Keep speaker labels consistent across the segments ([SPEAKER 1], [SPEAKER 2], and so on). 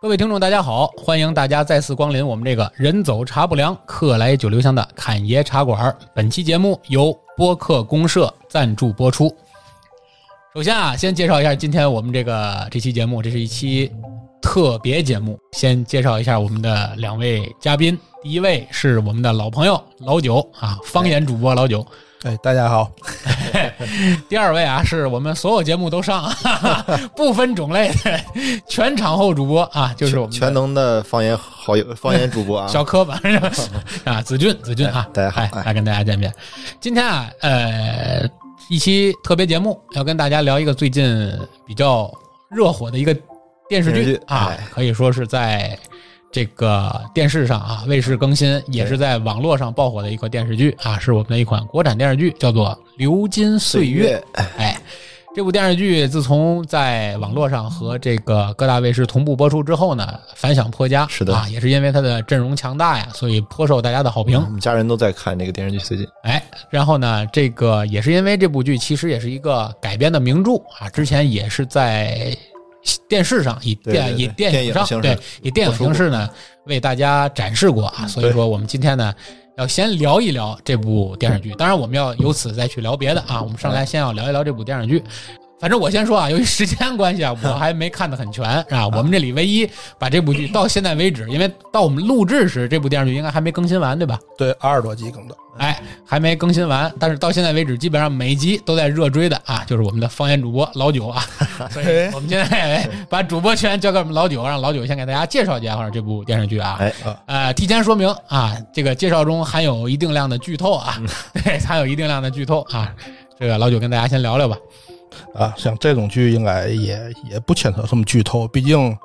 [SPEAKER 1] 各位听众，大家好！欢迎大家再次光临我们这个“人走茶不凉，客来酒留香”的侃爷茶馆。本期节目由播客公社赞助播出。首先啊，先介绍一下今天我们这个这期节目，这是一期特别节目。先介绍一下我们的两位嘉宾，第一位是我们的老朋友老九啊，方言主播老九。
[SPEAKER 2] 哎，大家好，
[SPEAKER 1] 第二位啊，是我们所有节目都上， 不分种类的全场候主播啊，就是我们的
[SPEAKER 3] 全能的方言好 友、方言主播啊，
[SPEAKER 1] 小柯吧， 啊，子俊，子俊啊，
[SPEAKER 3] 大家好
[SPEAKER 1] 哎
[SPEAKER 3] 哎
[SPEAKER 1] 来跟大家见面。今天啊，呃，一期特别节目，要跟大家聊一个最近比较热火的一个电视
[SPEAKER 3] 电
[SPEAKER 1] 剧
[SPEAKER 3] 视剧
[SPEAKER 1] 啊
[SPEAKER 3] 哎，
[SPEAKER 1] 可以说是在这个电视上啊，卫视更新，也是在网络上爆火的一个电视剧啊，是我们的一款国产电视剧，叫做《流金岁月》。哎，这部电视剧自从在网络上和这个各大卫视同步播出之后呢，反响颇佳。
[SPEAKER 3] 是的
[SPEAKER 1] 啊，也是因为它的阵容强大呀，所以颇受大家的好评。
[SPEAKER 3] 我们家人都在看这个电视剧，最近
[SPEAKER 1] 哎，然后呢，这个也是因为这部剧其实也是一个改编的名著啊，之前也是在电视上以
[SPEAKER 3] 对对
[SPEAKER 1] 电
[SPEAKER 3] 对
[SPEAKER 1] 以电
[SPEAKER 3] 电
[SPEAKER 1] 影
[SPEAKER 3] 影
[SPEAKER 1] 上
[SPEAKER 3] 形式
[SPEAKER 1] 对以电影形式呢为大家展示过
[SPEAKER 2] 嗯
[SPEAKER 1] 啊，所以说我们今天呢。要先聊一聊这部电视剧，当然我们
[SPEAKER 2] 嗯
[SPEAKER 1] 要由此再去聊别的啊。我们上来先要聊一聊这部电视剧。反正我先说啊，由于时间关系啊，我还没看得很全啊。我们这里唯一把这部剧到现在为止，因为到我们录制时，这部电视剧应该还没更新完，对吧？
[SPEAKER 2] 对，二十多嗯集更的，
[SPEAKER 1] 哎，还没更新完，但是到现在为止，基本上每一集都在热追的啊，就是我们的方言主播老九啊。所以 我们现在把主播权交给我们老九，让老九先给大家介绍介绍这部电视剧啊。
[SPEAKER 3] 哎
[SPEAKER 1] 呃，提前说明啊，这个介绍中含有一定量的剧透啊， 对，含有一定量的剧透啊。这个老九跟大家先聊聊吧。
[SPEAKER 2] 啊，像这种剧应该也也不牵扯什么剧透，毕竟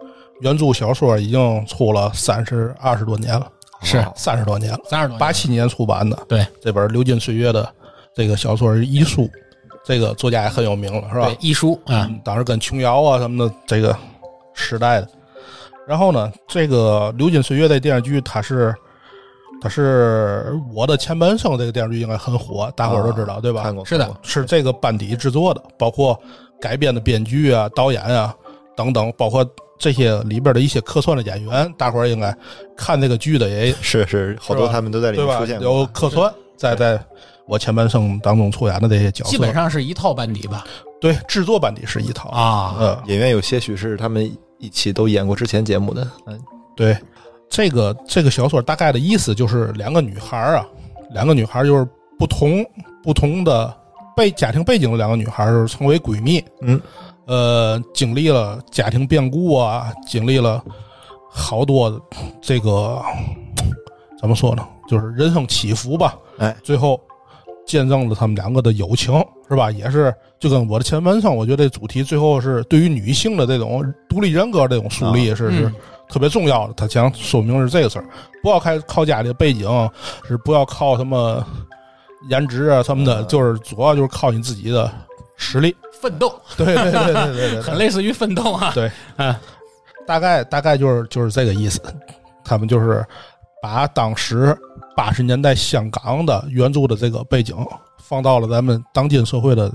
[SPEAKER 2] 原著小说已经出了三十二十多年了，
[SPEAKER 1] 是
[SPEAKER 2] 三十多年了，
[SPEAKER 1] 啊三十多
[SPEAKER 2] 八七年出版的
[SPEAKER 1] 对
[SPEAKER 2] 这本《流金岁月》的这个小说是一书，这个作家也很有名了，是吧
[SPEAKER 1] 对？一书啊，
[SPEAKER 2] 当时跟琼瑶啊什么的这个时代的。然后呢，这个《流金岁月》这电视剧，它是它是我的前半生这个电视剧应该很火，大伙儿都知道、对吧
[SPEAKER 3] 看？过
[SPEAKER 1] 是的
[SPEAKER 3] 看过
[SPEAKER 2] 是这个班底制作的，包括改编的编剧啊、导演啊等等，包括这些里边的一些客串的演员，大伙儿应该看这个剧的也
[SPEAKER 3] 是是，好多
[SPEAKER 2] 吧
[SPEAKER 3] 他们都在里
[SPEAKER 2] 对
[SPEAKER 3] 面
[SPEAKER 2] 吧
[SPEAKER 3] 出现？
[SPEAKER 2] 有
[SPEAKER 1] 啊
[SPEAKER 3] 过，
[SPEAKER 2] 客串在在我前半生当中出演的这些角色，
[SPEAKER 1] 基本上是一套班底吧。
[SPEAKER 2] 对制作班底是一套，
[SPEAKER 1] 啊，
[SPEAKER 2] 嗯，
[SPEAKER 3] 演员有些许是他们一起都演过之前节目的，嗯，
[SPEAKER 2] 对，这个这个小说大概的意思就是两个女孩儿啊，两个女孩儿就是不同不同的背家庭背景的两个女孩儿就是成为闺蜜，
[SPEAKER 3] 嗯，
[SPEAKER 2] 呃，经历了家庭变故啊，经历了好多这个怎么说呢，就是人生起伏吧，
[SPEAKER 3] 哎，
[SPEAKER 2] 最后见证了他们两个的友情，是吧？也是就跟我的前半生，我觉得这主题最后是对于女性的这种独立人格这种树立是、是
[SPEAKER 1] 嗯
[SPEAKER 2] 特别重要的。他想说明是这个事儿，不要开靠家里的背景，是不要靠什么颜值啊什么的，
[SPEAKER 3] 嗯
[SPEAKER 2] 就是主要就是靠你自己的实力。
[SPEAKER 1] 奋斗
[SPEAKER 2] 对对对对对对 对，
[SPEAKER 1] 很类似于奋斗啊。
[SPEAKER 2] 对，
[SPEAKER 1] 嗯，
[SPEAKER 2] 大概大概就是就是这个意思。他们就是把当时八十年代香港的原著的这个背景放到了咱们当今社会的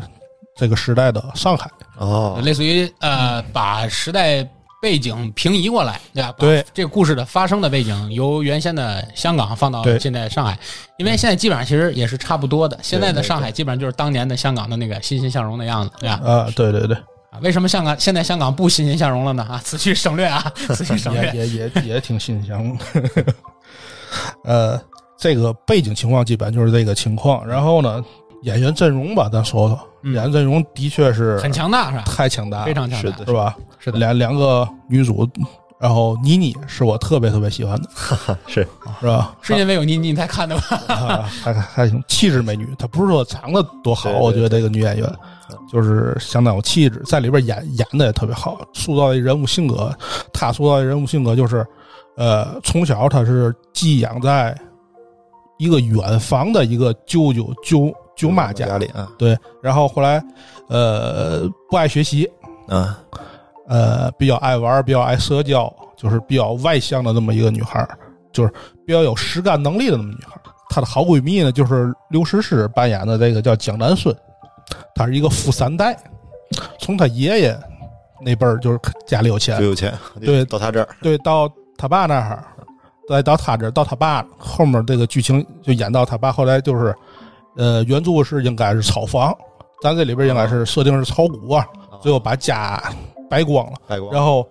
[SPEAKER 2] 这个时代的上海。啊
[SPEAKER 3] 哦，
[SPEAKER 1] 类似于呃，把时代背景平移过来，对吧？把
[SPEAKER 2] 对
[SPEAKER 1] 这个故事的发生的背景由原先的香港放到
[SPEAKER 2] 对
[SPEAKER 1] 现在上海，因为现在基本上其实也是差不多的。现在的
[SPEAKER 3] 对对
[SPEAKER 1] 上海基本上就是当年的香港的那个欣欣向荣的样子，对吧？
[SPEAKER 2] 啊，对对对，
[SPEAKER 1] 啊为什么香港现在香港不欣欣向荣了呢？啊， 此去省 略啊，此去省
[SPEAKER 2] 也
[SPEAKER 1] 略。
[SPEAKER 2] 也也也挺新鲜的。 呃，这个背景情况基本就是这个情况。然后呢，演员阵容吧，咱说说，
[SPEAKER 1] 嗯
[SPEAKER 2] 演员阵容的确是
[SPEAKER 1] 很强大是吧？
[SPEAKER 2] 太强大了，
[SPEAKER 1] 非常强
[SPEAKER 3] 是
[SPEAKER 1] 大，
[SPEAKER 3] 的，
[SPEAKER 2] 是吧？
[SPEAKER 1] 是的，
[SPEAKER 2] 两两个女主，然后妮妮是我特别特别喜欢的，
[SPEAKER 3] 是
[SPEAKER 1] 啊
[SPEAKER 2] 是吧？
[SPEAKER 1] 是因为有你 你才看的吧？
[SPEAKER 2] 啊，还还行，气质美女。她不是说长得多好，
[SPEAKER 3] 对对
[SPEAKER 2] 我觉得这个女演员就是相当有气质，在里边演演的也特别好，塑造的人物性格。她塑造的人物性格就是，呃，从小她是寄养在一个远房的一个舅舅舅舅妈
[SPEAKER 3] 家
[SPEAKER 2] 家，
[SPEAKER 3] 里啊，
[SPEAKER 2] 对，然后后来，呃，不爱学习，
[SPEAKER 3] 嗯，
[SPEAKER 2] 呃，比较爱玩儿，比较爱社交，就是比较外向的那么一个女孩儿，就是比较有实干能力的那么女孩儿。她的好闺蜜呢，就是刘诗诗扮演的这个叫蒋南孙，她是一个富三代，从她爷爷那辈儿就是家里有钱
[SPEAKER 3] 最，有钱，
[SPEAKER 2] 对
[SPEAKER 3] 到他这儿，
[SPEAKER 2] 对，到他爸那儿，再到他这儿，到他爸后面这个剧情就演到他爸后来就是，呃，原著是应该是炒房，咱这里边应该是设定是炒股啊，最后把家败光了，
[SPEAKER 3] 败光，
[SPEAKER 2] 然后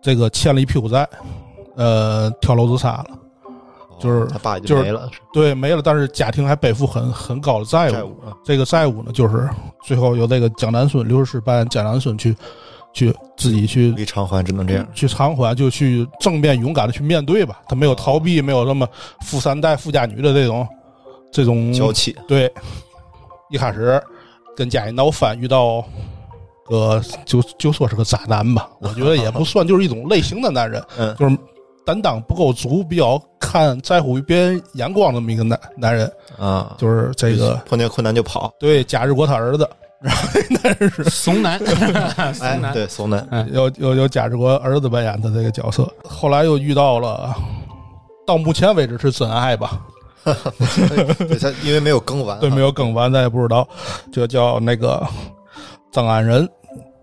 [SPEAKER 2] 这个欠了一屁股债，呃，跳楼自杀了。
[SPEAKER 3] 后
[SPEAKER 2] 就是
[SPEAKER 3] 哦他爸已
[SPEAKER 2] 就
[SPEAKER 3] 经
[SPEAKER 2] 是
[SPEAKER 3] 没了，
[SPEAKER 2] 对，没了，但是家庭还背负很很高的债务。
[SPEAKER 3] 债务啊，
[SPEAKER 2] 这个债务呢，就是最后由这个蒋南孙刘世班蒋南孙去去自己去
[SPEAKER 3] 一偿还只能这样，
[SPEAKER 2] 去偿还，就去正面勇敢的去面对吧。他没有逃避，没有那么富三代、富家女的这种这种
[SPEAKER 3] 娇气，
[SPEAKER 2] 对。一开始跟家里闹翻，遇到个就就说是个渣男吧，我觉得也不算，就是一种类型的男人，
[SPEAKER 3] 嗯，
[SPEAKER 2] 就是担当不够足，比较看在乎于别人眼光那么一个男男人，
[SPEAKER 3] 啊，
[SPEAKER 2] 就是这个
[SPEAKER 3] 碰见困难就跑，
[SPEAKER 2] 对贾日国他儿子，
[SPEAKER 1] 怂 男，
[SPEAKER 3] 哎
[SPEAKER 2] 啊
[SPEAKER 1] 怂，男，
[SPEAKER 3] 对，怂男，
[SPEAKER 2] 有有有贾志国儿子扮演的这个角色，后来又遇到了，到目前为止是真爱吧？
[SPEAKER 3] 对他因为没有更完，
[SPEAKER 2] 对，没有更完，咱也不知道。就叫那个张安仁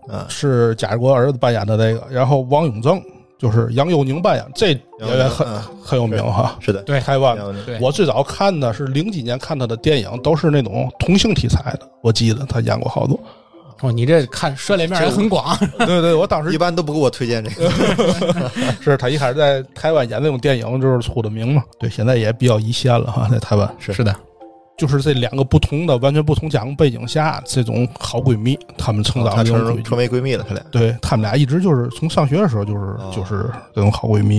[SPEAKER 3] 嗯
[SPEAKER 2] 是贾志国儿子扮演的这个，然后王永正就是杨佑宁扮演，这
[SPEAKER 3] 杨佑
[SPEAKER 2] 演
[SPEAKER 3] 宁
[SPEAKER 2] 员很
[SPEAKER 3] 嗯
[SPEAKER 2] 很有名哈。
[SPEAKER 3] 是的，
[SPEAKER 1] 对
[SPEAKER 2] 台湾
[SPEAKER 3] 杨佑宁
[SPEAKER 1] 对
[SPEAKER 2] 我最早看的是零几年看他的电影，都是那种同性题材的，我记得他演过好多。
[SPEAKER 1] 哦，你这看涉猎面还很广，
[SPEAKER 2] 对对，我当时
[SPEAKER 3] 一般都不给我推荐这个，
[SPEAKER 2] 是他一开始在台湾演那种电影，就是出的名嘛。对，现在也比较一线了哈，在台湾。
[SPEAKER 3] 是
[SPEAKER 1] 的，
[SPEAKER 2] 就是这两个不同的、完全不同家庭背景下，这种好闺蜜，她们成长
[SPEAKER 3] 哦她
[SPEAKER 2] 的这种
[SPEAKER 3] 成
[SPEAKER 2] 轨迹
[SPEAKER 3] 成为闺蜜了，他俩
[SPEAKER 2] 对她们俩一直就是从上学的时候就是、
[SPEAKER 3] 哦
[SPEAKER 2] 就是这种好闺蜜。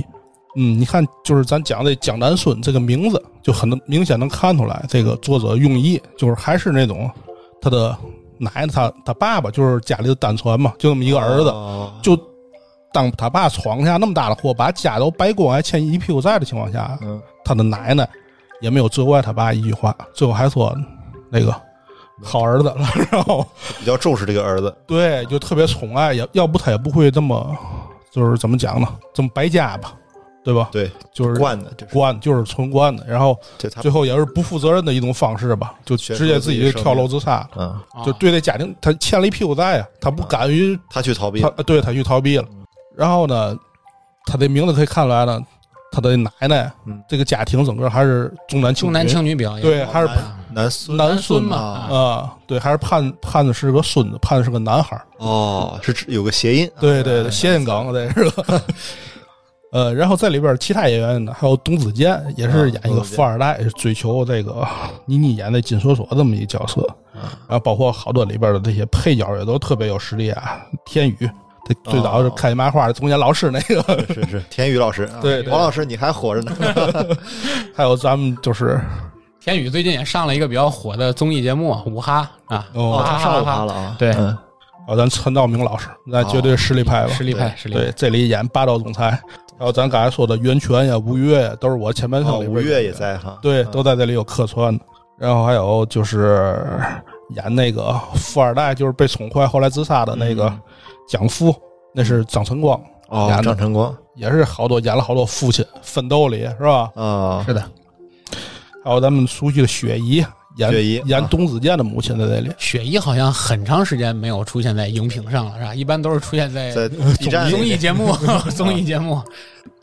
[SPEAKER 2] 嗯，你看，就是咱讲的蒋南孙这个名字，就很能明显能看出来，这个作者用意就是还是那种他的奶奶、他他爸爸，就是家里的单传嘛，就那么一个儿子，
[SPEAKER 3] 子
[SPEAKER 2] 就当他爸闯下那么大的祸，把家都败光，还欠一屁股债的情况下，
[SPEAKER 3] 嗯，
[SPEAKER 2] 他的奶奶也没有责怪他爸一句话，最后还说那个好儿子了， 然后
[SPEAKER 3] 比较重视这个儿子，
[SPEAKER 2] 对，就特别宠爱，也要不他也不会这么就是怎么讲呢，这么败家吧，对吧？
[SPEAKER 3] 对，
[SPEAKER 2] 就是
[SPEAKER 3] 惯的，这是
[SPEAKER 2] 惯就是纯惯的，然后
[SPEAKER 3] 这他
[SPEAKER 2] 最后也是不负责任的一种方式吧，就直接自己就跳楼自杀，
[SPEAKER 3] 嗯，
[SPEAKER 2] 就
[SPEAKER 1] 哦
[SPEAKER 2] 对这家庭他欠了一屁股债啊，他不敢于
[SPEAKER 3] 他去逃避
[SPEAKER 2] 他
[SPEAKER 3] 了，
[SPEAKER 2] 对他去逃避了。
[SPEAKER 1] 嗯
[SPEAKER 2] 然后呢，他的名字可以看出来呢，他的奶奶、
[SPEAKER 3] 嗯
[SPEAKER 2] 这个家庭整个还是重男轻
[SPEAKER 1] 重
[SPEAKER 2] 女，
[SPEAKER 1] 男轻女比较严重
[SPEAKER 2] 对还是
[SPEAKER 1] 啊
[SPEAKER 3] 男孙
[SPEAKER 2] 男
[SPEAKER 1] 孙嘛
[SPEAKER 2] 嘛啊、
[SPEAKER 1] 啊
[SPEAKER 2] 对，还是盼盼的是个孙子，盼的是个男孩儿。
[SPEAKER 3] 哦，是指有个谐音，
[SPEAKER 2] 对对对，谐音梗这是个。呃，然后在里边儿其他演员呢，还有董子健，也是演一个富二代，追求这个 倪妮演的金锁锁这么一个角色。然后包括好多里边儿的这些配角也都特别有实力啊，天宇，他最早是开漫画的中间老师那个，
[SPEAKER 3] 是是田宇老师，啊
[SPEAKER 2] 对对
[SPEAKER 3] 王老师你还活着呢，
[SPEAKER 2] 还有咱们就是
[SPEAKER 1] 天宇最近也上了一个比较火的综艺节目《五哈》啊，
[SPEAKER 2] 哦
[SPEAKER 1] 哈
[SPEAKER 3] 他
[SPEAKER 1] 哈
[SPEAKER 3] 上
[SPEAKER 1] 哈
[SPEAKER 3] 他
[SPEAKER 1] 哈
[SPEAKER 3] 了啊，
[SPEAKER 1] 对
[SPEAKER 3] 嗯
[SPEAKER 2] 啊，咱陈道明老师，那绝对实力派吧，
[SPEAKER 1] 哦实力派，实力
[SPEAKER 2] 对
[SPEAKER 1] 派，，
[SPEAKER 2] 这里演霸道总裁，还有咱刚才说的袁泉呀、吴越呀，都是我前半
[SPEAKER 3] 哦
[SPEAKER 2] 生里边、
[SPEAKER 3] 吴越也，在哈，
[SPEAKER 2] 对，
[SPEAKER 3] 嗯
[SPEAKER 2] 都在这里有客串的。然后还有就是演那个富二代，就是被宠坏后来自杀的那
[SPEAKER 3] 嗯
[SPEAKER 2] 个蒋富，那是张晨光，
[SPEAKER 3] 哦
[SPEAKER 2] 演，的
[SPEAKER 3] 张晨光
[SPEAKER 2] 也是好多演了好多父亲奋斗里是吧？
[SPEAKER 3] 啊，
[SPEAKER 1] 是的，
[SPEAKER 2] 还有咱们熟悉的雪姨演
[SPEAKER 3] 雪姨
[SPEAKER 2] 演
[SPEAKER 3] 啊
[SPEAKER 2] 董子健的母亲在这里，
[SPEAKER 1] 雪姨好像很长时间没有出现在荧屏上了，是吧？一般都是出现
[SPEAKER 3] 在
[SPEAKER 1] 在
[SPEAKER 3] B 站
[SPEAKER 1] 综艺节 目、综艺节目。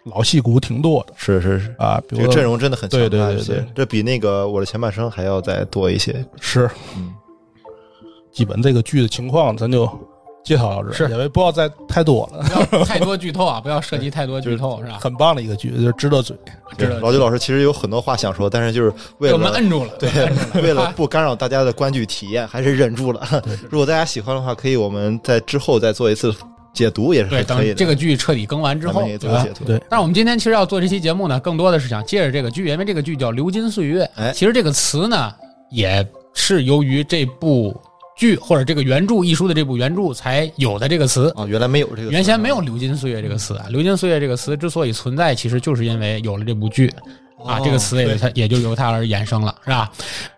[SPEAKER 2] 老戏骨挺多的
[SPEAKER 3] 是是是。
[SPEAKER 2] 啊，比
[SPEAKER 3] 这
[SPEAKER 2] 如
[SPEAKER 3] 个阵
[SPEAKER 2] 说
[SPEAKER 3] 容真的很强
[SPEAKER 2] 对对
[SPEAKER 3] 大
[SPEAKER 2] 对
[SPEAKER 3] 一些
[SPEAKER 2] 对，
[SPEAKER 3] 这比那个《我的前半生》还要再多一些。
[SPEAKER 2] 是
[SPEAKER 3] 嗯，
[SPEAKER 2] 基本这个剧的情况，咱就介绍到这儿，
[SPEAKER 1] 是
[SPEAKER 2] 因为不要再太多了。
[SPEAKER 1] 不要太多剧透啊，不要涉及太多剧透，是吧？
[SPEAKER 2] 很棒的一个剧，就是值得追。
[SPEAKER 1] 知道
[SPEAKER 3] 老九老师其实有很多话想说，但是就是为
[SPEAKER 1] 被
[SPEAKER 3] 了
[SPEAKER 1] 我们摁住了，对，
[SPEAKER 3] 对， 为了不干扰大家的观剧体验，还是忍住了。 如果大家喜欢的话，可以我们在之后再做一次解读，也是
[SPEAKER 1] 对，
[SPEAKER 3] 很可
[SPEAKER 1] 等
[SPEAKER 3] 以的。
[SPEAKER 1] 这个剧彻底更完之
[SPEAKER 3] 咱
[SPEAKER 1] 后
[SPEAKER 3] 们，也做个解读，
[SPEAKER 2] 对，
[SPEAKER 1] 但是我们今天其实要做这期节目呢，更多的是想借着这个剧，因为这个剧叫《流金岁月》。
[SPEAKER 3] 哎
[SPEAKER 1] 其实这个词呢，也是由于这部剧或者这个原著一书的这部原著才有的这个词。
[SPEAKER 3] 啊，原来没有这个，
[SPEAKER 1] 原先没有“流金岁月”这个词啊，“流金岁月”这个词之所以存在，其实就是因为有了这部剧啊，
[SPEAKER 3] 哦
[SPEAKER 1] 这个词也
[SPEAKER 2] 对
[SPEAKER 1] 它也就由它而衍生了，是吧？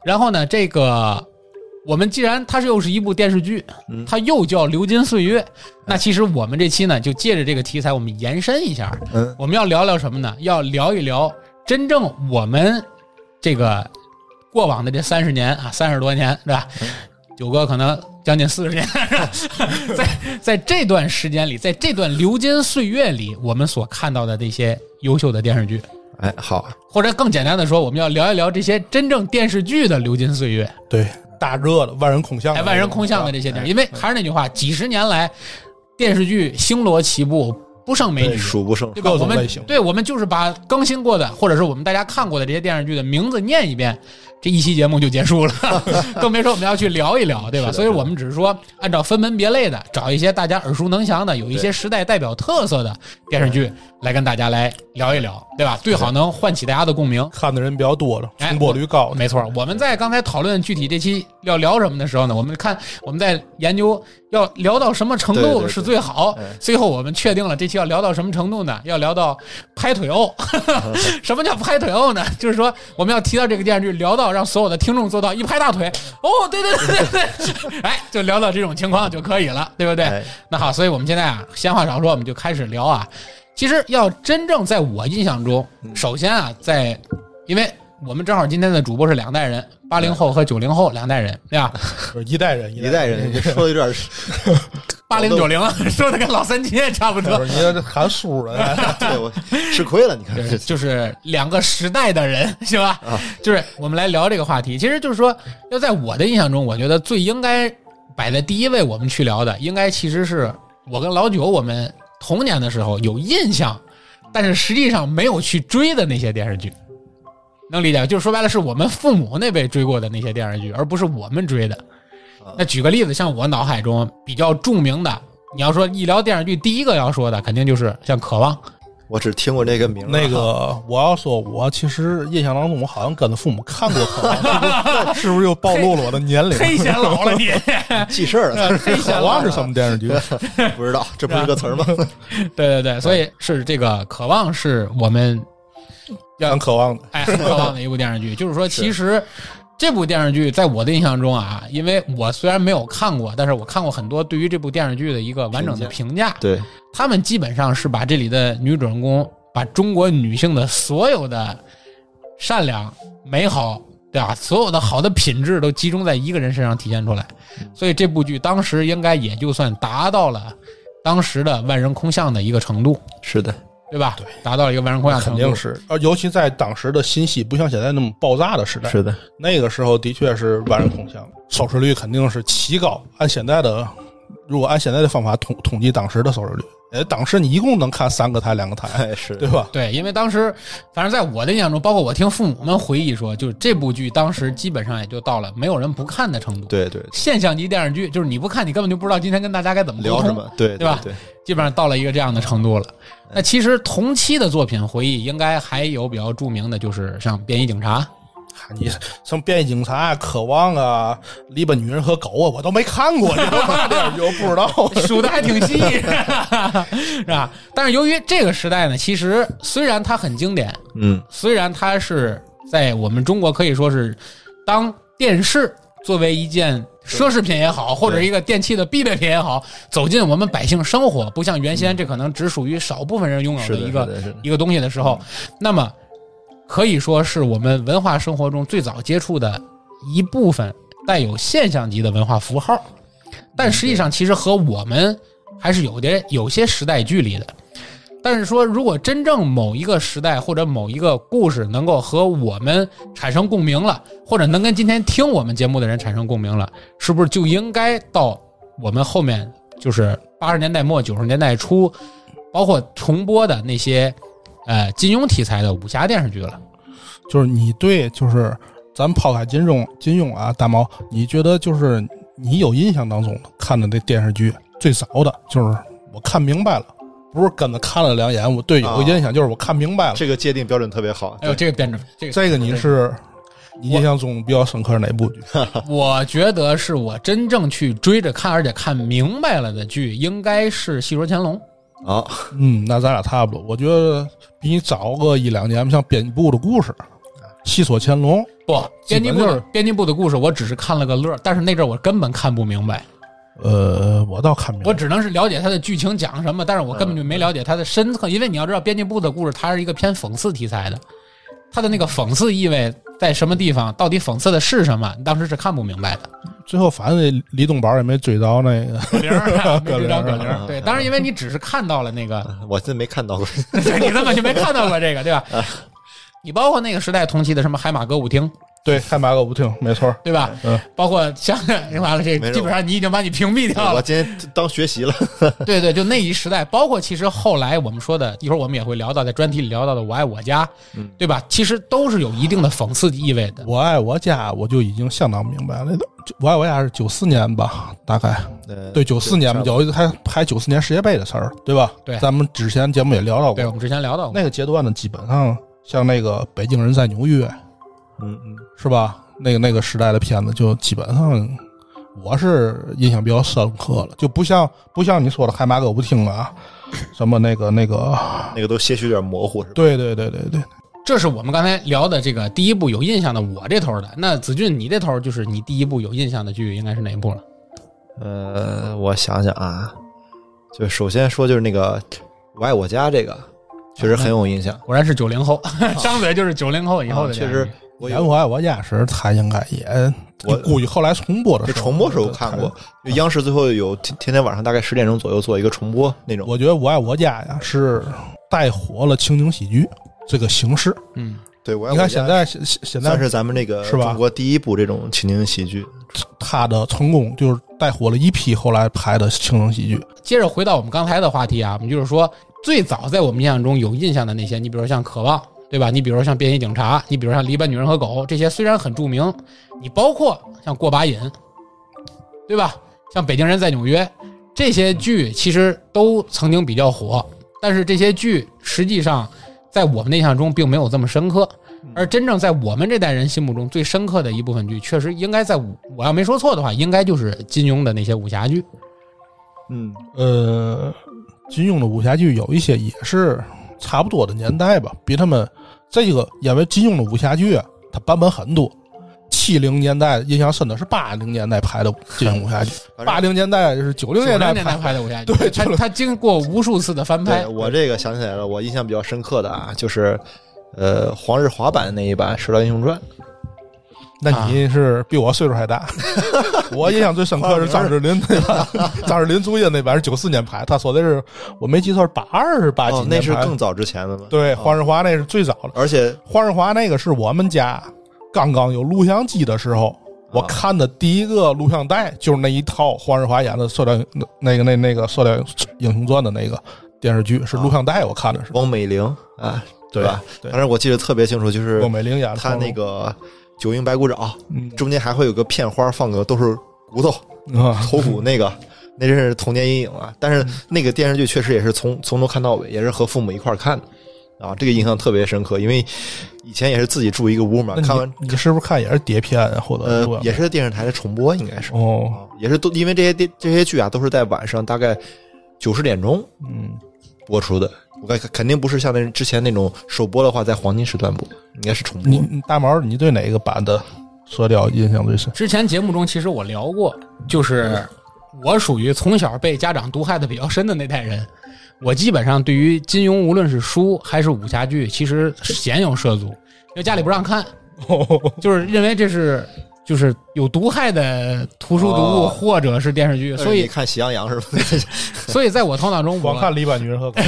[SPEAKER 1] 然后呢，这个我们既然它是又是一部电视剧，
[SPEAKER 3] 嗯
[SPEAKER 1] 它又叫《流金岁月》，那其实我们这期呢，就借着这个题材，我们延伸一下，
[SPEAKER 3] 嗯，
[SPEAKER 1] 我们要聊聊什么呢？要聊一聊真正
[SPEAKER 3] 嗯
[SPEAKER 1] 我们这个过往的这三十年啊，三十多年，是吧？九哥可能将近四十 年，在在这段时间里，在这段流金岁月里，我们所看到的这些优秀的电视剧，
[SPEAKER 3] 哎，好，
[SPEAKER 1] 或者更简单的说，我们要聊一聊这些真正电视剧的流金岁月。
[SPEAKER 2] 对，大热的万人空巷的，
[SPEAKER 1] 哎，万人空巷的这些地儿，因为还是那句话，几十年来电视剧星罗棋布，不胜枚举。
[SPEAKER 3] 数不胜
[SPEAKER 1] 对吧？
[SPEAKER 2] 各
[SPEAKER 1] 我
[SPEAKER 2] 种
[SPEAKER 1] 们
[SPEAKER 2] 类型
[SPEAKER 1] 对，我们就是把更新过的，或者是我们大家看过的这些电视剧的名字念一遍，这一期节目就结束了，更别说我们要去聊一聊，对吧？
[SPEAKER 3] 是的
[SPEAKER 1] 所以我们只是说，按照分门别类的，找一些大家耳熟能详的，有一些时代代表特色的电视剧来跟大家来聊一聊，对吧？最好能唤起大家的共鸣。
[SPEAKER 2] 看的人比较多了，
[SPEAKER 1] 哎
[SPEAKER 2] 重播率高的，
[SPEAKER 1] 没错，我们在刚才讨论具体这期要聊什么的时候呢，我们看我们在研究要聊到什么程
[SPEAKER 3] 对对
[SPEAKER 1] 度
[SPEAKER 3] 对
[SPEAKER 1] 是最好。
[SPEAKER 3] 哎
[SPEAKER 1] 最后我们确定了这期要聊到什么程度呢？要聊到拍腿 欧。什么叫拍腿欧呢？就是说我们要提到这个电视剧，聊到让所有的听众做到一拍大腿。哦，对对对对 对，哎，就聊到这种情况就可以了，对不对？
[SPEAKER 3] 哎
[SPEAKER 1] 那好，所以我们现在啊，闲话少说，我们就开始聊啊。其实要真正在我印象中，
[SPEAKER 3] 嗯
[SPEAKER 1] 首先啊，在因为我们正好今天的主播是两代人，八零后和九零后两代人，对 吧？
[SPEAKER 2] 就是一代人，
[SPEAKER 3] 一代人，说的有点 儿
[SPEAKER 1] 八零九零说的跟老三七也差不
[SPEAKER 2] 就
[SPEAKER 1] 多，
[SPEAKER 2] 是你这喊叔 了，哎
[SPEAKER 3] 对我吃亏了，你看
[SPEAKER 1] 就是
[SPEAKER 3] 这
[SPEAKER 1] 就是两个时代的人， 是吧？
[SPEAKER 3] 啊
[SPEAKER 1] 就是我们来聊这个话题，其实就是说，要在我的印象中，我觉得最应该摆在第一位，我们去聊的，应该其实是我跟老九我们童年的时候有印象，但是实际上没有去追的那些电视剧。能理解吧，就是说白了，是我们父母那辈追过的那些电视剧，而不是我们追的。那举个例子，像我脑海中比较著名的，你要说一聊电视剧，第一个要说的肯定就是像《渴望》，
[SPEAKER 3] 我只听过这个名儿，啊
[SPEAKER 2] 那个我要说，我其实印象当中，我好像跟着父母看过渴 望，是不是是不是又暴露了我的年龄？
[SPEAKER 1] 忒显老了你，
[SPEAKER 3] 记事儿了，
[SPEAKER 1] 忒显
[SPEAKER 2] 渴
[SPEAKER 1] 老
[SPEAKER 2] 望
[SPEAKER 1] 了
[SPEAKER 2] 是。什么电视剧？
[SPEAKER 1] 啊
[SPEAKER 3] 不知道，这不是个词儿吗？
[SPEAKER 1] 对对对，所以是这个《渴望》是我们
[SPEAKER 2] 看渴望的，
[SPEAKER 1] 哎很渴望的一部电视剧。就是说，其实这部电视剧在我的印象中啊，因为我虽然没有看过，但是我看过很多对于这部电视剧的一个完整的评价。
[SPEAKER 3] 对，
[SPEAKER 1] 他们基本上是把这里的女主人公，把中国女性的所有的善良、美好，对吧？所有的好的品质都集中在一个人身上体现出来。所以这部剧当时应该也就算达到了当时的万人空巷的一个程度，
[SPEAKER 3] 是的，
[SPEAKER 1] 对吧？对，达到了一个万人空巷的
[SPEAKER 2] 肯
[SPEAKER 1] 程
[SPEAKER 2] 定
[SPEAKER 1] 度。
[SPEAKER 2] 是，呃，尤其在当时的信息不像现在那么爆炸的时代，
[SPEAKER 3] 的，
[SPEAKER 2] 那个时候的确是万人空巷，收视率肯定是奇高。按现在的，如果按现在的方法统统计当时的收视率，呃，当时你一共能看三个台、两个台，
[SPEAKER 3] 哎，是
[SPEAKER 2] 对吧？
[SPEAKER 1] 对，因为当时，反正在我的印象中，包括我听父母们回忆说，就是这部剧当时基本上也就到了没有人不看的程度。，
[SPEAKER 3] 对对，
[SPEAKER 1] 现象级电视剧就是你不看，你根本就不知道今天跟大家该怎么沟
[SPEAKER 3] 聊
[SPEAKER 1] 通
[SPEAKER 3] 什么？对
[SPEAKER 1] 对吧
[SPEAKER 3] 对，
[SPEAKER 1] 基本上到了一个这样的程度了。那其实同期的作品回忆，应该还有比较著名的，就是像《便衣警察》
[SPEAKER 2] 啊你什么《便衣警察》啊、《渴望》啊，《篱笆女人和狗》啊，我都没看过，这他妈 电视剧我不知道。
[SPEAKER 1] 数的还挺细， 是吧？但是由于这个时代呢，其实虽然它很经典，
[SPEAKER 3] 嗯，
[SPEAKER 1] 虽然它是在我们中国可以说是当电视作为一件奢侈品也好，或者一个电器的必备品也好，走进我们百姓生活，不像原先这可能只属于少部分人拥有
[SPEAKER 3] 嗯是
[SPEAKER 1] 的
[SPEAKER 3] 的，
[SPEAKER 1] 一
[SPEAKER 3] 是
[SPEAKER 1] 个
[SPEAKER 3] 的，是的，
[SPEAKER 1] 一个东西的时候，那么可以说是我们文化生活中最早接触的一部分带有现象级的文化符号，但实际上其实和我们还是有点有些时代距离的。但是说，如果真正某一个时代或者某一个故事能够和我们产生共鸣了，或者能跟今天听我们节目的人产生共鸣了，是不是就应该到我们后面就是八十年代末九十年代初，包括重播的那些呃金庸题材的武侠电视剧了？
[SPEAKER 2] 就是你对，就是咱抛开金庸，金庸啊，大毛，你觉得就是你有印象当中看的那电视剧最早的，就是我看明白了，不是跟着看了两眼，我对有个印象就是我看明白了。
[SPEAKER 3] 这个界定标准特别好，
[SPEAKER 1] 哎呦，这个编制，这个
[SPEAKER 2] 这个你是你印象中比较深刻是哪部剧？
[SPEAKER 1] 我觉得是我真正去追着看，而且看明白了的剧，应该是《戏说乾隆》。
[SPEAKER 3] 啊，
[SPEAKER 2] 嗯，那咱俩差不多，我觉得比你早个一两年，像《编辑部的故事》《戏说乾隆》。
[SPEAKER 1] 不，
[SPEAKER 2] 基
[SPEAKER 1] 编辑
[SPEAKER 2] 本
[SPEAKER 1] 部
[SPEAKER 2] 就
[SPEAKER 1] 的
[SPEAKER 2] 是
[SPEAKER 1] 编辑部的故事，我只是看了个乐儿，但是那阵儿我根本看不明白，
[SPEAKER 2] 呃，我倒看明白
[SPEAKER 1] 我
[SPEAKER 2] 了，
[SPEAKER 1] 只能是了解它的剧情讲什么，但是我根本就没了解它的深刻，因为你要知道，编辑部的故事它是一个偏讽刺题材的，它的那个讽刺意味在什么地方，到底讽刺的是什么，你当时是看不明白的。
[SPEAKER 2] 最后反正李东宝也没追着那个，
[SPEAKER 1] 葛玲儿， 没知道
[SPEAKER 2] 葛
[SPEAKER 1] 葛
[SPEAKER 2] 玲
[SPEAKER 1] 玲
[SPEAKER 3] 儿
[SPEAKER 1] 儿。对，啊当然因为你只是看到了那个，
[SPEAKER 3] 我真没看到过，
[SPEAKER 1] 对你根本就没看到过这个，对吧？你包括那个时代同期的什么海马歌舞厅，
[SPEAKER 2] 对，开马可不听，没错儿，
[SPEAKER 1] 对吧？
[SPEAKER 2] 嗯，
[SPEAKER 1] 包括像 完了这
[SPEAKER 3] 没事
[SPEAKER 1] 基本上你已经把你屏蔽掉
[SPEAKER 3] 我
[SPEAKER 1] 了。
[SPEAKER 3] 今天当学习了。
[SPEAKER 1] 对对，就那一时代，包括其实后来我们说的，一会儿我们也会聊到，在专题里聊到的《我爱我家》，
[SPEAKER 3] 嗯
[SPEAKER 1] 对吧？其实都是有一定的讽刺意味的。
[SPEAKER 2] 我爱我家，我就已经相当明白了。我爱我家是九四年吧，大概
[SPEAKER 3] 呃
[SPEAKER 2] 对九四年吧，有一还还九四年世界杯的事儿，对吧？
[SPEAKER 1] 对
[SPEAKER 2] 咱们之前节目也聊到
[SPEAKER 1] 对，
[SPEAKER 2] 过
[SPEAKER 1] 我，们之前聊到过，
[SPEAKER 2] 那个阶段呢，基本上像那个北京人在纽约，
[SPEAKER 3] 嗯嗯，
[SPEAKER 2] 是吧？那个那个时代的片子，就基本上我是印象比较深刻了，就不像不像你说的海马歌不听啊，什么那个那个，
[SPEAKER 3] 那个都些许有点模糊，是吧？
[SPEAKER 2] 对对对对对，
[SPEAKER 1] 这是我们刚才聊的这个第一部有印象的我这头的。那子俊，你这头就是你第一部有印象的剧应该是哪一部了？
[SPEAKER 3] 呃，我想想啊，就首先说就是那个《我爱我家》这个，确实很有印象。
[SPEAKER 1] 果然是九零后， 张嘴就是九零后以后的
[SPEAKER 3] 啊
[SPEAKER 1] 这
[SPEAKER 3] 确
[SPEAKER 1] 样一个、
[SPEAKER 3] 实我
[SPEAKER 2] 演
[SPEAKER 3] 有
[SPEAKER 2] 我爱我家时，他应该也，
[SPEAKER 3] 我
[SPEAKER 2] 估计后来重播的
[SPEAKER 3] 就
[SPEAKER 2] 时候，
[SPEAKER 3] 重播时候看过，就央视最后有天天天晚上大概十点钟左右做一个重播那种。
[SPEAKER 2] 我觉得我爱我家呀是带火了情景喜剧这个形式。
[SPEAKER 1] 嗯，
[SPEAKER 3] 对，我爱
[SPEAKER 2] 你
[SPEAKER 3] 我家
[SPEAKER 2] 看现在现现
[SPEAKER 3] 算
[SPEAKER 2] 在
[SPEAKER 3] 是咱们这个
[SPEAKER 2] 是吧
[SPEAKER 3] 中国第一部这种情景喜剧。
[SPEAKER 2] 他的成功就是带火了一批后来拍的情景喜剧。
[SPEAKER 1] 接着回到我们刚才的话题啊，我们就是说，最早在我们印象中有印象的那些，你比如像《渴望》，对吧？你比如像《便衣警察》，你比如像《篱笆女人和狗》，这些虽然很著名，你包括像《过把瘾》，对吧？像《北京人在纽约》这些剧，其实都曾经比较火，但是这些剧实际上在我们的印象中并没有这么深刻。而真正在我们这代人心目中最深刻的一部分剧，确实应该在我我要没说错的话，应该就是金庸的那些武侠剧。
[SPEAKER 3] 嗯，
[SPEAKER 2] 呃，金庸的武侠剧有一些也是差不多的年代吧，比他们这个，因为金庸的武侠剧啊，它版本很多。七零年代印象深的是八零年代拍的金庸武侠剧，
[SPEAKER 3] 反正
[SPEAKER 2] 八零年代是九零
[SPEAKER 1] 九零
[SPEAKER 2] 年代
[SPEAKER 1] 年
[SPEAKER 2] 拍
[SPEAKER 1] 代
[SPEAKER 2] 的
[SPEAKER 1] 拍的武侠剧，
[SPEAKER 2] 对
[SPEAKER 1] 他
[SPEAKER 2] 就是
[SPEAKER 1] 他经过无数次的翻拍
[SPEAKER 3] 对，我这个想起来了，我印象比较深刻的啊，就是呃黄日华版的那一版《射雕英雄传》，
[SPEAKER 2] 那你是比我岁数还大。我印象最深刻是张智霖那版，张智霖主演那版是九四年拍，他说的是我没记错是八二是八几
[SPEAKER 3] 哦
[SPEAKER 2] 啊年，拍
[SPEAKER 3] 那
[SPEAKER 2] 的
[SPEAKER 3] 是更早之前的了。
[SPEAKER 2] 对
[SPEAKER 3] 哦
[SPEAKER 2] 黄日华那是最早的，
[SPEAKER 3] 而且
[SPEAKER 2] 黄日华那个是我们家刚刚有录像机的时候。
[SPEAKER 3] 啊
[SPEAKER 2] 我看的第一个录像带就是那一套黄日华演的《射雕》那个那那个《射雕英雄传》的那个电视剧，是
[SPEAKER 3] 啊
[SPEAKER 2] 录像带我看的是，
[SPEAKER 3] 王美玲啊，
[SPEAKER 2] 对
[SPEAKER 3] 吧？
[SPEAKER 2] 对
[SPEAKER 3] 当时我记得特别清楚，就是
[SPEAKER 2] 郭美玲演的。
[SPEAKER 3] 他那个九阴白骨爪
[SPEAKER 2] 嗯
[SPEAKER 3] 中间还会有个片花，放个都是骨 头
[SPEAKER 2] 啊，
[SPEAKER 3] 头骨那个，那真是童年阴影啊。但
[SPEAKER 2] 嗯
[SPEAKER 3] 是那个电视剧确实也是从从头看到尾，也是和父母一块儿看的啊，这个印象特别深刻，因为以前也是自己住一个屋嘛
[SPEAKER 2] 那，你
[SPEAKER 3] 看完
[SPEAKER 2] 你是不是看也是碟片啊或者
[SPEAKER 3] 呃
[SPEAKER 2] 录像
[SPEAKER 3] 也是电视台的重播，应该是
[SPEAKER 2] 哦，
[SPEAKER 3] 啊也是都因为这些电这些剧啊都是在晚上大概九十点钟
[SPEAKER 2] 嗯，
[SPEAKER 3] 播出的。我看肯定不是像那之前那种首播的话，在黄金时段播，应该是重播
[SPEAKER 2] 你。你大毛，你对哪个版的《射雕》印象最深？
[SPEAKER 1] 之前节目中其实我聊过，
[SPEAKER 3] 嗯
[SPEAKER 1] 就是我属于从小被家长毒害的比较深的那代人，我基本上对于金庸无论是书还是武侠剧，其实鲜有涉足，因为家里不让 看，就是认为这是就是有毒害的图书读物
[SPEAKER 3] 哦哎
[SPEAKER 1] 或者是电视剧，所
[SPEAKER 3] 你
[SPEAKER 1] 以
[SPEAKER 3] 看《喜羊羊》是
[SPEAKER 1] 所以在我头脑中我
[SPEAKER 2] 光看《篱笆女人和狗》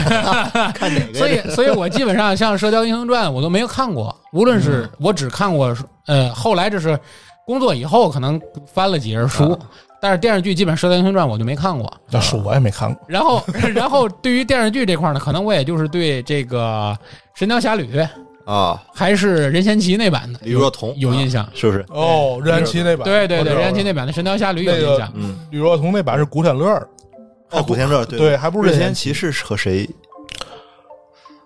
[SPEAKER 3] 吧？看哪个？
[SPEAKER 1] 所以，所以我基本上像《射雕英雄传》，我都没有看过。无论
[SPEAKER 3] 嗯
[SPEAKER 1] 是我只看过，呃，后来这是工作以后可能翻了几页
[SPEAKER 3] 嗯
[SPEAKER 1] 书，但是电视剧基本《射雕英雄传》我就没看过。
[SPEAKER 2] 那书我也没看过。
[SPEAKER 1] 然后， 然后对于电视剧这块呢，可能我也就是对这个《神雕侠侣》
[SPEAKER 3] 啊，
[SPEAKER 1] 还是任贤齐那版的
[SPEAKER 3] 李若彤啊
[SPEAKER 1] 有印象。
[SPEAKER 3] 是不是？
[SPEAKER 2] 哦，任贤齐那版，
[SPEAKER 1] 对对
[SPEAKER 2] 我知
[SPEAKER 1] 对，
[SPEAKER 2] 道
[SPEAKER 1] 任贤齐那版的《神雕侠侣》有印象。
[SPEAKER 3] 嗯，
[SPEAKER 2] 吕若彤那版是古天乐儿，
[SPEAKER 3] 哦，古天乐对
[SPEAKER 2] 对，还不是
[SPEAKER 3] 任
[SPEAKER 2] 任
[SPEAKER 3] 贤
[SPEAKER 2] 贤
[SPEAKER 3] 齐是和谁？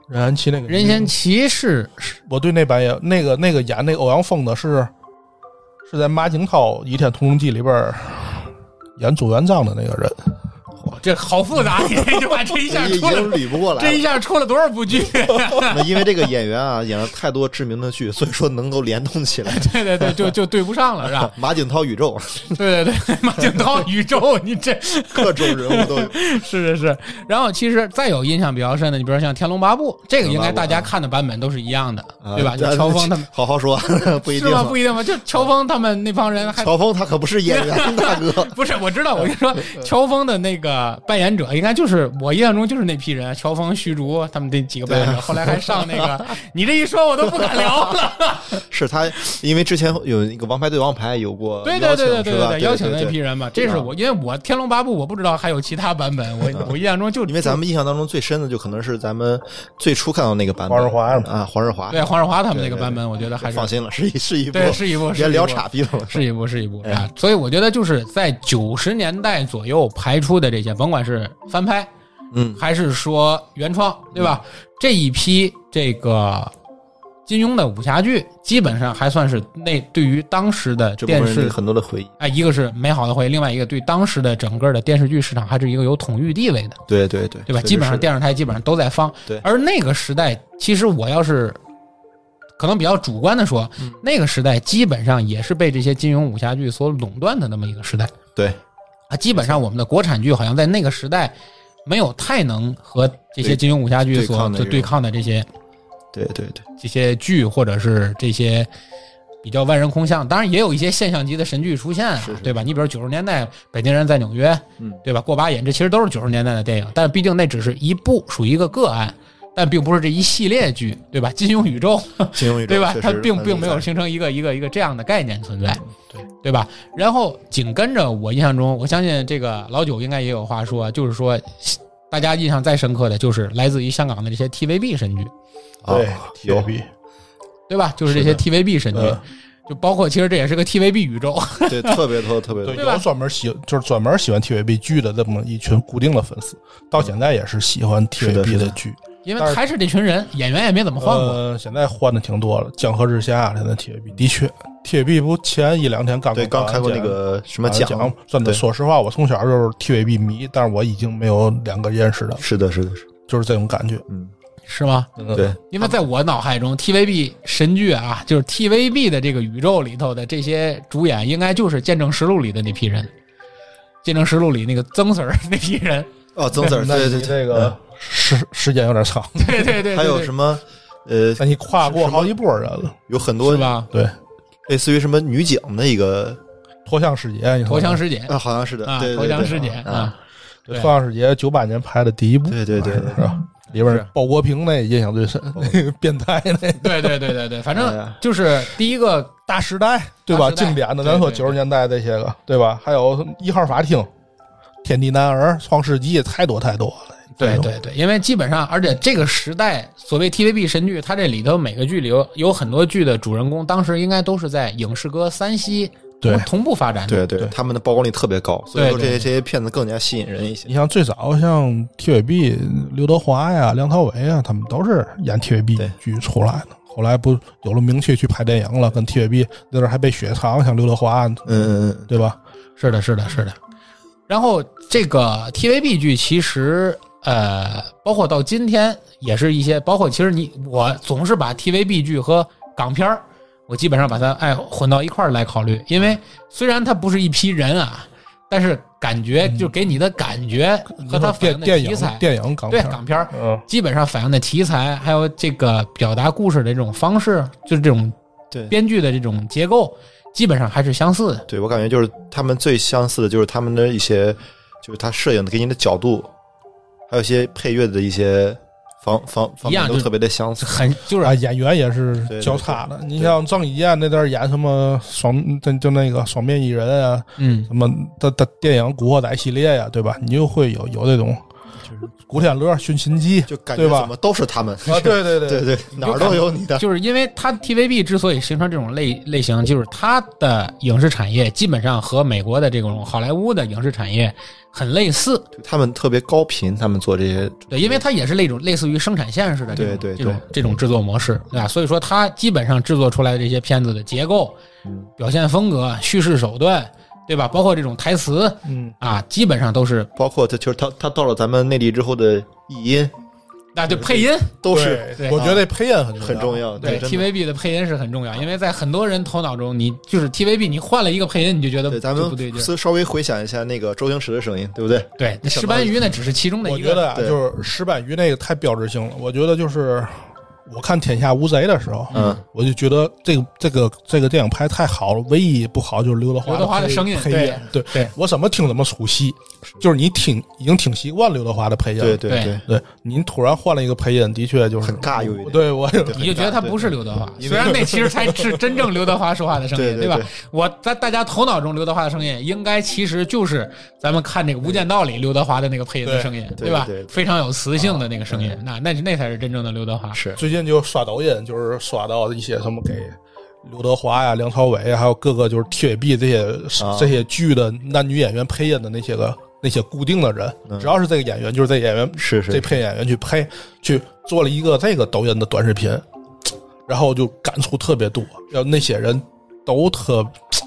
[SPEAKER 2] 任贤齐那个
[SPEAKER 1] 任贤，齐是
[SPEAKER 2] 我对那版也那个那个演那个欧阳锋的是是在马景涛《倚天屠龙记》里边儿演朱元璋的那个人，
[SPEAKER 3] 哇
[SPEAKER 1] 这好复 杂，你这就把这一下
[SPEAKER 3] 已
[SPEAKER 1] 出
[SPEAKER 3] 经
[SPEAKER 1] 了，
[SPEAKER 3] 捋不过来
[SPEAKER 1] 这一
[SPEAKER 3] 了。
[SPEAKER 1] 下出了多少部剧？
[SPEAKER 3] 那因为这个演员啊，演了太多知名的剧，所以说能够联动 起来。
[SPEAKER 1] 对对对，就就对不上了，是吧？
[SPEAKER 3] 马景涛宇宙，
[SPEAKER 1] 对对对，马景 涛宇宙，你这
[SPEAKER 3] 各种人物都有。
[SPEAKER 1] 是是是。然后其实再有印象比较深的，你比如像《天龙八部》，啊这个应该大家看的版本都是一样的，
[SPEAKER 3] 啊
[SPEAKER 1] 对吧？就
[SPEAKER 3] 咱
[SPEAKER 1] 乔峰他们。
[SPEAKER 3] 好好说，不一
[SPEAKER 1] 是
[SPEAKER 3] 定
[SPEAKER 1] 吗？
[SPEAKER 3] 啊。
[SPEAKER 1] 不一定吧，就乔峰他们那帮人还
[SPEAKER 3] 乔峰他可不是演 员，大哥。
[SPEAKER 1] 不是，我知道，我跟你 说，乔峰的那个扮演者应该就是我印象中就是那批人，乔峰、虚竹他们这几个扮演者，后来还上那 个，你这一说我都不敢聊了。
[SPEAKER 3] 是他，因为之前有一个《王牌对王牌》有过
[SPEAKER 1] 对对
[SPEAKER 3] 邀请，
[SPEAKER 1] 对对
[SPEAKER 3] 是
[SPEAKER 1] 对
[SPEAKER 3] 吧？
[SPEAKER 1] 对，邀请那批。人嘛，这是我因为我《天龙八部》我不知道还有其他版本，我我印象中就
[SPEAKER 3] 啊因为咱们印象当中最深的，就可能是咱们最初看到那个版本，
[SPEAKER 2] 黄日华嘛
[SPEAKER 3] 啊，黄日华。
[SPEAKER 1] 对黄日华他们那个
[SPEAKER 3] 对对
[SPEAKER 1] 版本，我觉得还是
[SPEAKER 3] 放心了，是一是一部，
[SPEAKER 1] 对是一部是一
[SPEAKER 3] 别
[SPEAKER 1] 部
[SPEAKER 3] 聊岔逼了。哎
[SPEAKER 1] 是一部是一部啊，所以我觉得就是在九十年代左右排出的这些，甭管是翻拍
[SPEAKER 3] 嗯，
[SPEAKER 1] 还是说原创，对吧？这一批这个金庸的武侠剧，基本上还算是那对于当时的
[SPEAKER 3] 这部分
[SPEAKER 1] 电
[SPEAKER 3] 人
[SPEAKER 1] 视，
[SPEAKER 3] 很多的回忆。
[SPEAKER 1] 哎，一个是美好的回忆，另外一个对当时的整个的电视剧市场还是一个有统御地位的，
[SPEAKER 3] 对对对，
[SPEAKER 1] 对吧？
[SPEAKER 3] 确实
[SPEAKER 1] 基本上
[SPEAKER 3] 是
[SPEAKER 1] 电视台基本上都在放。
[SPEAKER 3] 对
[SPEAKER 1] 而那个时代，其实我要是可能比较主观的说，
[SPEAKER 3] 嗯
[SPEAKER 1] 那个时代基本上也是被这些金庸武侠剧所垄断的那么一个时代
[SPEAKER 3] 对
[SPEAKER 1] 啊。基本上我们的国产剧好像在那个时代没有太能和这些
[SPEAKER 3] 对
[SPEAKER 1] 金庸武侠剧
[SPEAKER 3] 对
[SPEAKER 1] 所
[SPEAKER 3] 抗的
[SPEAKER 1] 就
[SPEAKER 3] 这
[SPEAKER 1] 对
[SPEAKER 3] 种
[SPEAKER 1] 抗的这些
[SPEAKER 3] 对对对，
[SPEAKER 1] 这些剧或者是这些。比较万人空巷，当然也有一些现象级的神剧出现啊，
[SPEAKER 3] 是是
[SPEAKER 1] 对吧？你比如九十年代《北京人在纽约》，
[SPEAKER 3] 嗯
[SPEAKER 1] 对吧？过把瘾，这其实都是九十年代的电影，但毕竟那只是一部，属于一个个案，但并不是这一系列剧，对吧？金庸宇宙，
[SPEAKER 3] 金庸宇 宙
[SPEAKER 1] 对吧
[SPEAKER 3] 确？实
[SPEAKER 1] 它并
[SPEAKER 3] 很
[SPEAKER 1] 并没有
[SPEAKER 3] 厉害嗯
[SPEAKER 1] 形成一个一个一个这样的概念存在，
[SPEAKER 3] 对
[SPEAKER 1] 对吧？然后紧跟着，我印象中，我相信这个老九应该也有话说，啊就是说，大家印象再深刻的就是来自于香港的这些 TVB 神剧，
[SPEAKER 3] 啊
[SPEAKER 2] 对，
[SPEAKER 3] 有
[SPEAKER 2] 牛逼，
[SPEAKER 1] 对吧？就是这些
[SPEAKER 3] 是的
[SPEAKER 1] TVB 神剧，
[SPEAKER 2] 嗯
[SPEAKER 1] 就包括其实这也是个 TVB 宇宙，
[SPEAKER 3] 对特别多特别多
[SPEAKER 2] 对，
[SPEAKER 1] 对吧
[SPEAKER 2] 有专门喜就是专门喜欢 TVB 剧的这么一群固定的粉丝，到现在也是喜欢
[SPEAKER 3] 是的
[SPEAKER 2] TVB
[SPEAKER 3] 是的
[SPEAKER 2] 的剧。
[SPEAKER 1] 因
[SPEAKER 2] 但
[SPEAKER 1] 为
[SPEAKER 2] 是
[SPEAKER 1] 还是这群人，演员也没怎么换过。
[SPEAKER 2] 呃，现在换的挺多了，《江河日下》现在 TVB 的确，TVB 不前一两天刚
[SPEAKER 3] 对，刚
[SPEAKER 2] 颁
[SPEAKER 3] 看过
[SPEAKER 2] 奖
[SPEAKER 3] 那个什么
[SPEAKER 2] 颁奖
[SPEAKER 3] 奖，
[SPEAKER 2] 真的，
[SPEAKER 3] 对
[SPEAKER 2] 说实话，我从小就是 TVB 迷，但是我已经没有两个认识的，
[SPEAKER 3] 是的，是的，是的，
[SPEAKER 2] 就是这种感觉。
[SPEAKER 3] 嗯，
[SPEAKER 1] 是吗？
[SPEAKER 2] 嗯
[SPEAKER 3] 对，
[SPEAKER 1] 因为在我脑海中，TVB 神剧啊，就是 TVB 的这个宇宙里头的这些主演，应该就是《见证实录》里的那批人，《见证实录》里那个曾 Sir 那批人，
[SPEAKER 3] 哦，曾 Sir，
[SPEAKER 2] 那
[SPEAKER 3] 对
[SPEAKER 2] 你
[SPEAKER 3] 对对，
[SPEAKER 2] 这个嗯时时间有点长，
[SPEAKER 1] 对对对对，
[SPEAKER 3] 还有什么？呃，
[SPEAKER 2] 那你跨过好几波人了。
[SPEAKER 3] 有很
[SPEAKER 1] 么
[SPEAKER 3] 多
[SPEAKER 1] 是吧？
[SPEAKER 2] 对，
[SPEAKER 3] 类似于什么女警的一个，
[SPEAKER 2] 脱相师姐，你说
[SPEAKER 1] 投降师姐
[SPEAKER 3] 啊，好像是的，
[SPEAKER 1] 啊，
[SPEAKER 3] 对
[SPEAKER 1] 投
[SPEAKER 3] 对
[SPEAKER 1] 降
[SPEAKER 3] 对，
[SPEAKER 1] 师姐
[SPEAKER 3] 啊，，
[SPEAKER 2] 对
[SPEAKER 1] 对
[SPEAKER 2] 脱相师姐九八年拍的第一部，
[SPEAKER 3] 对对对对
[SPEAKER 2] 是吧？里边
[SPEAKER 1] 是啊
[SPEAKER 2] 鲍国平那印象最深，那个 变态那
[SPEAKER 1] 对对对对对，反
[SPEAKER 3] 哎
[SPEAKER 1] 正
[SPEAKER 3] 呀
[SPEAKER 1] 就是第一个
[SPEAKER 2] 大时代，对吧？
[SPEAKER 1] 大时代
[SPEAKER 2] 经典的，
[SPEAKER 1] 对
[SPEAKER 2] 咱说
[SPEAKER 1] 对
[SPEAKER 2] 九十年代这些个，对吧？还有一号法庭、天地男儿、创世纪，太多太多了。
[SPEAKER 1] 对
[SPEAKER 2] 这种
[SPEAKER 1] 对对，因为基本上，而且这个时代所谓 TVB 神剧，它这里头每个剧里有有很多剧的主人公，当时应该都是在影视歌三栖
[SPEAKER 2] 对
[SPEAKER 1] 同同步发展的。
[SPEAKER 3] 对对，
[SPEAKER 2] 对
[SPEAKER 3] 他们的曝光率特别高，所以
[SPEAKER 1] 对
[SPEAKER 3] 说这
[SPEAKER 1] 对
[SPEAKER 3] 些这些片子更加吸引人一些
[SPEAKER 2] 你。像最早像 TVB 刘德华呀、梁朝伟啊呀，他们都是演 TVB
[SPEAKER 3] 对
[SPEAKER 2] 剧出来的。后来不有了名气去拍电影了，跟 TVB 那阵儿还被雪藏，像刘德华，啊
[SPEAKER 3] 嗯嗯嗯，
[SPEAKER 2] 对吧？
[SPEAKER 1] 是的，是的，是的。然后这个 TVB 剧其实呃，包括到今天也是一些，包括其实你我总是把 TVB 剧和港片儿，我基本上把它哎混到一块儿来考虑，因为虽然它不是一批人啊，但是感觉就给你的感觉和它反
[SPEAKER 2] 电
[SPEAKER 1] 映的
[SPEAKER 2] 电
[SPEAKER 1] 题
[SPEAKER 2] 影
[SPEAKER 1] 材，
[SPEAKER 2] 电影港
[SPEAKER 1] 对
[SPEAKER 2] 片，
[SPEAKER 1] 港片儿
[SPEAKER 2] 嗯，
[SPEAKER 1] 基本上反映的题材，还有这个表达故事的这种方式，就是这种
[SPEAKER 3] 对
[SPEAKER 1] 编剧的这种结构，基本上还是相似的。
[SPEAKER 3] 对我感觉就是他们最相似的就是他们的一些，就是他摄影给你的角度，还有一些配乐的一些方方方
[SPEAKER 1] 一样
[SPEAKER 3] 面都
[SPEAKER 1] 就
[SPEAKER 3] 特别的 相似。
[SPEAKER 1] 很就是
[SPEAKER 2] 啊，演员也是
[SPEAKER 3] 对
[SPEAKER 2] 交叉的。你像郑伊健那阵儿演什么双，就就那个双面艺人啊，
[SPEAKER 1] 嗯，
[SPEAKER 2] 什么的的电影《古惑仔》系列呀、对吧？你就会有有这种，古天乐、寻秦记
[SPEAKER 3] 就感觉
[SPEAKER 2] 对吧
[SPEAKER 3] 怎么都是他们，
[SPEAKER 2] 啊，对对对
[SPEAKER 3] 对对，哪儿都有 你的，
[SPEAKER 1] 就是因为它 TVB 之所以形成这种类类型，就是它的影视产业基本上和美国的这种好莱坞的影视产业很类似，
[SPEAKER 3] 他们特别高频，他们做这些，
[SPEAKER 1] 对，因为它也是那种类似于生产线似的这种
[SPEAKER 3] 对对
[SPEAKER 1] 这种
[SPEAKER 3] 对
[SPEAKER 1] 这种制作模式，对吧？所以说它基本上制作出来的这些片子的结构、表现风格、叙事手段。对吧？包括这种台词
[SPEAKER 2] 嗯，
[SPEAKER 1] 啊，基本上都是
[SPEAKER 3] 包括他就是他他到了咱们内地之后的译音
[SPEAKER 1] 那就配音，
[SPEAKER 3] 都是
[SPEAKER 1] 对啊
[SPEAKER 2] 我觉得配音很
[SPEAKER 3] 很重。要，
[SPEAKER 1] 对
[SPEAKER 3] 真的
[SPEAKER 1] TVB 的配音是很重要，因为在很多人头脑中，你就是 TVB，你换了一个配音，你就觉得
[SPEAKER 3] 对，咱
[SPEAKER 1] 就不对
[SPEAKER 3] 们
[SPEAKER 1] 劲儿。
[SPEAKER 3] 稍稍微回想一下那个周星驰的声音，对不对？
[SPEAKER 1] 对，那
[SPEAKER 3] 什么
[SPEAKER 1] 石斑鱼那只是其中的
[SPEAKER 2] 我
[SPEAKER 1] 一
[SPEAKER 2] 觉
[SPEAKER 1] 个。
[SPEAKER 2] 得啊，
[SPEAKER 3] 对
[SPEAKER 2] 就是石斑鱼那个太标志性了。我觉得就是我看《天下无贼》的时候，
[SPEAKER 3] 嗯，
[SPEAKER 2] 我就觉得这个这个这个电影拍太好了，唯一不好就是刘德华
[SPEAKER 1] 刘德华的
[SPEAKER 2] 配
[SPEAKER 1] 声音
[SPEAKER 2] 配
[SPEAKER 1] 对
[SPEAKER 2] 音，对
[SPEAKER 1] 对
[SPEAKER 2] 我怎么听怎么出戏，就是你听已经听习惯刘德华的配音了，
[SPEAKER 3] 对对
[SPEAKER 1] 对
[SPEAKER 3] 对，
[SPEAKER 2] 对，您突然换了一个配音，的确就是
[SPEAKER 3] 很尬有一点
[SPEAKER 2] 对我，
[SPEAKER 1] 你就觉得他不是刘德华，虽然那其实才是真正刘德华说话的声
[SPEAKER 3] 对
[SPEAKER 1] 音，
[SPEAKER 3] 对
[SPEAKER 1] 吧
[SPEAKER 3] 对？
[SPEAKER 1] 我在大家头脑中刘德华的声音，应该其实就是咱们看这个《无间道》里刘德华的那个配音的声音，
[SPEAKER 3] 对
[SPEAKER 1] 吧
[SPEAKER 3] 对啊对？对
[SPEAKER 1] 非常有磁性的那个声音，那那那才是真正的刘德华。
[SPEAKER 3] 是
[SPEAKER 2] 最近就刷抖音，就是刷到一些什么给刘德华呀、梁朝伟呀，还有各个就是 TVB 这些、
[SPEAKER 3] 啊
[SPEAKER 2] 这些剧的男女演员配音的那些个那些固定的人，
[SPEAKER 3] 嗯
[SPEAKER 2] 只要是这个演员，就是这演员
[SPEAKER 3] 是是
[SPEAKER 2] 这配音演员去配，去做了一个这个抖音的短视频，然后就感触特别多，然后那些人都特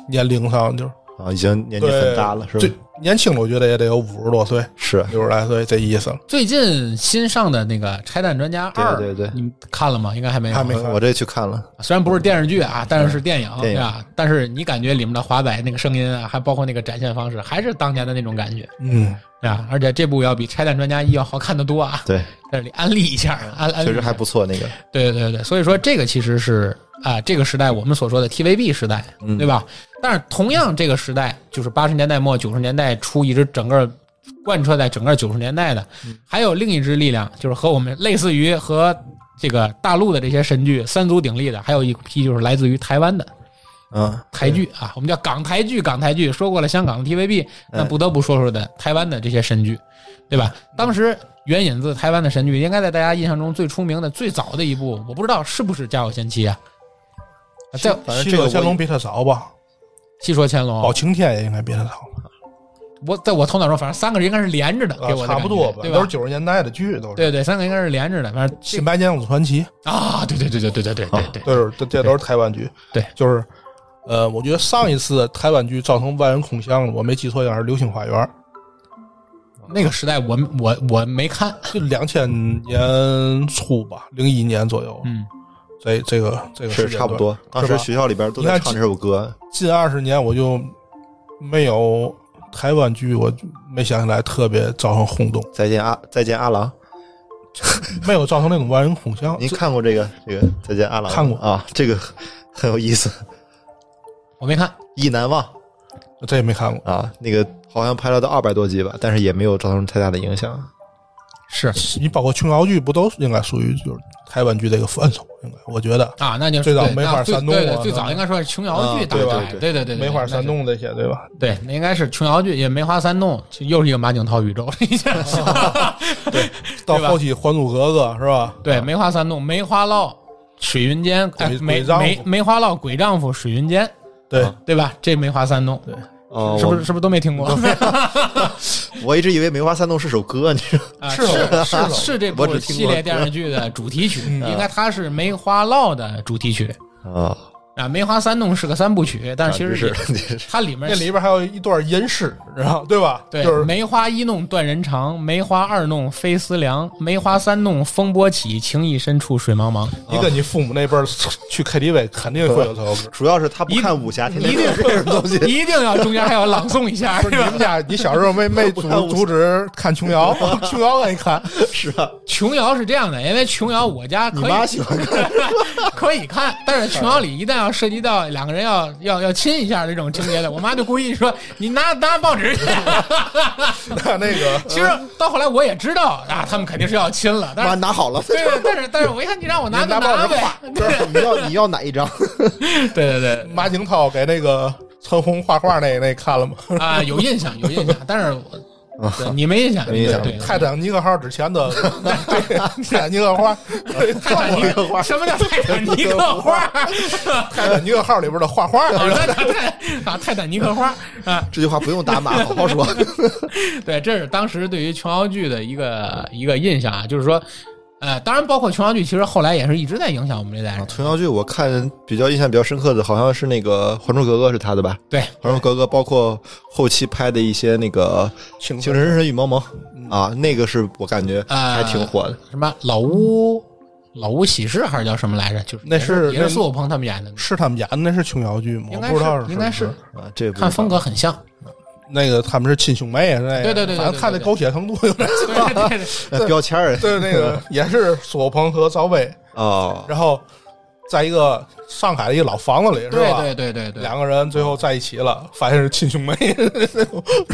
[SPEAKER 2] 年龄上就是
[SPEAKER 3] 啊，已经年纪
[SPEAKER 2] 对
[SPEAKER 3] 很大了，是
[SPEAKER 2] 最
[SPEAKER 3] 吧？
[SPEAKER 2] 年轻的我觉得也得有五十多岁、
[SPEAKER 3] 是
[SPEAKER 2] 六十来岁这意思了。
[SPEAKER 1] 最近新上的那个《拆弹专家二》，
[SPEAKER 3] 对对对
[SPEAKER 1] 你们看了吗？应该还没有。
[SPEAKER 2] 还没看
[SPEAKER 3] 我这去看了，
[SPEAKER 1] 虽然不是电视剧啊，但是是电影，
[SPEAKER 3] 电
[SPEAKER 1] 对
[SPEAKER 3] 影
[SPEAKER 1] 吧？但是你感觉里面的华仔那个声音啊，还包括那个展现方式，还是当年的那种感觉，
[SPEAKER 2] 嗯，
[SPEAKER 1] 对吧？而且这部要比《拆弹专家一》要好看的多啊！
[SPEAKER 3] 对，
[SPEAKER 1] 在这里安利一下，啊安安利
[SPEAKER 3] 确
[SPEAKER 1] 一
[SPEAKER 3] 实
[SPEAKER 1] 下
[SPEAKER 3] 还不错那个，
[SPEAKER 1] 对对对对，所以说这个其实是啊、这个时代我们所说的 TVB 时代，
[SPEAKER 3] 嗯
[SPEAKER 1] 对吧？但是同样这个时代，就是八十年代末九十年代初，一直整个贯彻在整个九十年代的，
[SPEAKER 3] 嗯
[SPEAKER 1] 还有另一支力量，就是和我们类似于和这个大陆的这些神剧三足鼎立的，还有一批就是来自于台湾的
[SPEAKER 3] 嗯，
[SPEAKER 1] 台剧啊，我们叫港台剧，港台剧说过了香港的
[SPEAKER 2] 哎
[SPEAKER 1] TVB，那不得不说说的台湾的这些神剧，对吧？当时援引自台湾的神剧，应该在大家印象中最出名的、最早的一部，我不知道是不是《家有仙妻》啊？啊在
[SPEAKER 3] 反正
[SPEAKER 2] 西
[SPEAKER 3] 这个
[SPEAKER 2] 游降龙
[SPEAKER 3] 我哦
[SPEAKER 2] 比他少吧，
[SPEAKER 1] 戏说乾
[SPEAKER 2] 包
[SPEAKER 1] 隆，
[SPEAKER 2] 青天也应该比他少，
[SPEAKER 1] 我在我头脑中，反正三个应该是连着的，
[SPEAKER 2] 啊
[SPEAKER 1] 给我的
[SPEAKER 2] 差
[SPEAKER 1] 感
[SPEAKER 2] 不
[SPEAKER 1] 觉
[SPEAKER 2] 多吧，
[SPEAKER 1] 对
[SPEAKER 2] 都是
[SPEAKER 1] 吧？
[SPEAKER 2] 九十年代的剧，都是《
[SPEAKER 1] 对对，三个应该是连着的，反正
[SPEAKER 2] 新白娘子传奇
[SPEAKER 1] 啊，对对对对对对对对对》，
[SPEAKER 2] 都是这这都是台湾剧，
[SPEAKER 1] 对，
[SPEAKER 2] 就是。呃，我觉得上一次台湾剧造成万人空巷的，我没记错，应该是《流星花园》，哦
[SPEAKER 1] 那个时代我我我没看，
[SPEAKER 2] 就两千年初吧，零一年左右，
[SPEAKER 1] 嗯，
[SPEAKER 2] 这这个这个时
[SPEAKER 3] 是
[SPEAKER 2] 间
[SPEAKER 3] 差不
[SPEAKER 2] 段。
[SPEAKER 3] 多。当时
[SPEAKER 2] 吧
[SPEAKER 3] 学校里边都
[SPEAKER 2] 你
[SPEAKER 3] 在
[SPEAKER 2] 看
[SPEAKER 3] 唱这首歌，
[SPEAKER 2] 近二十年我就没有台湾剧，我就没想起来特别造成轰动，
[SPEAKER 3] 再见阿再见阿郎，
[SPEAKER 1] 啊
[SPEAKER 2] 没有造成那种万人空巷。
[SPEAKER 3] 您看过这个这个再见阿郎吗？
[SPEAKER 2] 看过
[SPEAKER 3] 啊，这个很有意思，
[SPEAKER 1] 我没看，
[SPEAKER 3] 意难忘
[SPEAKER 2] 这这也没看过。
[SPEAKER 3] 啊，那个好像拍了到二百多集吧，但是也没有造成太大的影响。
[SPEAKER 1] 是
[SPEAKER 2] 你包括琼瑶剧，不都是应该属于就是台湾剧这个范畴？应该我觉得
[SPEAKER 1] 啊，那就是
[SPEAKER 2] 最早
[SPEAKER 1] 对
[SPEAKER 2] 梅
[SPEAKER 1] 那
[SPEAKER 2] 花
[SPEAKER 1] 最
[SPEAKER 2] 三弄
[SPEAKER 1] 对对
[SPEAKER 2] 啊
[SPEAKER 1] 最早应该说是琼瑶剧
[SPEAKER 3] 嗯
[SPEAKER 1] 大
[SPEAKER 3] 对
[SPEAKER 1] 概，
[SPEAKER 3] 对
[SPEAKER 1] 对对对，
[SPEAKER 2] 梅花
[SPEAKER 1] 对
[SPEAKER 2] 三弄这些，对吧？
[SPEAKER 1] 对，那应该是琼瑶剧，也梅花三弄，就又是一个马景涛宇宙。
[SPEAKER 2] 到后期《还珠格格》是吧？
[SPEAKER 1] 对，梅花三弄，梅花烙、水云间，哎，
[SPEAKER 2] 鬼
[SPEAKER 1] 梅
[SPEAKER 2] 鬼丈夫
[SPEAKER 1] 梅梅花烙、鬼丈夫、水云间，
[SPEAKER 2] 对，
[SPEAKER 1] 对吧？这梅花三弄，
[SPEAKER 2] 对
[SPEAKER 3] 哦，
[SPEAKER 1] 是不是是不是都没听过？
[SPEAKER 3] 我我一直以为《梅花三弄》是首歌，你知道吗？
[SPEAKER 1] 啊
[SPEAKER 2] 是
[SPEAKER 1] 是
[SPEAKER 3] 哦
[SPEAKER 2] 的
[SPEAKER 1] 是
[SPEAKER 2] 是的
[SPEAKER 1] 是这
[SPEAKER 3] 我
[SPEAKER 1] 部
[SPEAKER 3] 只听
[SPEAKER 1] 系
[SPEAKER 3] 过
[SPEAKER 1] 列电视剧的主题曲，
[SPEAKER 2] 嗯
[SPEAKER 1] 应
[SPEAKER 2] 啊
[SPEAKER 1] 该它是梅花烙的主题曲
[SPEAKER 3] 啊，
[SPEAKER 1] 啊。梅花三弄是个三部曲，但是其实
[SPEAKER 3] 是
[SPEAKER 1] 里
[SPEAKER 3] 是
[SPEAKER 1] 它里面
[SPEAKER 2] 啊那里边还有一段吟诗，然后对吧？
[SPEAKER 1] 对，
[SPEAKER 2] 就是
[SPEAKER 1] 梅花一弄断人肠，梅花二弄飞思量，梅花三弄风波起，情意深处水茫茫。
[SPEAKER 2] 你跟你父母那辈儿去 KTV 肯定会有这首 歌。
[SPEAKER 3] 主要是他不看武侠，天天看这种东西。
[SPEAKER 1] 一定要中间还要朗诵一下，
[SPEAKER 2] 不是
[SPEAKER 1] 对
[SPEAKER 2] 你
[SPEAKER 1] 吧？
[SPEAKER 2] 们家，你小时 候没没阻阻止看琼瑶，琼瑶给你看，
[SPEAKER 3] 是啊，
[SPEAKER 1] 琼瑶是这样的，因为琼瑶我家
[SPEAKER 3] 你
[SPEAKER 1] 可
[SPEAKER 3] 妈
[SPEAKER 1] 以
[SPEAKER 3] 喜欢看
[SPEAKER 1] 可以看，但是琼瑶里一旦要涉及到两个人要要要亲一下这种情节的，我妈就故意说你拿拿报纸去。
[SPEAKER 2] 那那个
[SPEAKER 1] 其实到后来我也知道啊，他们肯定是要亲了，但
[SPEAKER 3] 妈
[SPEAKER 1] 是
[SPEAKER 3] 拿好了，
[SPEAKER 1] 但是但是但是我一看你让我拿
[SPEAKER 2] 你
[SPEAKER 1] 就
[SPEAKER 2] 拿报纸
[SPEAKER 1] 呗
[SPEAKER 2] 画，
[SPEAKER 3] 你要你要哪一张？
[SPEAKER 1] 对 对对。
[SPEAKER 2] 马景涛给那个陈红画画那那看了吗？
[SPEAKER 1] 啊，有印象，有印象，但是我对你没印象，
[SPEAKER 3] 没印象
[SPEAKER 1] 对，
[SPEAKER 2] 泰坦尼克号之 前的对泰坦尼克号，
[SPEAKER 1] 泰坦尼克花，什么叫泰坦尼克花？
[SPEAKER 2] 泰坦尼克号里边的 画画，
[SPEAKER 1] 啊，那泰啊泰坦尼克花啊，
[SPEAKER 3] 这句话不用打码，好好 说。
[SPEAKER 1] 对，这是当时对于琼瑶剧的一个一个印象啊，就是说，呃，当然包括琼瑶剧，其实后来也是一直在影响我们这代
[SPEAKER 2] 哦
[SPEAKER 3] 啊，
[SPEAKER 1] 人。
[SPEAKER 3] 琼瑶剧我看比较印象比较深刻的，好像是那个《还珠格格》是他的吧？
[SPEAKER 1] 对，
[SPEAKER 3] 《还珠格格》包括后期拍的一些那个
[SPEAKER 2] 情
[SPEAKER 3] 《情深深雨蒙蒙》啊，那个是我感觉
[SPEAKER 1] 啊
[SPEAKER 3] 还挺火的。
[SPEAKER 1] 什么老屋老屋喜事还是叫什么来着？就是
[SPEAKER 2] 那
[SPEAKER 1] 也是
[SPEAKER 2] 是
[SPEAKER 1] 也是
[SPEAKER 2] 那
[SPEAKER 1] 苏有朋他们演的，
[SPEAKER 2] 是他们演的那是琼瑶剧吗？
[SPEAKER 1] 应
[SPEAKER 2] 我
[SPEAKER 1] 该
[SPEAKER 2] 不知道是
[SPEAKER 1] 应该
[SPEAKER 2] 是不
[SPEAKER 1] 是
[SPEAKER 2] 是
[SPEAKER 3] 啊，这不
[SPEAKER 1] 看风格很像。
[SPEAKER 2] 那个他们是亲兄妹啊，那个
[SPEAKER 1] 对对对对
[SPEAKER 2] 反正看那
[SPEAKER 1] 对对对
[SPEAKER 2] 狗血程度有点。
[SPEAKER 1] 对对 对对，
[SPEAKER 3] 那标签儿
[SPEAKER 2] 对，那个也是苏有朋和赵薇，
[SPEAKER 3] 哦，
[SPEAKER 2] 然后在一个上海的一个老房子里，是吧？
[SPEAKER 1] 对对对对对
[SPEAKER 2] 两个人最后在一起了，发现是亲兄妹，是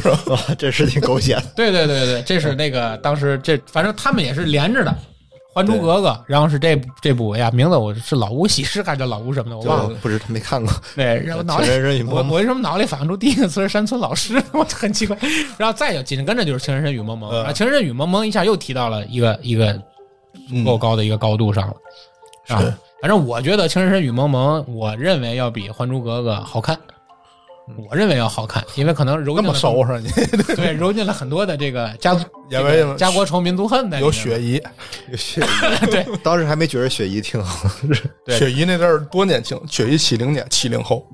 [SPEAKER 2] 吧？
[SPEAKER 3] 啊 这是挺狗血的。
[SPEAKER 1] 对对对对，这是那个当时这反正他们也是连着的，《还珠格格》，然后是这部这部哎呀名字我是老屋喜事还是叫老屋什么的，我
[SPEAKER 3] 就
[SPEAKER 1] 忘了。
[SPEAKER 3] 不知道没看过。
[SPEAKER 2] 哎
[SPEAKER 1] 对，然后脑
[SPEAKER 3] 情
[SPEAKER 1] 袋
[SPEAKER 3] 深深雨
[SPEAKER 1] 我
[SPEAKER 3] 蒙蒙
[SPEAKER 1] 我为什么脑袋里反应出第一个词是山村老师？ 我很奇怪。然后再有紧跟着就是《情深深雨蒙蒙》，
[SPEAKER 2] 嗯
[SPEAKER 1] 然后《情深深雨蒙蒙》一下又提到了一个一个
[SPEAKER 2] 嗯
[SPEAKER 1] 足
[SPEAKER 2] 哦
[SPEAKER 1] 够高的一个高度上了。啊，反正我觉得《情深深雨蒙蒙》，我认为要比《还珠格格》好看。我认为要好看，因为可能揉
[SPEAKER 2] 嗯那
[SPEAKER 1] 进了
[SPEAKER 2] 么收拾你，
[SPEAKER 1] 对，揉进了很多的这个家族，
[SPEAKER 2] 因为
[SPEAKER 1] 这个家国仇民族恨在里面
[SPEAKER 2] 有雪姨，
[SPEAKER 3] 有雪
[SPEAKER 1] 对
[SPEAKER 3] 姨， 当时还没觉得雪姨 挺好。
[SPEAKER 1] 对
[SPEAKER 2] 雪姨那阵儿多年轻，雪姨七零年，七零后，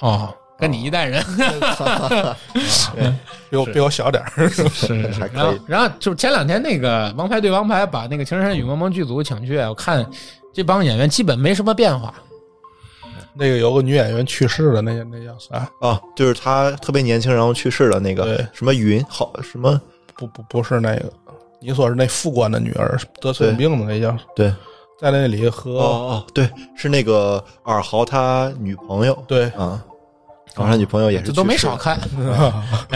[SPEAKER 1] 哦，跟你一代 人
[SPEAKER 2] 比我比我小点儿。
[SPEAKER 1] 是
[SPEAKER 3] 还
[SPEAKER 1] 然
[SPEAKER 3] 可
[SPEAKER 1] 后
[SPEAKER 3] 以，
[SPEAKER 1] 然后就是前两天那个《王牌对王牌》把那个《情深深雨蒙蒙》剧组请去，我看这帮演员基本没什么变化。
[SPEAKER 2] 那个有个女演员去世了，那那叫啥？
[SPEAKER 3] 啊，就是他特别年轻，然后去世了那个
[SPEAKER 2] 对
[SPEAKER 3] 什么云好什么
[SPEAKER 2] 不不不是那个，你说是那副官的女儿得神经病的那叫，
[SPEAKER 3] 对
[SPEAKER 2] 在那里
[SPEAKER 3] 哦
[SPEAKER 2] 和
[SPEAKER 3] 哦对，是那个尔豪他女朋友
[SPEAKER 2] 对
[SPEAKER 3] 啊，然后他女朋友也是
[SPEAKER 1] 这都
[SPEAKER 3] 去
[SPEAKER 1] 没
[SPEAKER 3] 世
[SPEAKER 1] 少
[SPEAKER 3] 了
[SPEAKER 1] 看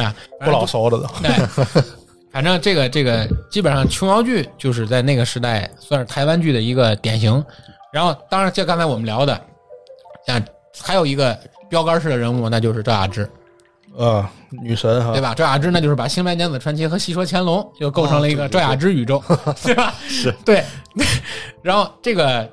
[SPEAKER 1] 啊，
[SPEAKER 2] 不老熟的都。
[SPEAKER 1] 对，反正这个这个基本上琼瑶剧就是在那个时代算是台湾剧的一个典型。然后，当然就刚才我们聊的，啊，还有一个标杆式的人物，那就是赵雅芝，
[SPEAKER 2] 嗯，女神哈
[SPEAKER 1] 对，吧？赵雅芝那就是把《新白娘子传奇》和《戏说乾隆》就构成了一
[SPEAKER 3] 哦
[SPEAKER 1] 个赵雅芝宇 宙，对吧？是对。 然后这个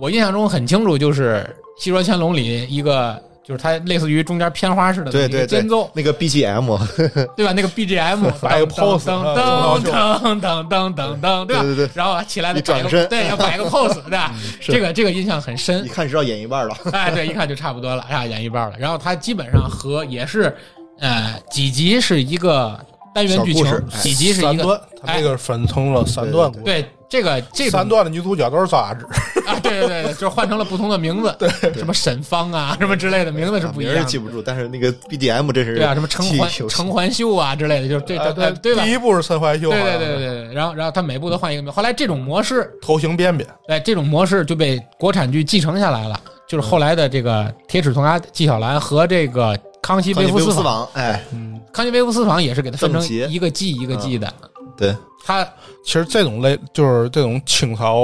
[SPEAKER 1] 我印象中很清楚，就是《戏说乾隆》里一个。就是它类似于中间片花似的
[SPEAKER 3] 对
[SPEAKER 1] 一个
[SPEAKER 3] 对对
[SPEAKER 1] 间奏，
[SPEAKER 3] 那个 BGM，
[SPEAKER 1] 对吧？那个 BGM
[SPEAKER 2] 摆个 pose，
[SPEAKER 1] 噔
[SPEAKER 2] 啊
[SPEAKER 1] 噔噔噔噔噔噔，对吧？
[SPEAKER 3] 嗯对对对
[SPEAKER 1] 然后起来的
[SPEAKER 3] 一转
[SPEAKER 1] 摆个，
[SPEAKER 3] 身
[SPEAKER 1] 对，要摆个 pose，对 吧？这个这个印象很深
[SPEAKER 3] 一，看知道演一 半了。
[SPEAKER 1] 哎，对，一看就差不多了，啊，演一半了。然后它基本上和也是，呃，几集是一个单元剧情
[SPEAKER 3] 小故，事哎
[SPEAKER 1] 几集是一
[SPEAKER 2] 三
[SPEAKER 1] 个，
[SPEAKER 2] 段，它那个分成了三段故事。
[SPEAKER 1] 对，这个这种
[SPEAKER 2] 三段的女主角都是赵雅芝，
[SPEAKER 1] 啊，对对对对，就是换成了不同的名字，对，什么沈芳啊，什么之类的名字是不一
[SPEAKER 3] 啊名
[SPEAKER 1] 样
[SPEAKER 3] 儿
[SPEAKER 1] 的，
[SPEAKER 3] 记不住，但是那个 BGM 真是
[SPEAKER 1] 对啊，什么程
[SPEAKER 3] 记忆
[SPEAKER 1] 环
[SPEAKER 3] 犹新
[SPEAKER 1] 程环秀啊之类的，就是这
[SPEAKER 2] 哎
[SPEAKER 1] 这，哎对吧
[SPEAKER 2] 第？一部是陈怀秀，
[SPEAKER 1] 对对对对，对，然后然后他每部都换一个名。后来这种模式，
[SPEAKER 2] 头型便便，
[SPEAKER 1] 哎，这种模式就被国产剧继承下来了，就是后来的这个《铁齿铜牙纪晓岚》和这个《康熙
[SPEAKER 3] 康
[SPEAKER 1] 微
[SPEAKER 3] 熙
[SPEAKER 1] 服
[SPEAKER 3] 微服
[SPEAKER 1] 私
[SPEAKER 3] 私
[SPEAKER 1] 访》。《
[SPEAKER 3] 访，哎，
[SPEAKER 2] 嗯，
[SPEAKER 1] 康熙微服私访》也是给它分成
[SPEAKER 3] 正邪
[SPEAKER 1] 一个季一个季的，
[SPEAKER 3] 对，
[SPEAKER 1] 它
[SPEAKER 2] 其实这种类就是这种清朝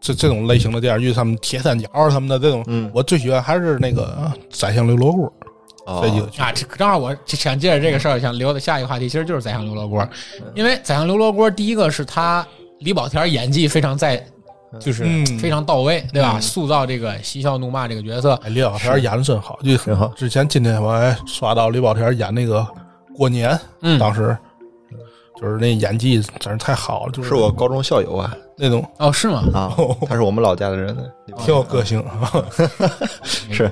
[SPEAKER 2] 这这种类型的电视剧，他们铁三角他们的这种，
[SPEAKER 3] 嗯
[SPEAKER 2] 我最喜欢还是那个《宰相刘罗锅》这几个
[SPEAKER 3] 哦，
[SPEAKER 2] 剧，
[SPEAKER 1] 啊，这正好我想借着这个事儿想留的下一个话题，其实就是《宰相刘罗锅》，因为《宰相刘罗锅》第一个是他李保田演技非常在，就是
[SPEAKER 2] 嗯
[SPEAKER 1] 非常到位，对吧？塑造这个嬉笑怒骂这个角色，
[SPEAKER 2] 哎，李保田演的真好，就
[SPEAKER 3] 挺好
[SPEAKER 2] 之前今天我还刷到李保田演那个过年，
[SPEAKER 1] 嗯
[SPEAKER 2] 当时就是那演技真是太好了，就是
[SPEAKER 3] 是我高中校友啊
[SPEAKER 2] 那种
[SPEAKER 1] 哦，是吗？
[SPEAKER 3] 啊，他是我们老家的人，
[SPEAKER 1] 哦
[SPEAKER 2] 挺有个性，
[SPEAKER 1] 嗯
[SPEAKER 3] 是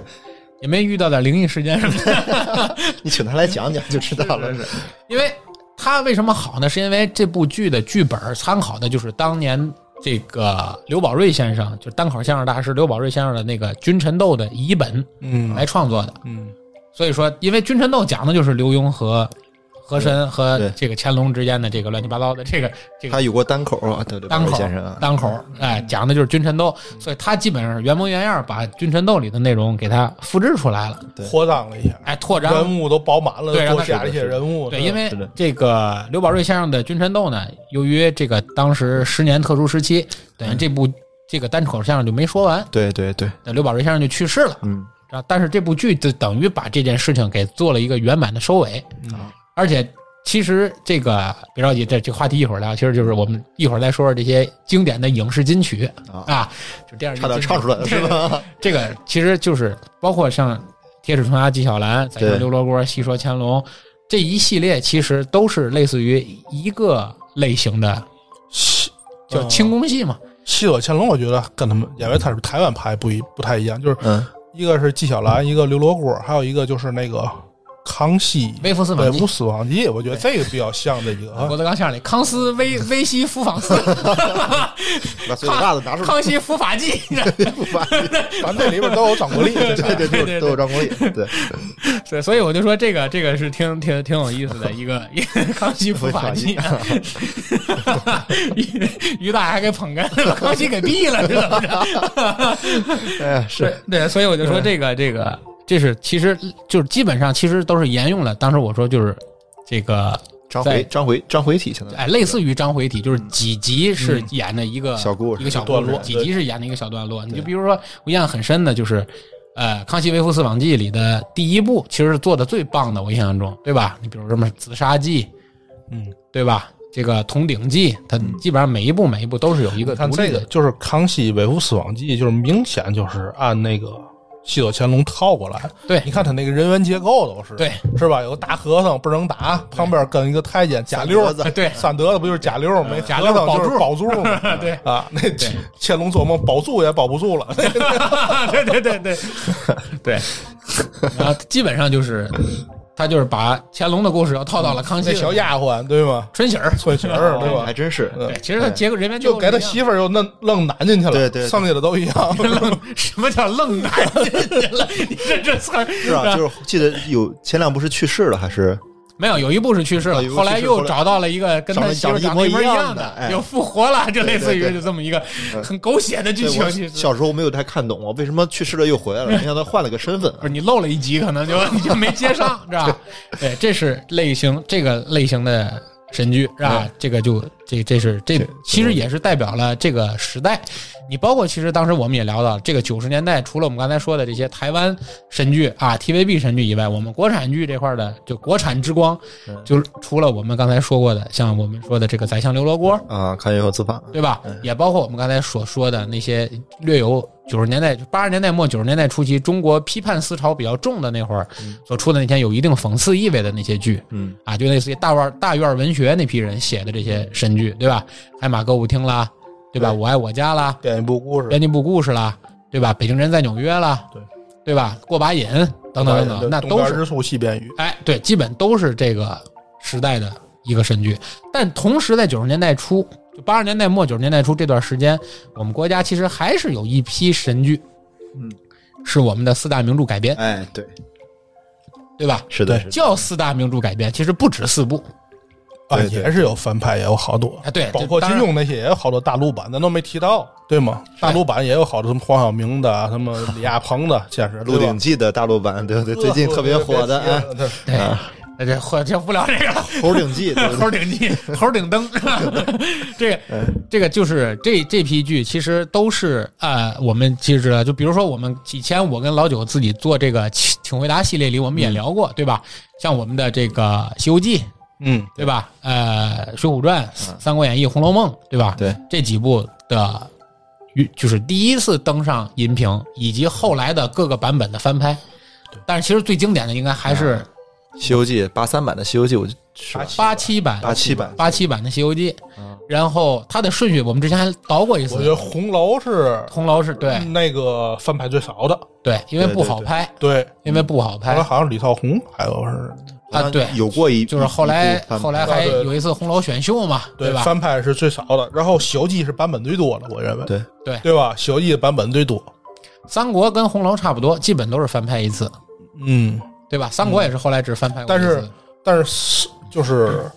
[SPEAKER 1] 也没遇到点灵异事件什么的。
[SPEAKER 3] 你请他来讲讲就知道了。
[SPEAKER 1] 因为它为什么好呢？是因为这部剧的剧本参考的就是当年这个刘宝瑞先生，就是单口相声大师刘宝瑞先生的那个《君臣斗》的遗本
[SPEAKER 2] 嗯
[SPEAKER 1] 来创作的。
[SPEAKER 2] 嗯
[SPEAKER 1] 所以说，因为《君臣斗》讲的就是刘墉和和珅和
[SPEAKER 3] 对
[SPEAKER 1] 这个乾隆之间的这个乱七八糟的这个这 个
[SPEAKER 3] 他有过单口啊，对对，
[SPEAKER 1] 单口
[SPEAKER 3] 先生啊，
[SPEAKER 1] 单口，哎，讲的就是君臣斗，所以他基本上是原模原样把《君臣斗》里的内容给它复制出来了，
[SPEAKER 3] 对
[SPEAKER 2] 扩张了一下，
[SPEAKER 1] 哎，拓展
[SPEAKER 2] 人物都饱满了，
[SPEAKER 1] 对让
[SPEAKER 2] 多
[SPEAKER 1] 他
[SPEAKER 2] 加了一些人物，
[SPEAKER 1] 对，因为
[SPEAKER 3] 是的
[SPEAKER 1] 这个刘宝瑞先生的《君臣斗》呢，由于这个当时十年特殊时期，等于这部
[SPEAKER 3] 嗯
[SPEAKER 1] 这个单口相声就没说完，
[SPEAKER 3] 对对对，
[SPEAKER 1] 那呃刘宝瑞先生就去世了。
[SPEAKER 3] 嗯，
[SPEAKER 1] 然后，但是这部剧就等于把这件事情给做了一个圆满的收尾。
[SPEAKER 3] 嗯
[SPEAKER 2] 啊
[SPEAKER 1] 而且，其实这个别着急，这这个话题一会儿聊，其实就是我们一会儿再说说这些经典的影视金曲
[SPEAKER 3] 啊
[SPEAKER 1] 啊，就这样一个
[SPEAKER 3] 差点
[SPEAKER 1] 金曲
[SPEAKER 3] 唱出来了是吧？
[SPEAKER 1] 这个其实就是包括像《铁齿铜牙纪晓岚》《宰相
[SPEAKER 3] 对
[SPEAKER 1] 刘罗锅》《戏说乾隆》这一系列，其实都是类似于一个类型的
[SPEAKER 2] 戏
[SPEAKER 3] 哦
[SPEAKER 1] 叫清宫戏嘛。
[SPEAKER 2] 戏说乾隆，我觉得跟他们因为他是台湾拍不一不太一样，就是
[SPEAKER 3] 嗯，
[SPEAKER 2] 一个是纪晓
[SPEAKER 1] 嗯
[SPEAKER 2] 岚，一个刘罗锅，还有一个就是那个康熙
[SPEAKER 1] 微服私访
[SPEAKER 2] 对
[SPEAKER 1] 记
[SPEAKER 2] 吴死亡记，我觉得这个比较像这几个啊
[SPEAKER 1] 郭。德纲相声里，康斯微微西服仿 斯，
[SPEAKER 3] 把嘴巴子拿出来，
[SPEAKER 1] 康熙服法纪，
[SPEAKER 3] 不把
[SPEAKER 2] 咱这里边都有张国立，
[SPEAKER 3] 对
[SPEAKER 1] 对
[SPEAKER 3] 对对，
[SPEAKER 1] 对
[SPEAKER 3] 都有张国立，对，
[SPEAKER 1] 对，所以我就说这个这个是挺挺挺有意思的一个一个康熙普法记，啊于于大还给捧哏了，康熙给毙了，是怎么着？
[SPEAKER 3] 哎呀，是，
[SPEAKER 1] 对，所以我就说这个这个这是其实就是基本上其实都是沿用了当时我说就是这个
[SPEAKER 3] 张
[SPEAKER 1] 在
[SPEAKER 3] 回张回张回体现在
[SPEAKER 1] 哎类似于章回体，
[SPEAKER 2] 嗯
[SPEAKER 1] 就是几集是演的一个、
[SPEAKER 3] 小故事
[SPEAKER 1] 一个小
[SPEAKER 2] 段
[SPEAKER 1] 故事
[SPEAKER 2] 落
[SPEAKER 1] 几
[SPEAKER 2] 对
[SPEAKER 1] 集是演的一个小段落。你就比如说我印象很深的就是。呃，《康熙微服私访记》里的第一部其实是做的最棒的，我印象中，对吧？你比如什么《紫砂记》，
[SPEAKER 2] 嗯，
[SPEAKER 1] 对吧？这个《铜鼎记》，它
[SPEAKER 3] 嗯
[SPEAKER 1] 基本上每一部每一部都是有一个
[SPEAKER 2] 你看
[SPEAKER 1] 独立
[SPEAKER 2] 这
[SPEAKER 1] 的
[SPEAKER 2] 个 就是《康熙微服私访记》，就是明显就是按那个《戏说乾隆》套过来。
[SPEAKER 1] 对
[SPEAKER 2] 你看他那个人员结构都是，
[SPEAKER 1] 对，
[SPEAKER 2] 是吧？有个大和尚不能打，旁边跟一个太监贾六
[SPEAKER 3] 三德子，
[SPEAKER 1] 对 嗯
[SPEAKER 2] 三德子不就是贾六吗？
[SPEAKER 1] 贾六
[SPEAKER 2] 和尚
[SPEAKER 1] 保
[SPEAKER 2] 就
[SPEAKER 1] 住
[SPEAKER 2] 是保住 嘛，
[SPEAKER 1] 对
[SPEAKER 2] 啊，那 乾隆做梦保住也保不住了，
[SPEAKER 1] 对对对对对， 然后基本上就是他就是把乾隆的故事要套到了康熙
[SPEAKER 2] 那
[SPEAKER 1] 的
[SPEAKER 2] 小丫鬟对吗？
[SPEAKER 1] 春喜儿，
[SPEAKER 2] 春喜儿对吧
[SPEAKER 1] 哦
[SPEAKER 3] 还？真是，
[SPEAKER 1] 对，其实他结果人员
[SPEAKER 2] 就给他
[SPEAKER 1] 媳
[SPEAKER 2] 媳妇儿又弄愣男进去了，
[SPEAKER 3] 对对对
[SPEAKER 2] 剩下的都 一样。
[SPEAKER 1] 愣，什么叫愣 男进去了？你这这词儿
[SPEAKER 3] 是吧？就是记得有前两部是去世了还是？
[SPEAKER 1] 没有，有一部是去世
[SPEAKER 3] 啊
[SPEAKER 1] 了
[SPEAKER 3] 有一，部
[SPEAKER 1] 后来
[SPEAKER 3] 去世
[SPEAKER 1] 又
[SPEAKER 3] 后来
[SPEAKER 1] 找到了一个跟
[SPEAKER 3] 找
[SPEAKER 1] 他
[SPEAKER 3] 了
[SPEAKER 1] 媳妇儿
[SPEAKER 3] 长得一
[SPEAKER 1] 长得一模
[SPEAKER 3] 模一
[SPEAKER 1] 一
[SPEAKER 3] 样
[SPEAKER 1] 样
[SPEAKER 3] 的
[SPEAKER 1] 的，
[SPEAKER 3] 哎
[SPEAKER 1] 又复活了，就类似于
[SPEAKER 3] 对
[SPEAKER 1] 就
[SPEAKER 3] 对
[SPEAKER 1] 这么一个
[SPEAKER 3] 嗯
[SPEAKER 1] 很狗血的剧
[SPEAKER 3] 对
[SPEAKER 1] 情。
[SPEAKER 3] 我
[SPEAKER 1] 其实
[SPEAKER 3] 小时候我没有太看懂，我为什么去世了又回来了？没想到换了个身份啊
[SPEAKER 1] 不，是你漏了一集，可能就你就没接上，是吧？对，这是类型这个类型的神剧，是吧？这个就这这是这其实也是代表了这个时代。你包括其实当时我们也聊到，这个九十年代除了我们刚才说的这些台湾神剧啊、TVB 神剧以外，我们国产剧这块的就国产之光
[SPEAKER 3] 嗯，
[SPEAKER 1] 就是除了我们刚才说过的，像我们说的这个《宰相刘罗锅》，
[SPEAKER 3] 啊，看以后自法，
[SPEAKER 1] 对吧？也包括我们刚才所说的那些略有九十年代、八十年代末、九十年代初期中国批判思潮比较重的那会儿所出的那些有一定讽刺意味的那些剧
[SPEAKER 3] 嗯，
[SPEAKER 1] 啊，就类似于大院大院文学那批人写的这些神剧，对吧？海马歌舞厅啦，对吧？
[SPEAKER 2] 对
[SPEAKER 1] 我爱我家啦，
[SPEAKER 2] 编一部故事，
[SPEAKER 1] 编辑部故事啦，对吧？北京人在纽约啦，
[SPEAKER 2] 对
[SPEAKER 1] 对吧？过把瘾等等等等，那
[SPEAKER 2] 东
[SPEAKER 1] 都
[SPEAKER 2] 边
[SPEAKER 1] 是
[SPEAKER 2] 日出西边雨，
[SPEAKER 1] 哎，对，基本都是这个时代的一个神剧。但同时，在九十年代初，就八十年代末九十年代初这段时间，我们国家其实还是有一批神剧，
[SPEAKER 3] 嗯，
[SPEAKER 1] 是我们的四大名著改编，
[SPEAKER 3] 哎，对，
[SPEAKER 1] 对吧？
[SPEAKER 3] 是的，
[SPEAKER 2] 对
[SPEAKER 3] 是的
[SPEAKER 1] 叫四大名著改编，其实不止四部
[SPEAKER 2] 啊，
[SPEAKER 3] 对对
[SPEAKER 2] 也是有翻拍，也有好多
[SPEAKER 1] 啊对
[SPEAKER 2] 包
[SPEAKER 1] 这
[SPEAKER 2] 括
[SPEAKER 1] 当
[SPEAKER 2] 金
[SPEAKER 1] 然
[SPEAKER 2] 庸那些也有好多大陆版，咱都没提到，对吗？大陆版也有好多什么黄晓明的，什么李亚鹏的，简直
[SPEAKER 3] 《鹿鼎记》的大陆版，对不对？最近特别火的，哎，
[SPEAKER 2] 啊，对
[SPEAKER 1] 对，那这或这不聊这个了。
[SPEAKER 3] 《猴鼎记》，对不 对
[SPEAKER 1] 猴顶鸡，猴顶灯， 这个这个就是这这批剧其实都是呃，我们其实知道，就比如说我们以前我跟老九自己做这个请请回答系列里，我们也聊过，对吧？像我们的这个《西游记》，
[SPEAKER 2] 嗯，
[SPEAKER 1] 对吧？呃，《水浒传》《三国演义》《红楼梦》，对吧？
[SPEAKER 3] 对，
[SPEAKER 1] 这几部的。就是第一次登上银屏，以及后来的各个版本的翻拍，但是其实最经典的应该还是
[SPEAKER 3] 《西游记》八三版的《西游记》，我就是吧
[SPEAKER 1] 八啊七版、
[SPEAKER 3] 八七版
[SPEAKER 1] 八七版的《西游记》
[SPEAKER 3] 嗯
[SPEAKER 1] 然后它的顺序我们之前还倒过一
[SPEAKER 2] 我觉得
[SPEAKER 1] 次，
[SPEAKER 2] 红楼是
[SPEAKER 1] 红楼是对
[SPEAKER 2] 那个翻拍最少的，
[SPEAKER 1] 对，因为不好
[SPEAKER 3] 对对对
[SPEAKER 1] 拍，
[SPEAKER 2] 对，嗯
[SPEAKER 1] 因为不好
[SPEAKER 2] 后来
[SPEAKER 1] 拍，
[SPEAKER 2] 好像李少红还有是，
[SPEAKER 1] 啊对
[SPEAKER 3] 有过一
[SPEAKER 1] 就是后
[SPEAKER 3] 一
[SPEAKER 1] 来
[SPEAKER 2] 嗯
[SPEAKER 3] 部翻拍
[SPEAKER 1] 后来还有一次红楼选秀嘛，
[SPEAKER 2] 对
[SPEAKER 1] 吧？
[SPEAKER 2] 翻拍是最少的，然后《西游记》是版本最多的，我认为，
[SPEAKER 3] 对
[SPEAKER 2] 对吧？《西游记》的版本最多，
[SPEAKER 1] 三国跟红楼差不多，基本都是翻拍一次，
[SPEAKER 2] 嗯，
[SPEAKER 1] 对吧？三国也是后来只翻拍过一
[SPEAKER 2] 但
[SPEAKER 1] 次，
[SPEAKER 2] 是但是就是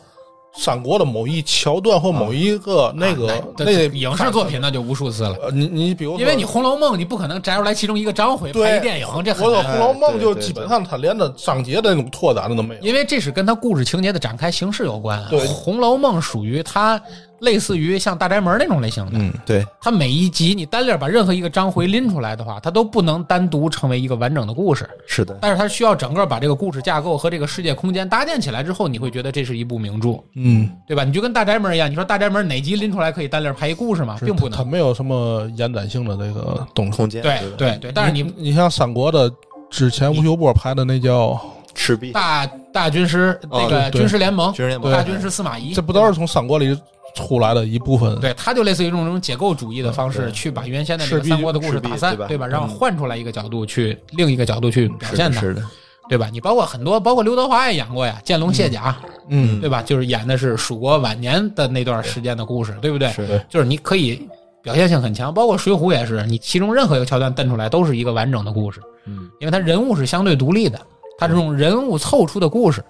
[SPEAKER 2] 三国的某一桥段或某一个那个
[SPEAKER 1] 啊
[SPEAKER 2] 那
[SPEAKER 1] 对影视作品那就无数次了。
[SPEAKER 2] 呃，你你比如说
[SPEAKER 1] 因为你《红楼梦》，你不可能摘出来其中一个章回
[SPEAKER 2] 对
[SPEAKER 1] 拍一电影，这很
[SPEAKER 2] 我的《
[SPEAKER 1] 难。
[SPEAKER 2] 红楼梦》
[SPEAKER 3] 哎
[SPEAKER 2] 就
[SPEAKER 3] 对
[SPEAKER 2] 基本上它连着章节的那种拓展的都没有。
[SPEAKER 1] 因为这是跟它故事情节的展开形式有关。
[SPEAKER 2] 对
[SPEAKER 1] 红楼梦》属于它类似于像《大宅门》那种类型的，
[SPEAKER 2] 嗯，
[SPEAKER 3] 对
[SPEAKER 1] 它每一集你单粒儿把任何一个章回拎出来的话，它都不能单独成为一个完整的故事，
[SPEAKER 3] 是的，
[SPEAKER 1] 但是它需要整个把这个故事架构和这个世界空间搭建起来之后，你会觉得这是一部名著，
[SPEAKER 2] 嗯，
[SPEAKER 1] 对吧？你就跟大宅门一样，你说大宅门哪集拎出来可以单粒儿拍一故事吗？并不
[SPEAKER 2] 它
[SPEAKER 1] 能。
[SPEAKER 2] 没有什么延展性的这个东西。
[SPEAKER 3] 空间
[SPEAKER 1] 对
[SPEAKER 3] 吧
[SPEAKER 1] 对对，但是你
[SPEAKER 2] 你像三国的之前吴秀波拍的那叫，
[SPEAKER 3] 赤壁
[SPEAKER 1] 大大军师
[SPEAKER 3] 哦
[SPEAKER 1] 那个
[SPEAKER 2] 对
[SPEAKER 1] 军师联盟，
[SPEAKER 3] 军人联盟
[SPEAKER 1] 大军师司马懿，
[SPEAKER 2] 这不都是从三国里出来的一部分。
[SPEAKER 1] 对，他就类似于这种这种解构主义的方式，去把原先的那
[SPEAKER 2] 赤
[SPEAKER 1] 个
[SPEAKER 2] 壁
[SPEAKER 1] 三国的故事
[SPEAKER 3] 赤壁
[SPEAKER 1] 打散
[SPEAKER 3] 对，吧
[SPEAKER 1] 对吧？然后
[SPEAKER 3] 嗯
[SPEAKER 1] 换出来一个角度去另一个角度去表
[SPEAKER 3] 是
[SPEAKER 1] 现
[SPEAKER 3] 的，
[SPEAKER 1] 它，
[SPEAKER 3] 是的，
[SPEAKER 1] 对吧？你包括很多，包括刘德华也演过呀，《见龙卸甲》，
[SPEAKER 2] 嗯，
[SPEAKER 1] 对吧？就是演的是蜀国晚年的那段时间的故事，对不对？
[SPEAKER 3] 是
[SPEAKER 2] 对
[SPEAKER 3] 的，
[SPEAKER 1] 就是你可以表现性很强，包括《水浒》也是，你其中任何一个桥段瞪出来都是一个完整的故事，
[SPEAKER 3] 嗯，
[SPEAKER 1] 因为它人物是相对独立的，它这种人物凑出的故事。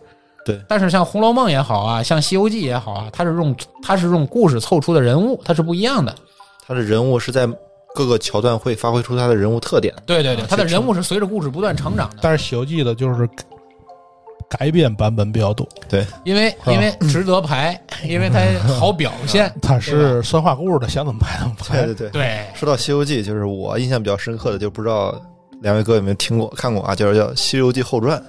[SPEAKER 3] 对
[SPEAKER 1] 但是像《红楼梦》也好啊，像《西游记》也好啊，它是用它是用故事凑出的人物，它是不一样的。
[SPEAKER 3] 他的人物是在各个桥段会发挥出他的人物特点。
[SPEAKER 1] 对对对，
[SPEAKER 3] 啊
[SPEAKER 1] 他的
[SPEAKER 3] 是
[SPEAKER 1] 人物是随着故事不断成长的，
[SPEAKER 2] 但是《西游记》的就是改编版本比较多，
[SPEAKER 3] 对，
[SPEAKER 1] 因为因为值得排，因为他好表现。
[SPEAKER 2] 它是神话故事的，想怎么拍怎么
[SPEAKER 3] 对
[SPEAKER 2] 拍。
[SPEAKER 3] 对对。
[SPEAKER 1] 对，
[SPEAKER 3] 说到《西游记》，就是我印象比较深刻的，就不知道两位哥有没有听过、看过啊？就是叫《西游记后传》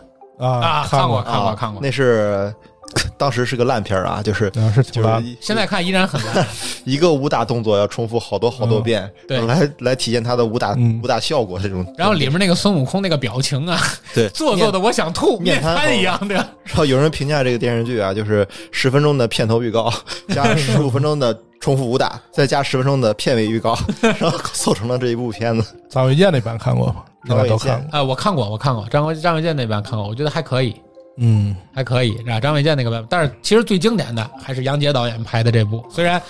[SPEAKER 2] 啊，
[SPEAKER 1] 啊
[SPEAKER 2] 看
[SPEAKER 1] 过
[SPEAKER 2] 过，
[SPEAKER 1] 看过
[SPEAKER 3] 啊
[SPEAKER 1] 看过
[SPEAKER 3] 那是当时是个烂片儿啊，就是
[SPEAKER 2] 啊是挺
[SPEAKER 3] 就是
[SPEAKER 2] 烂的。
[SPEAKER 3] 一
[SPEAKER 1] 现在看依然很 烂。
[SPEAKER 3] 一个武打动作要重复好多好多遍，
[SPEAKER 1] 嗯对
[SPEAKER 3] 来来体现他的武打
[SPEAKER 2] 嗯
[SPEAKER 3] 武打效果这种。
[SPEAKER 1] 然后里面那个孙悟空那个表情 啊，
[SPEAKER 3] 对
[SPEAKER 1] 做作的我想吐，面
[SPEAKER 3] 面瘫
[SPEAKER 1] 瘫一样的。
[SPEAKER 3] 然后有人评价这个电视剧啊，就是十分钟的片头 预告，加十五分钟的重复武打，再加十分钟的片尾 预告，然后凑成了这一部片子。
[SPEAKER 2] 张卫健那版看过吗？应该都看过。
[SPEAKER 1] 啊，我看过，我看过张卫张卫健那版看过，我觉得还可以，
[SPEAKER 2] 嗯，
[SPEAKER 1] 还可以。啊，张卫健那个版本，但是其实最经典的还是杨洁导演拍的这部，虽然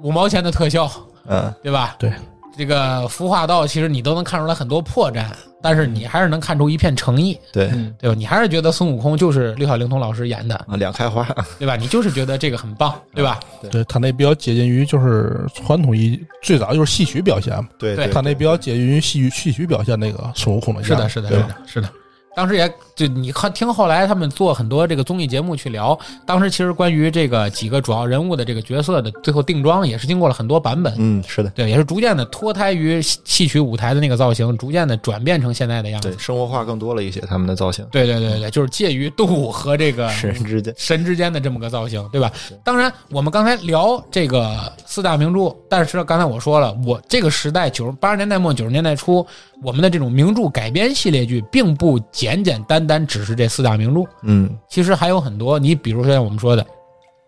[SPEAKER 1] 五毛钱的特效，
[SPEAKER 3] 嗯，
[SPEAKER 1] 对吧？
[SPEAKER 2] 对，
[SPEAKER 1] 这个服化道其实你都能看出来很多破绽，但是你还是能看出一片诚意，
[SPEAKER 3] 对，
[SPEAKER 1] 对吧？你还是觉得孙悟空就是六小龄童老师演的，
[SPEAKER 3] 啊，两开 花，
[SPEAKER 1] 对吧？你就是觉得这个很棒，对吧？
[SPEAKER 2] 对他那比较接近于就是传统一最早就是戏曲表现嘛，
[SPEAKER 3] 对
[SPEAKER 1] 对
[SPEAKER 2] 他那比较接近于戏曲戏曲表现那个孙悟空的样子
[SPEAKER 1] 是的，是的，是
[SPEAKER 2] 对吧
[SPEAKER 1] 的，是的。当时也就你看听后来他们做很多这个综艺节目去聊，当时其实关于这个几个主要人物的这个角色的最后定妆也是经过了很多版本，
[SPEAKER 3] 嗯，是的，
[SPEAKER 1] 对，也是逐渐的脱胎于戏戏曲舞台的那个造型，逐渐的转变成现在的样子
[SPEAKER 3] 对，。生活化更多了一些，他们的造型
[SPEAKER 1] 对对对对对，就是介于动物和这个
[SPEAKER 3] 神之间，
[SPEAKER 1] 神之间的这么个造型，对吧？当然，我们刚才聊这个四大名著，但是刚才我说了，我这个时代九十八十年代末九十年代初，我们的这种名著改编系列剧，并不简简单单只是这四大名著，
[SPEAKER 3] 嗯，
[SPEAKER 1] 其实还有很多。你比如说像我们说的，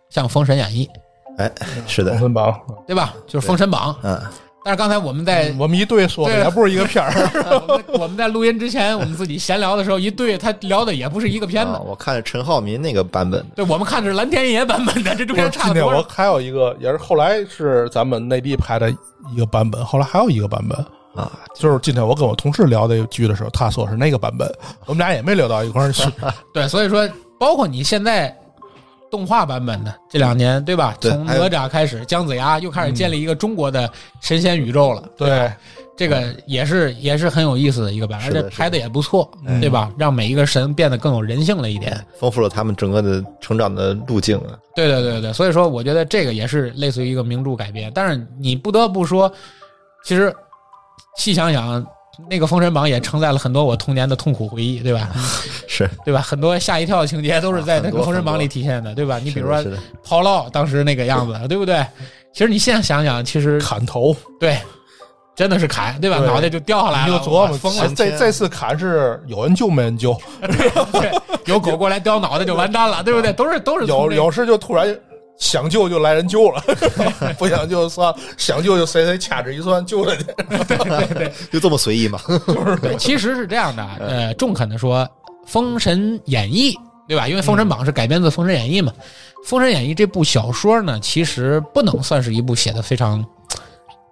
[SPEAKER 1] 像《封神演义
[SPEAKER 3] 哎，
[SPEAKER 1] 嗯
[SPEAKER 3] 是
[SPEAKER 2] 封
[SPEAKER 3] 的，
[SPEAKER 2] 神榜，》，
[SPEAKER 1] 对吧？就是《封神榜》。
[SPEAKER 3] 嗯，
[SPEAKER 1] 但是刚才我们在、
[SPEAKER 2] 我们一对说
[SPEAKER 1] 对啊
[SPEAKER 2] 的也不是一个片儿。
[SPEAKER 1] 我们我们在录音之前，我们自己闲聊的时候，一对他聊的也不是一个片子。
[SPEAKER 2] 哦
[SPEAKER 3] 啊，我看陈浩民那个版本，
[SPEAKER 1] 对，我们看的是蓝天野版本 的，这中
[SPEAKER 2] 不是
[SPEAKER 1] 间差
[SPEAKER 2] 今
[SPEAKER 1] 了
[SPEAKER 2] 天
[SPEAKER 1] 多
[SPEAKER 2] 我
[SPEAKER 1] 少？
[SPEAKER 2] 还有一个，也是后来是咱们内地拍的一个版本，后来还有一个版本。
[SPEAKER 3] 啊，
[SPEAKER 2] 就是今天我跟我同事聊这个剧的时候，他说是那个版本，我们俩也没聊到一块 儿去。
[SPEAKER 1] 对，所以说，包括你现在动画版本的这两年，对吧？
[SPEAKER 3] 对
[SPEAKER 1] 从
[SPEAKER 3] 还
[SPEAKER 1] 哪
[SPEAKER 3] 有嗯
[SPEAKER 1] 吒开始，姜子牙又开始建立一个中国的神仙宇宙了。
[SPEAKER 2] 对，
[SPEAKER 1] 这个也是也是很有意思的一个版，而
[SPEAKER 3] 嗯是的
[SPEAKER 1] 且
[SPEAKER 3] 是的
[SPEAKER 1] 拍的也不错，
[SPEAKER 2] 嗯
[SPEAKER 1] 对吧？让每一个神变得更有人性了一点。
[SPEAKER 3] 哎丰富了他们整个的成长的路径啊，
[SPEAKER 1] 对对对对，所以说我觉得这个也是类似于一个名著改编，但是你不得不说，其实细想想。那个《封神榜》也承载了很多我童年的痛苦回忆，对 吧？
[SPEAKER 3] 是
[SPEAKER 1] 对吧？很多吓一跳的情节都是在
[SPEAKER 3] 啊
[SPEAKER 1] 那
[SPEAKER 3] 很
[SPEAKER 1] 个
[SPEAKER 3] 多
[SPEAKER 1] 《封神榜》
[SPEAKER 3] 很多
[SPEAKER 1] 里体现的，对吧？你比如说
[SPEAKER 3] 是的，是的
[SPEAKER 1] 抛烙当时那个样子，对不对？其实你现在想想，其实
[SPEAKER 2] 砍头，
[SPEAKER 1] 对，真的是砍，对吧？
[SPEAKER 2] 对
[SPEAKER 1] 脑袋就掉下来
[SPEAKER 2] 你就
[SPEAKER 1] 了，
[SPEAKER 2] 琢
[SPEAKER 1] 哇
[SPEAKER 2] 磨，哎
[SPEAKER 1] 疯了，
[SPEAKER 2] 这这这次砍是有人救没人救，
[SPEAKER 1] 对，有狗过来叼脑袋就完蛋了，对不对？都是都是从
[SPEAKER 2] 有
[SPEAKER 1] 这
[SPEAKER 2] 有时就突然想救就来人救了， 不想救就算了，想救就谁谁掐指一算救了去。
[SPEAKER 3] 就这么随意嘛？
[SPEAKER 1] 对，其实是这样的，呃，中肯的说，《封神演义》对吧？因为《封神榜》是改编自《封神演义》嘛，《封神演义》这部小说呢，其实不能算是一部写的非常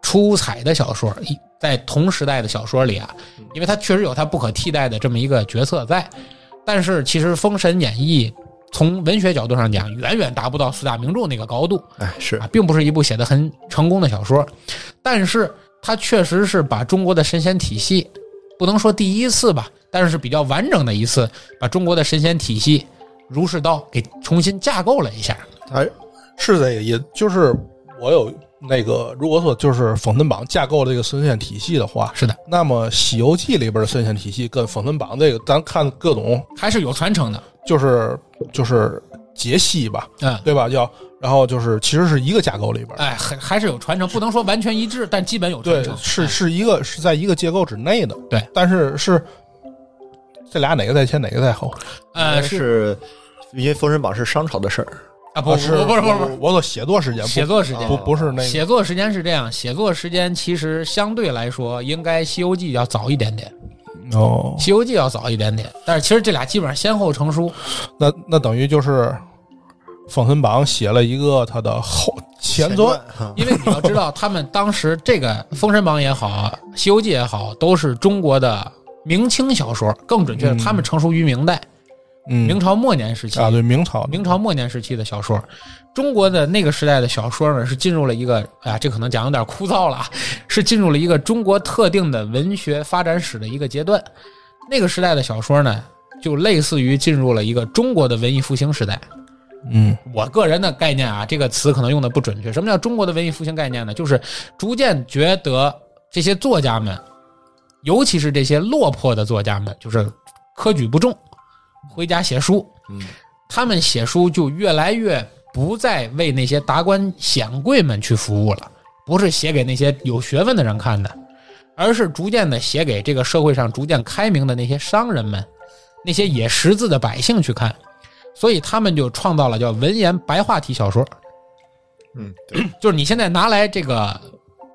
[SPEAKER 1] 出彩的小说，一在同时代的小说里啊，因为它确实有它不可替代的这么一个角色在，但是其实《封神演义》。从文学角度上讲，远远达不到四大名著那个高度。
[SPEAKER 3] 哎，是
[SPEAKER 1] 啊，并不是一部写的很成功的小说，但是它确实是把中国的神仙体系，不能说第一次吧，但是是比较完整的一次，把中国的神仙体系儒释道给重新架构了一下。
[SPEAKER 2] 他是这个意思，就是我有那个，如果说就是《封神榜》架构这个神仙体系的话，
[SPEAKER 1] 是的，
[SPEAKER 2] 那么《西游记》里边的神仙体系跟《封神榜》这个，咱看各种
[SPEAKER 1] 还是有传承的。
[SPEAKER 2] 就是就是解析吧，
[SPEAKER 1] 嗯，
[SPEAKER 2] 对吧？叫然后就是其实是一个架构里边，
[SPEAKER 1] 哎，还还是有传承，不能说完全一致，但基本有传
[SPEAKER 2] 对
[SPEAKER 1] 承。，
[SPEAKER 2] 是是一个是在一个结构之内的，
[SPEAKER 1] 哎对，
[SPEAKER 2] 但是是。这俩哪个在前，哪个在后？
[SPEAKER 1] 呃
[SPEAKER 3] 是因为《封神榜》是商朝的事儿，
[SPEAKER 1] 啊，不
[SPEAKER 2] 啊是
[SPEAKER 1] 不不是不是不
[SPEAKER 2] 我我说写作时间，
[SPEAKER 1] 写作时间
[SPEAKER 2] 不不不是那个
[SPEAKER 1] 写作时间是这样，写作时间其实相对来说应该《西游记》要早一点点，
[SPEAKER 2] 哦
[SPEAKER 1] 《西游记》要早一点点，但是其实这俩基本上先后成书，
[SPEAKER 2] 那那等于就是《封神榜》写了一个它的后前传，
[SPEAKER 3] 啊
[SPEAKER 1] 因为你要知道，他们当时这个《封神榜》也好，《西游记》也好，都是中国的明清小说，更准确的，
[SPEAKER 2] 嗯
[SPEAKER 1] 他们成熟于明代、
[SPEAKER 2] 嗯，
[SPEAKER 1] 明朝末年时期。
[SPEAKER 2] 啊，对，明朝，
[SPEAKER 1] 明朝末年时期的小说，中国的那个时代的小说呢，是进入了一个，哎呀，这可能讲有点枯燥了，啊，是进入了一个中国特定的文学发展史的一个阶段。那个时代的小说呢，就类似于进入了一个中国的文艺复兴时代。
[SPEAKER 2] 嗯
[SPEAKER 1] 我个人的概念啊，这个词可能用的不准确。什么叫中国的文艺复兴概念呢？就是逐渐觉得这些作家们，尤其是这些落魄的作家们，就是科举不中，回家写书。
[SPEAKER 3] 嗯
[SPEAKER 1] 他们写书就越来越不再为那些达官显贵们去服务了，不是写给那些有学问的人看的，而是逐渐的写给这个社会上逐渐开明的那些商人们，那些也识字的百姓去看。所以他们就创造了叫文言白话体小说，
[SPEAKER 3] 嗯，对
[SPEAKER 1] 就是你现在拿来这个《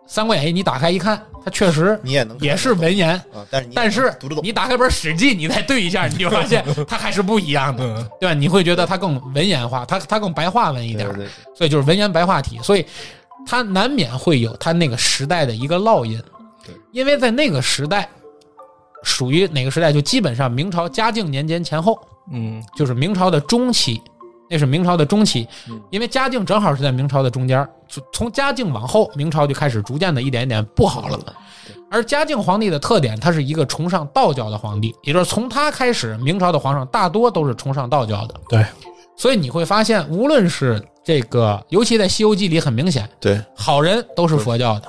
[SPEAKER 1] 三国演义》，你打开一看，它确实
[SPEAKER 3] 你也能看
[SPEAKER 1] 也是文言，
[SPEAKER 3] 啊，但是你
[SPEAKER 1] 但是
[SPEAKER 3] 读得懂
[SPEAKER 1] 你打开本《史记》，你再对一下，你就发 现它还是不一样的，
[SPEAKER 2] 嗯
[SPEAKER 1] 对吧？你会觉得它更文言化，它它更白话文一
[SPEAKER 3] 对
[SPEAKER 1] 点
[SPEAKER 3] 对，对
[SPEAKER 1] 所以就是文言白话体，所以它难免会有它那个时代的一个烙印
[SPEAKER 3] 对。
[SPEAKER 1] 因为在那个时代，属于哪个时代，就基本上明朝嘉靖年间前后，
[SPEAKER 2] 嗯
[SPEAKER 1] 就是明朝的中期，那是明朝的中期
[SPEAKER 3] 嗯，
[SPEAKER 1] 因为嘉靖正好是在明朝的中间儿，就从嘉靖往后，明朝就开始逐渐的一点一点不好了。而嘉靖皇帝的特点，他是一个崇尚道教的皇帝，也就是从他开始，明朝的皇上大多都是崇尚道教的。
[SPEAKER 2] 对，
[SPEAKER 1] 所以你会发现，无论是这个，尤其在《西游记》里很明显，
[SPEAKER 3] 对，
[SPEAKER 1] 好人都是佛教的，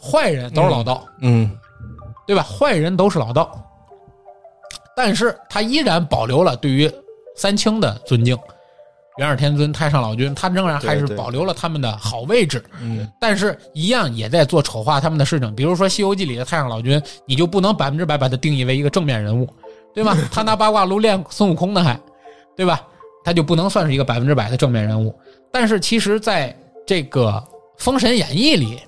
[SPEAKER 1] 坏人都是老道，
[SPEAKER 2] 嗯
[SPEAKER 1] 对吧？坏人都是老道，但是他依然保留了对于三清的尊敬，元始天尊、太上老君，他仍然还是
[SPEAKER 3] 对对
[SPEAKER 1] 保留了他们的好位置，
[SPEAKER 2] 嗯
[SPEAKER 1] 但是一样也在做丑化他们的事情。比如说《西游记》里的太上老君，你就不能百分之百把他定义为一个正面人物，对吧？他拿八卦炉练孙悟空呢，还，对吧？他就不能算是一个百分之百的正面人物。但是其实，在这个《封神演义》里，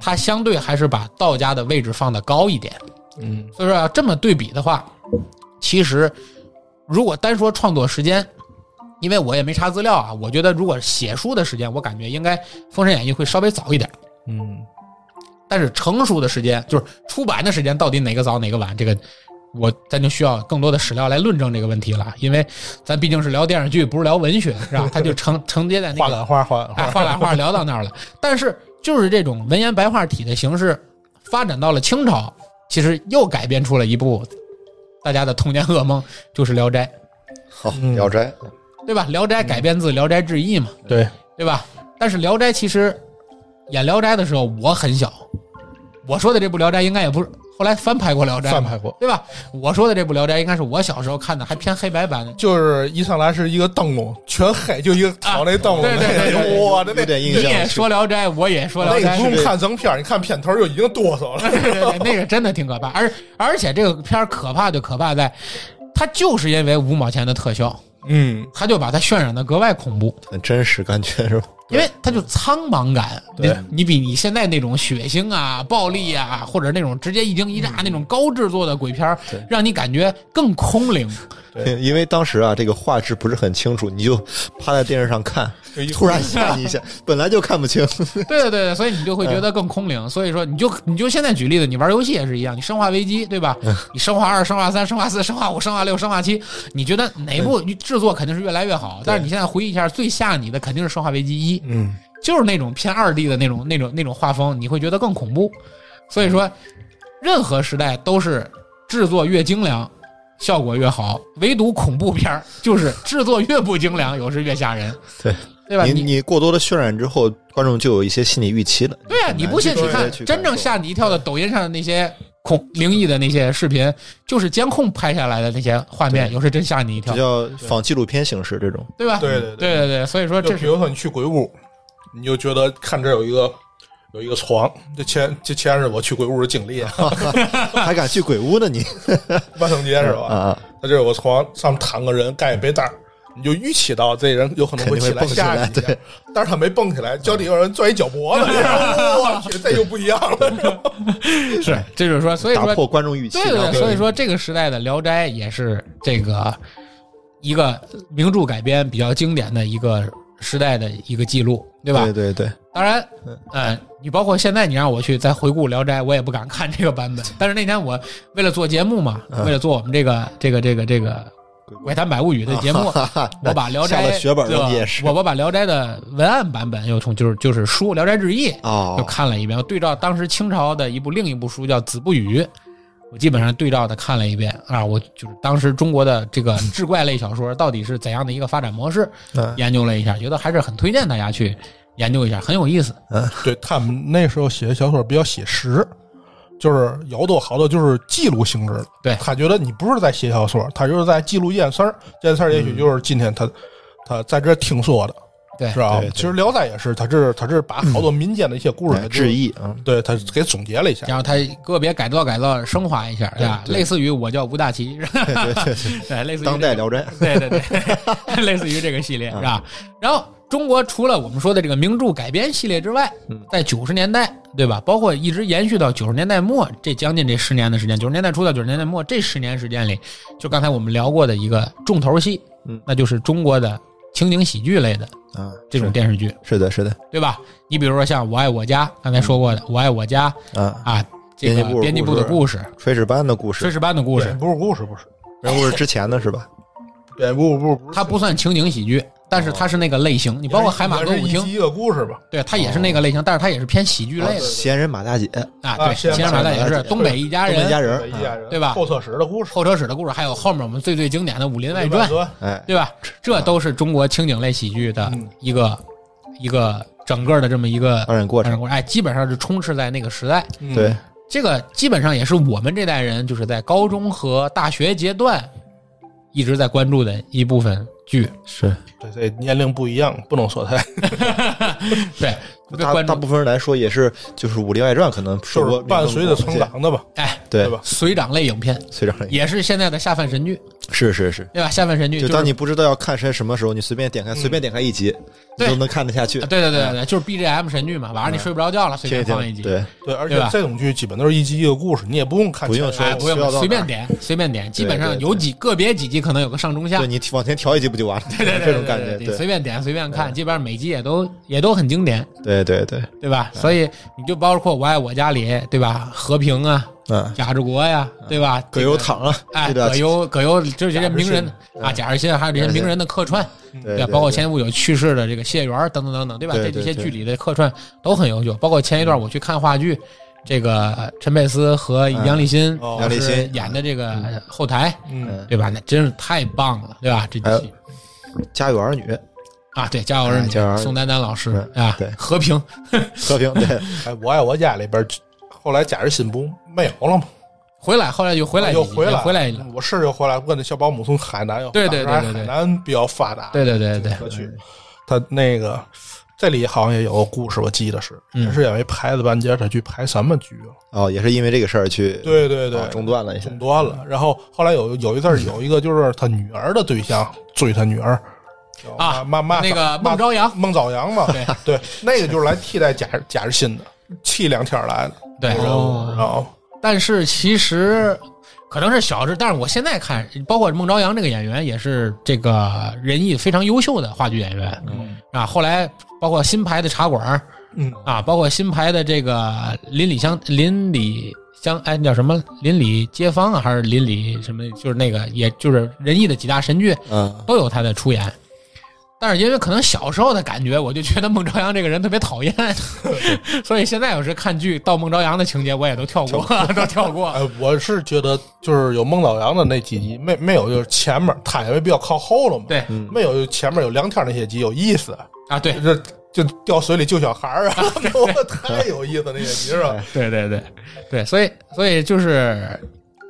[SPEAKER 1] 他相对还是把道家的位置放得高一点。
[SPEAKER 2] 嗯
[SPEAKER 1] 所以说要这么对比的话，其实如果单说创作时间，因为我也没查资料啊，我觉得如果写书的时间，我感觉应该《封神演义》会稍微早一点。
[SPEAKER 2] 嗯
[SPEAKER 1] 但是成熟的时间，就是出版的时间，到底哪个早哪个晚，这个我咱就需要更多的史料来论证这个问题了。因为咱毕竟是聊电视剧，不是聊文学，是吧？它就承承接在那
[SPEAKER 2] 画
[SPEAKER 1] 个
[SPEAKER 2] 赶画画
[SPEAKER 1] 哎
[SPEAKER 2] 赶画，
[SPEAKER 1] 画赶画聊到那儿了。但是就是这种文言白话体的形式，发展到了清朝，其实又改编出了一部大家的童年噩梦，就是《聊斋
[SPEAKER 3] 好，
[SPEAKER 2] 嗯
[SPEAKER 3] 《聊斋》》，
[SPEAKER 1] 对吧？《聊斋》改编自《聊斋志异》嘛，
[SPEAKER 2] 对，
[SPEAKER 1] 对吧？但是《聊斋》其实演《聊斋》的时候，我很小，我说的这部《聊斋》应该也不是后来翻拍过《聊斋》，
[SPEAKER 2] 翻拍过。
[SPEAKER 1] 对吧？我说的这部《聊斋》应该是我小时候看的，还偏黑白版的。
[SPEAKER 2] 就是一上来是一个灯笼，全黑，就一个挑那灯笼，
[SPEAKER 1] 啊对对对对
[SPEAKER 2] 哇，那
[SPEAKER 3] 有
[SPEAKER 2] 那
[SPEAKER 3] 点
[SPEAKER 1] 你
[SPEAKER 3] 印象
[SPEAKER 1] 也
[SPEAKER 3] 是
[SPEAKER 1] 说《聊斋》，我也说《聊
[SPEAKER 2] 那
[SPEAKER 1] 斋
[SPEAKER 2] 个》不，用看整片儿，你看片头就已经哆嗦了。
[SPEAKER 1] 对对对，那个真的挺可怕。而而且这个片儿可怕就可怕在，它就是因为五毛钱的特效，
[SPEAKER 2] 嗯，
[SPEAKER 1] 它就把它渲染的格外恐怖。
[SPEAKER 3] 很真实，感觉是吧？
[SPEAKER 1] 因为它就苍茫感，你
[SPEAKER 2] 对
[SPEAKER 1] 你比你现在那种血腥啊、暴力啊，或者那种直接一惊一乍那种高制作的鬼片儿
[SPEAKER 3] 对，
[SPEAKER 1] 让你感觉更空灵。
[SPEAKER 2] 对
[SPEAKER 3] 因为当时啊，这个画质不是很清楚，你就趴在电视上看，
[SPEAKER 1] 哎
[SPEAKER 2] 就一
[SPEAKER 3] 突然吓你 一下，本来就看不清。
[SPEAKER 1] 对对对，所以你就会觉得更空灵。所以说，你就你就现在举例子，你玩游戏也是一样，你《生化危机》对吧？你《生化二》《生化三》《生化四》《生化五》《生化六》《生化七》，你觉得哪部制作肯定是越来越好？但是你现在回忆一下，最吓你的肯定是《生化危机一》。
[SPEAKER 2] 嗯，
[SPEAKER 1] 就是那种偏二 D 的那种、那种、那种画风，你会觉得更恐怖。所以说，任何时代都是制作越精良，效果越好，唯独恐怖片儿就是制作越不精良，有时越吓人。
[SPEAKER 3] 对
[SPEAKER 1] 对吧？
[SPEAKER 3] 你
[SPEAKER 1] 你
[SPEAKER 3] 你过多的渲染之后，观众就有一些心理预期了。
[SPEAKER 1] 对啊，你不信
[SPEAKER 3] 很
[SPEAKER 1] 你
[SPEAKER 3] 难
[SPEAKER 1] 看，
[SPEAKER 3] 去
[SPEAKER 1] 真正吓你一跳的抖音上的那些恐灵异的那些视频，就是监控拍下来的那些画面，
[SPEAKER 3] 对
[SPEAKER 1] 有时真吓你一
[SPEAKER 3] 比
[SPEAKER 1] 跳，
[SPEAKER 3] 较仿纪录片形式这种。
[SPEAKER 1] 对吧？
[SPEAKER 2] 对
[SPEAKER 1] 对
[SPEAKER 2] 对
[SPEAKER 1] 对对，所以说
[SPEAKER 2] 就
[SPEAKER 1] 这
[SPEAKER 2] 比
[SPEAKER 1] 是
[SPEAKER 2] 如说你去鬼屋，你就觉得看这儿有一个有一个床，这前这前是我去鬼屋的经历，
[SPEAKER 3] 还敢去鬼屋呢你？
[SPEAKER 2] 万圣节是吧？
[SPEAKER 3] 啊，
[SPEAKER 2] 他这有个床，上面躺个人，盖一被单儿，你就预期到这人有可能
[SPEAKER 3] 肯定会
[SPEAKER 2] 起来嗯
[SPEAKER 3] 蹦起来
[SPEAKER 2] 吓你一下，但是他没蹦起来，脚底有人拽一脚脖子， 我去，这就不一样了。
[SPEAKER 1] 是，这就是说，所以
[SPEAKER 3] 打
[SPEAKER 1] 说
[SPEAKER 3] 破观众预期，
[SPEAKER 1] 对对
[SPEAKER 3] 然
[SPEAKER 1] 对，
[SPEAKER 3] 后
[SPEAKER 1] 所以说这个时代的《聊斋》也是这个一个名著改编比较经典的一个时代的一个记录，对吧？
[SPEAKER 3] 对对对，
[SPEAKER 1] 当然，
[SPEAKER 3] 嗯
[SPEAKER 1] 呃，你包括现在你让我去再回顾《聊斋》，我也不敢看这个版 本。但是那天我为了做节目嘛，
[SPEAKER 3] 嗯
[SPEAKER 1] 为了做我们这个这个这个这个
[SPEAKER 3] 鬼
[SPEAKER 1] 《鬼谈百物语》的节 目，我把《聊
[SPEAKER 3] 下
[SPEAKER 1] 斋
[SPEAKER 3] 了》血本
[SPEAKER 1] 对吧
[SPEAKER 3] 了，你也是
[SPEAKER 1] 我我把《聊斋》的文案版本又从就是就是书《聊斋志异》就
[SPEAKER 3] 哦，
[SPEAKER 1] 看了一遍。我对照当时清朝的一部另一部书叫《子不语》，我基本上对照的看了一遍啊。我就是当时中国的这个志怪类小说到底是怎样的一个发展模式，
[SPEAKER 3] 嗯
[SPEAKER 1] 研究了一下，觉得还是很推荐大家去研究一下，很有意思。
[SPEAKER 2] 对他们那时候写的小说比较写实，就是有的好多就是记录性质的。
[SPEAKER 1] 对
[SPEAKER 2] 他觉得你不是在写小说，他就是在记录一件事儿，这件事儿也许就是今天他、他在这儿听说的，
[SPEAKER 1] 对嗯
[SPEAKER 2] 是吧
[SPEAKER 3] 对对？
[SPEAKER 2] 其实《聊斋》也是，他这他这把好多民间的一些故事
[SPEAKER 3] 哎
[SPEAKER 2] 给
[SPEAKER 3] 致，意啊，
[SPEAKER 2] 对他给总结了一下。
[SPEAKER 1] 然后他个别改造改造，升华一下，对吧？
[SPEAKER 3] 对对
[SPEAKER 1] 类似于我叫吴大奇，是吧
[SPEAKER 3] 对对 对，
[SPEAKER 1] 对，类似于
[SPEAKER 3] 当
[SPEAKER 1] 这
[SPEAKER 3] 代
[SPEAKER 1] 个
[SPEAKER 3] 聊斋，
[SPEAKER 1] 对对对， 类似于这个系列是吧？然后中国除了我们说的这个名著改编系列之外
[SPEAKER 3] 嗯，
[SPEAKER 1] 在九十年代，对吧？包括一直延续到九十年代末，这将近这十年的时间，九十年代初到九十年代末这十年时间里，就刚才我们聊过的一个重头戏，
[SPEAKER 3] 嗯
[SPEAKER 1] 那就是中国的情景喜剧类的
[SPEAKER 3] 啊，
[SPEAKER 1] 这种电视剧，
[SPEAKER 3] 是的，是的，
[SPEAKER 1] 对吧？你比如说像《我爱我家》，刚才说过的《我爱我家》
[SPEAKER 3] 啊，
[SPEAKER 1] 啊，这个编
[SPEAKER 3] 编
[SPEAKER 1] 辑
[SPEAKER 3] 辑
[SPEAKER 1] 部
[SPEAKER 3] 部
[SPEAKER 1] 的
[SPEAKER 3] 的
[SPEAKER 1] 故
[SPEAKER 3] 故
[SPEAKER 1] 事，
[SPEAKER 3] 炊事班的故
[SPEAKER 1] 炊
[SPEAKER 3] 事，
[SPEAKER 1] 事班的故
[SPEAKER 2] 不是
[SPEAKER 1] 事，
[SPEAKER 2] 不是故事，不是，
[SPEAKER 3] 那故事之前的是吧？
[SPEAKER 2] 对，不不不，
[SPEAKER 1] 它不算情景喜剧，但是它是那个类型。你
[SPEAKER 2] 你
[SPEAKER 1] 包括海马歌舞厅，
[SPEAKER 2] 一个故事吧，
[SPEAKER 1] 对，它也是那个类型，但是它也是偏喜剧类的
[SPEAKER 3] 闲人马大姐，
[SPEAKER 1] 啊。
[SPEAKER 2] 啊
[SPEAKER 1] 对，《
[SPEAKER 2] 是
[SPEAKER 1] 先生马大也
[SPEAKER 3] 是
[SPEAKER 1] 是
[SPEAKER 3] 是
[SPEAKER 1] 东北一家
[SPEAKER 3] 东北
[SPEAKER 1] 人
[SPEAKER 3] 一
[SPEAKER 1] 嗯
[SPEAKER 3] 家》人
[SPEAKER 2] 对一家人
[SPEAKER 1] 对吧
[SPEAKER 2] 后侧室的故事，
[SPEAKER 1] 后车室的故事，还有后面我们最最经典的《武林外传》，
[SPEAKER 2] 传，
[SPEAKER 3] 哎，
[SPEAKER 1] 对吧？这都是中国情景类喜剧的
[SPEAKER 2] 嗯
[SPEAKER 1] 一个一个整个的这么一个
[SPEAKER 3] 发展过
[SPEAKER 1] 发展
[SPEAKER 3] 程，
[SPEAKER 1] 过程哎，基本上是充斥在那个时代。
[SPEAKER 2] 嗯
[SPEAKER 3] 对，
[SPEAKER 1] 这个基本上也是我们这代人就是在高中和大学阶段一直在关注的一部分剧，
[SPEAKER 3] 是
[SPEAKER 2] 对对，年龄不一样，不能 说太
[SPEAKER 1] 对，被
[SPEAKER 3] 大
[SPEAKER 1] 关
[SPEAKER 3] 大
[SPEAKER 1] 注
[SPEAKER 3] 部分人来说也是，就是《武林外传》可能受
[SPEAKER 2] 就
[SPEAKER 3] 过
[SPEAKER 2] 是伴随着成，长的吧，
[SPEAKER 1] 哎，
[SPEAKER 3] 对
[SPEAKER 2] 对吧？
[SPEAKER 1] 随长类影片
[SPEAKER 3] 随长
[SPEAKER 1] 也是现在的下饭神剧，
[SPEAKER 3] 是是是。
[SPEAKER 1] 对吧？下饭神剧
[SPEAKER 3] 就是当你不知道要看些什么时候，你随便点开，随便点开一集，你
[SPEAKER 1] 嗯对
[SPEAKER 3] 都能看得下去
[SPEAKER 1] 啊。对对对对对，就是 BGM 神剧嘛，晚上你睡不着觉了，随
[SPEAKER 3] 听
[SPEAKER 1] 便
[SPEAKER 3] 一
[SPEAKER 1] 放一集，
[SPEAKER 3] 听，嗯对，
[SPEAKER 2] 对，而
[SPEAKER 1] 对
[SPEAKER 2] 且
[SPEAKER 1] 吧
[SPEAKER 2] 这种剧基本都是一集一个故事，你也不用看
[SPEAKER 3] 不
[SPEAKER 2] 前
[SPEAKER 3] 用
[SPEAKER 2] 面，
[SPEAKER 3] 说
[SPEAKER 1] 哎，不用
[SPEAKER 3] 需要到哪儿
[SPEAKER 1] 随便点，随便点，基本
[SPEAKER 3] 对
[SPEAKER 1] 上
[SPEAKER 3] 对
[SPEAKER 1] 有几个别几集可能有个上中下
[SPEAKER 3] 对，你往前调一集不就完了？
[SPEAKER 1] 对对对
[SPEAKER 3] 这种感
[SPEAKER 1] 对
[SPEAKER 3] 觉，
[SPEAKER 1] 对对，
[SPEAKER 3] 对
[SPEAKER 1] 随便点随便看，基本上每集也都也都很经典，
[SPEAKER 3] 对对对，
[SPEAKER 1] 对吧？所以你就包括《我爱我家》里，对吧？和平啊，
[SPEAKER 3] 嗯，
[SPEAKER 1] 贾志国呀，对吧？
[SPEAKER 3] 葛
[SPEAKER 1] 这个
[SPEAKER 3] 优躺啊，
[SPEAKER 1] 哎，
[SPEAKER 3] 对的
[SPEAKER 1] 葛优葛优就是这些名人
[SPEAKER 3] 嗯
[SPEAKER 1] 啊，贾日新，还有这些名人的客串，
[SPEAKER 3] 对
[SPEAKER 1] 吧
[SPEAKER 3] 对，
[SPEAKER 1] 包括前不久去世的这个谢元等等等等，对吧？
[SPEAKER 3] 对
[SPEAKER 1] 这这
[SPEAKER 3] 对
[SPEAKER 1] 些
[SPEAKER 3] 对
[SPEAKER 1] 剧里的客串都很优秀。包括前一段我去看话剧，这个呃陈佩斯和杨立新，
[SPEAKER 2] 哦
[SPEAKER 3] 杨立新
[SPEAKER 1] 演的这个呃后台，
[SPEAKER 2] 嗯，
[SPEAKER 1] 对吧？那真是太棒了，对吧？这
[SPEAKER 3] 还有
[SPEAKER 1] 集
[SPEAKER 3] 家有儿女，
[SPEAKER 1] 啊，对，家有儿
[SPEAKER 3] 哎家有儿
[SPEAKER 1] 女，
[SPEAKER 3] 女
[SPEAKER 1] 宋丹丹老师
[SPEAKER 3] 嗯
[SPEAKER 1] 啊
[SPEAKER 3] 对，
[SPEAKER 1] 和平
[SPEAKER 3] 和平， 对，
[SPEAKER 2] 哎，我爱我家里边，后来贾日新不没有了吗？
[SPEAKER 1] 回来，后来就回来
[SPEAKER 2] 啊又
[SPEAKER 1] 几集，
[SPEAKER 2] 回来嗯
[SPEAKER 1] 回来了，
[SPEAKER 2] 我是又回来，我那小保姆从海南又
[SPEAKER 1] 对对对
[SPEAKER 2] 当时
[SPEAKER 1] 对对
[SPEAKER 2] 海南比较发达，
[SPEAKER 1] 对对对对，
[SPEAKER 2] 歌曲，他那个这里好像也有个故事，我记得是，
[SPEAKER 1] 嗯
[SPEAKER 2] 也是因为拍的半截，他去拍什么剧了？
[SPEAKER 3] 哦，也是因为这个事儿去
[SPEAKER 2] 对对对
[SPEAKER 3] 啊，中断了一下
[SPEAKER 2] 中，断了。然后后来有有一阵儿有一个就是他女儿的对象追他女儿，叫
[SPEAKER 1] 啊
[SPEAKER 2] 骂骂
[SPEAKER 1] 那个
[SPEAKER 2] 骂
[SPEAKER 1] 孟朝阳
[SPEAKER 2] 孟朝阳嘛，
[SPEAKER 1] 对
[SPEAKER 2] 对，那个就是来替代贾贾日新的，气两天儿来的，
[SPEAKER 1] 对哦
[SPEAKER 2] 然后然后
[SPEAKER 1] 但是其实可能是小事，但是我现在看，包括孟朝阳这个演员也是这个人艺非常优秀的话剧演员，嗯啊，后来包括新排的茶馆儿
[SPEAKER 2] 嗯，
[SPEAKER 1] 啊，包括新排的这个邻里乡邻里乡哎那叫什么邻里街坊啊，还是邻里什么，就是那个也就是人艺的几大神剧
[SPEAKER 3] 嗯，
[SPEAKER 1] 都有他的出演。但是因为可能小时候的感觉，我就觉得孟朝阳这个人特别讨厌，所以现在有时看剧到孟朝阳的情节，我也都跳过， 都跳过。
[SPEAKER 2] 哎，我是觉得就是有孟早阳的那几集，没没有就是前面，他因为比较靠后了嘛，
[SPEAKER 1] 对嗯
[SPEAKER 2] 没有就前面有梁天那些集有意思，
[SPEAKER 1] 啊， 对
[SPEAKER 2] 这就掉水里救小孩儿啊， 我太有意思那些 集是吧？
[SPEAKER 1] 对对对对，所以所以就是，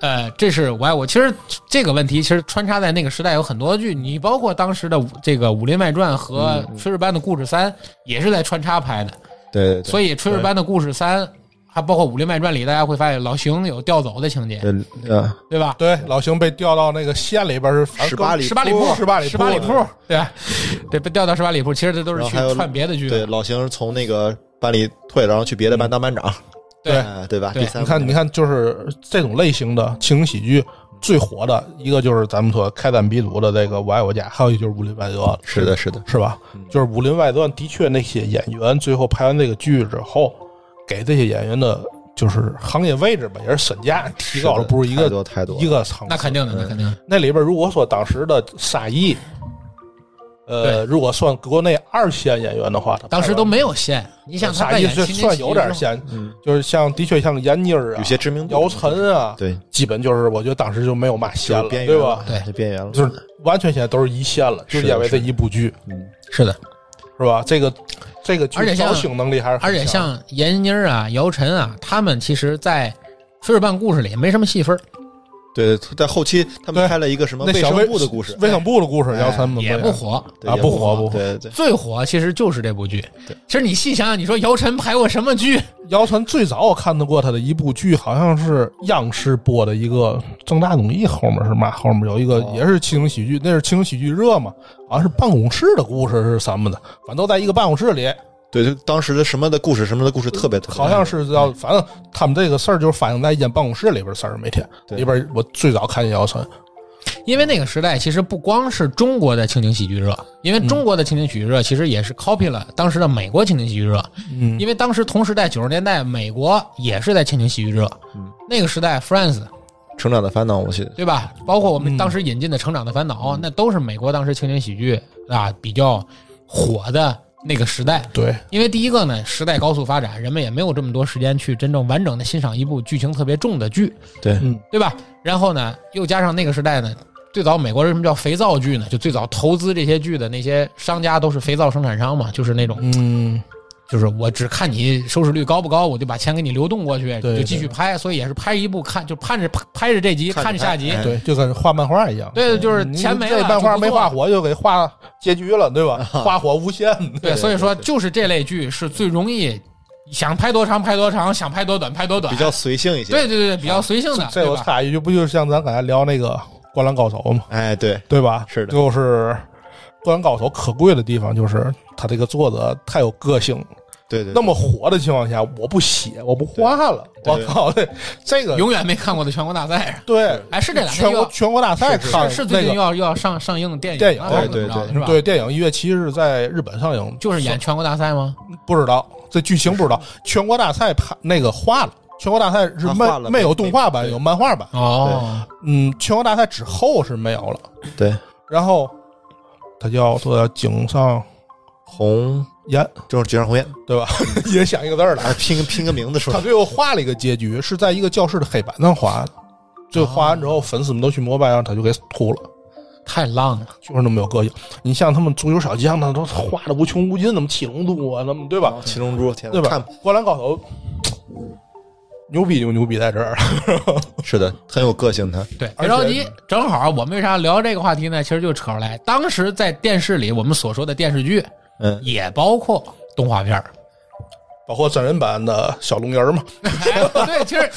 [SPEAKER 1] 呃，这是我爱我。其实这个问题其实穿插在那个时代有很多剧，你包括当时的武这个《武林外传》和《炊事班的故事三》也是在穿插拍的，
[SPEAKER 3] 对对对，
[SPEAKER 1] 所以《炊事班的故事三》。他包括《武林外传》里，大家会发现老邢有调走的情节，
[SPEAKER 3] 对，嗯，
[SPEAKER 1] 对吧？
[SPEAKER 2] 对，老邢被调到那个县里边是
[SPEAKER 3] 十八里
[SPEAKER 1] 十八里
[SPEAKER 2] 铺
[SPEAKER 1] 铺，
[SPEAKER 2] 十八里铺
[SPEAKER 1] 十八里铺，对吧，对，被调到十八里铺，其实这都是去
[SPEAKER 3] 然后还有
[SPEAKER 1] 串别的剧
[SPEAKER 3] 对，
[SPEAKER 1] 的，
[SPEAKER 3] 老邢从那个班里退，然后去别的班当班长，
[SPEAKER 1] 对
[SPEAKER 3] 哎对吧？
[SPEAKER 1] 对
[SPEAKER 3] 第三
[SPEAKER 2] 嗯你
[SPEAKER 3] 部，
[SPEAKER 2] 看，你看，就是这种类型的情景喜剧最火的一个就是咱们所开展鼻祖的这个《我爱我家》，还有一个就是《武林外传》，
[SPEAKER 3] 是的，嗯是的，
[SPEAKER 2] 是吧？就是《武林外传》的确那些演员最后拍完这个剧之后，给这些演员的就是行业位置吧，也是身价提高了，不是一
[SPEAKER 3] 太
[SPEAKER 2] 个
[SPEAKER 3] 多太多了，
[SPEAKER 2] 一个层次。
[SPEAKER 1] 那肯定的，那肯定的，
[SPEAKER 2] 那里边如果说当时的沙溢，呃，如果算国内二线演员的话，他
[SPEAKER 1] 当时
[SPEAKER 2] 拍完
[SPEAKER 1] 都没有线，你想他
[SPEAKER 2] 沙
[SPEAKER 1] 在
[SPEAKER 2] 溢
[SPEAKER 1] 演
[SPEAKER 2] 是
[SPEAKER 1] 情景
[SPEAKER 2] 算
[SPEAKER 1] 喜
[SPEAKER 2] 有
[SPEAKER 1] 剧
[SPEAKER 2] 点
[SPEAKER 1] 之后
[SPEAKER 2] 像，
[SPEAKER 3] 嗯
[SPEAKER 2] 就是像的确像闫妮儿啊，
[SPEAKER 3] 有些知名度
[SPEAKER 2] 姚晨啊，
[SPEAKER 3] 对，
[SPEAKER 2] 基本就是我觉得当时就没有嘛
[SPEAKER 3] 就
[SPEAKER 2] 线
[SPEAKER 3] 是
[SPEAKER 2] 了，
[SPEAKER 3] 边
[SPEAKER 2] 对
[SPEAKER 3] 缘
[SPEAKER 2] 吧
[SPEAKER 3] 了？
[SPEAKER 1] 对
[SPEAKER 3] 就边缘了，
[SPEAKER 2] 就是完全现在都是一线了，就是因为
[SPEAKER 3] 是
[SPEAKER 2] 这一部剧，
[SPEAKER 3] 嗯，
[SPEAKER 1] 是的，
[SPEAKER 2] 是吧？这个这个剧
[SPEAKER 1] 而且像
[SPEAKER 2] 造型能力还是很
[SPEAKER 1] 而且
[SPEAKER 2] 强的
[SPEAKER 1] 像闫妮儿啊、姚晨啊，他们其实，在《炊事办故事》里没什么戏份儿，
[SPEAKER 3] 对，在后期他们
[SPEAKER 2] 对
[SPEAKER 3] 拍了一个什么
[SPEAKER 2] 那
[SPEAKER 3] 卫
[SPEAKER 2] 小
[SPEAKER 3] 生
[SPEAKER 2] 卫
[SPEAKER 3] 部的故事，
[SPEAKER 2] 卫生部的故事，
[SPEAKER 3] 哎
[SPEAKER 2] 姚晨们
[SPEAKER 1] 也不火。
[SPEAKER 3] 对
[SPEAKER 2] 啊
[SPEAKER 3] 也
[SPEAKER 2] 不
[SPEAKER 3] 火
[SPEAKER 2] 火不火
[SPEAKER 3] 对对，
[SPEAKER 1] 最火其实就是这部剧
[SPEAKER 3] 对。
[SPEAKER 1] 其实你细想想，你说姚晨拍过什么剧？
[SPEAKER 2] 姚晨最早我看到过她的一部剧，好像是央视播的一个正大综艺，后面是嘛？后面有一个
[SPEAKER 3] 哦
[SPEAKER 2] 也是情景喜剧，那是情景喜剧热嘛？好像是办公室的故事是什么的，反正都在一个办公室里，
[SPEAKER 3] 对，就当时的什么的故事，什么的故事特别特别，
[SPEAKER 2] 好像是要，反正他们这个事儿就是反映在一间办公室里边的事儿。每天
[SPEAKER 3] 对
[SPEAKER 2] 里边我最早看见姚晨，
[SPEAKER 1] 因为那个时代其实不光是中国的情景喜剧热，因为中国的情景喜剧热其实也是 copy 了当时的美国情景喜剧热，
[SPEAKER 2] 嗯
[SPEAKER 1] 因为当时同时代九十年代美国也是在情景喜剧热
[SPEAKER 3] 嗯，
[SPEAKER 1] 那个时代 Friends
[SPEAKER 3] 《成长的烦恼》，我记得
[SPEAKER 1] 对吧？包括我
[SPEAKER 2] 嗯
[SPEAKER 1] 们当时引进的《成长的烦恼》，那都是美国当时情景喜剧啊比较火的那个时代。
[SPEAKER 2] 对，
[SPEAKER 1] 因为第一个呢，时代高速发展，人们也没有这么多时间去真正完整的欣赏一部剧情特别重的剧，
[SPEAKER 3] 对
[SPEAKER 2] 嗯，
[SPEAKER 1] 对吧？然后呢，又加上那个时代呢，最早美国为什么叫肥皂剧呢？就最早投资这些剧的那些商家都是肥皂生产商嘛，就是那种，
[SPEAKER 2] 嗯，
[SPEAKER 1] 就是我只看你收视率高不高，我就把钱给你流动过去，
[SPEAKER 2] 对
[SPEAKER 1] 就继续拍。所以也是拍一部看，就盼着拍着这集，
[SPEAKER 3] 看着
[SPEAKER 1] 看着下
[SPEAKER 3] 拍
[SPEAKER 1] 集。
[SPEAKER 3] 哎
[SPEAKER 2] 对，就跟画漫画一样。嗯
[SPEAKER 1] 对，就是钱没了，
[SPEAKER 2] 哎这漫画
[SPEAKER 1] 就不
[SPEAKER 2] 没
[SPEAKER 1] 做
[SPEAKER 2] 画
[SPEAKER 1] 了
[SPEAKER 2] 火就给画结局了，对吧？画火无限，
[SPEAKER 1] 对，所以说
[SPEAKER 3] 对对
[SPEAKER 1] 就是这类剧是最容易想拍多长拍多长，想拍多短拍多短，
[SPEAKER 3] 比较随性一些，
[SPEAKER 1] 对，对对，比较随性的，
[SPEAKER 2] 这
[SPEAKER 1] 对
[SPEAKER 2] 我
[SPEAKER 1] 吧？
[SPEAKER 2] 插一句，不就是像咱刚才聊那个《灌篮高手》吗？
[SPEAKER 3] 哎，对，
[SPEAKER 2] 对吧？
[SPEAKER 3] 是的
[SPEAKER 2] 就是《灌篮高手》可贵的地方就是他这个作者太有个性。
[SPEAKER 3] 对对，
[SPEAKER 2] 那么火的情况下，我不写，我不画了，
[SPEAKER 3] 对
[SPEAKER 2] 我靠，这这个
[SPEAKER 1] 永远没看过的全国大赛，
[SPEAKER 2] 对，
[SPEAKER 1] 哎，是这两天
[SPEAKER 2] 全
[SPEAKER 1] 又
[SPEAKER 2] 国
[SPEAKER 1] 要
[SPEAKER 2] 全国大赛看
[SPEAKER 1] 是是最近
[SPEAKER 2] 那个
[SPEAKER 1] 又要又要上上映的电影
[SPEAKER 2] 电影
[SPEAKER 1] 啊还是
[SPEAKER 3] 对
[SPEAKER 1] 怎么着的
[SPEAKER 3] 对
[SPEAKER 1] 是吧？，
[SPEAKER 2] 对电影一月七日在日本上映，
[SPEAKER 1] 就是演全国大赛吗？
[SPEAKER 2] 不知道这剧情不知道，全国大赛拍那个画了。全国大赛是
[SPEAKER 3] 啊
[SPEAKER 2] 没、
[SPEAKER 3] 画了
[SPEAKER 2] 没有
[SPEAKER 3] 没
[SPEAKER 2] 动画版，
[SPEAKER 3] 没
[SPEAKER 2] 有漫画版。
[SPEAKER 1] 哦，
[SPEAKER 2] 嗯，全国大赛之后是没有了。
[SPEAKER 3] 对
[SPEAKER 2] 然后他叫做井上
[SPEAKER 3] 红
[SPEAKER 2] 岩，
[SPEAKER 3] 就是井上红彦，
[SPEAKER 2] 对吧？ 也想一个字儿来。
[SPEAKER 3] 哎，拼拼个名字出
[SPEAKER 2] 他
[SPEAKER 3] 来，
[SPEAKER 2] 最后画了一个结局，是在一个教室的黑板上画的。最后画完之后，粉丝们都去膜拜，然后他就给秃了，
[SPEAKER 1] 太浪了，
[SPEAKER 2] 就是那么有个性。你像他们足球小将，那都画的无穷无尽，那么七龙珠啊，那么对吧？
[SPEAKER 3] 七龙珠，天哪，
[SPEAKER 2] 对吧
[SPEAKER 3] 哦看？
[SPEAKER 2] 灌篮高手牛逼就牛逼在这儿，
[SPEAKER 3] 是的，很有个性，他
[SPEAKER 1] 对，
[SPEAKER 2] 而且
[SPEAKER 1] 别着急，正好我们为啥聊这个话题呢？其实就扯出来，当时在电视里我们所说的电视剧，
[SPEAKER 3] 嗯，
[SPEAKER 1] 也包括动画片 儿。
[SPEAKER 2] 包括真人版的小龙人儿嘛，
[SPEAKER 1] 哎，对，其实，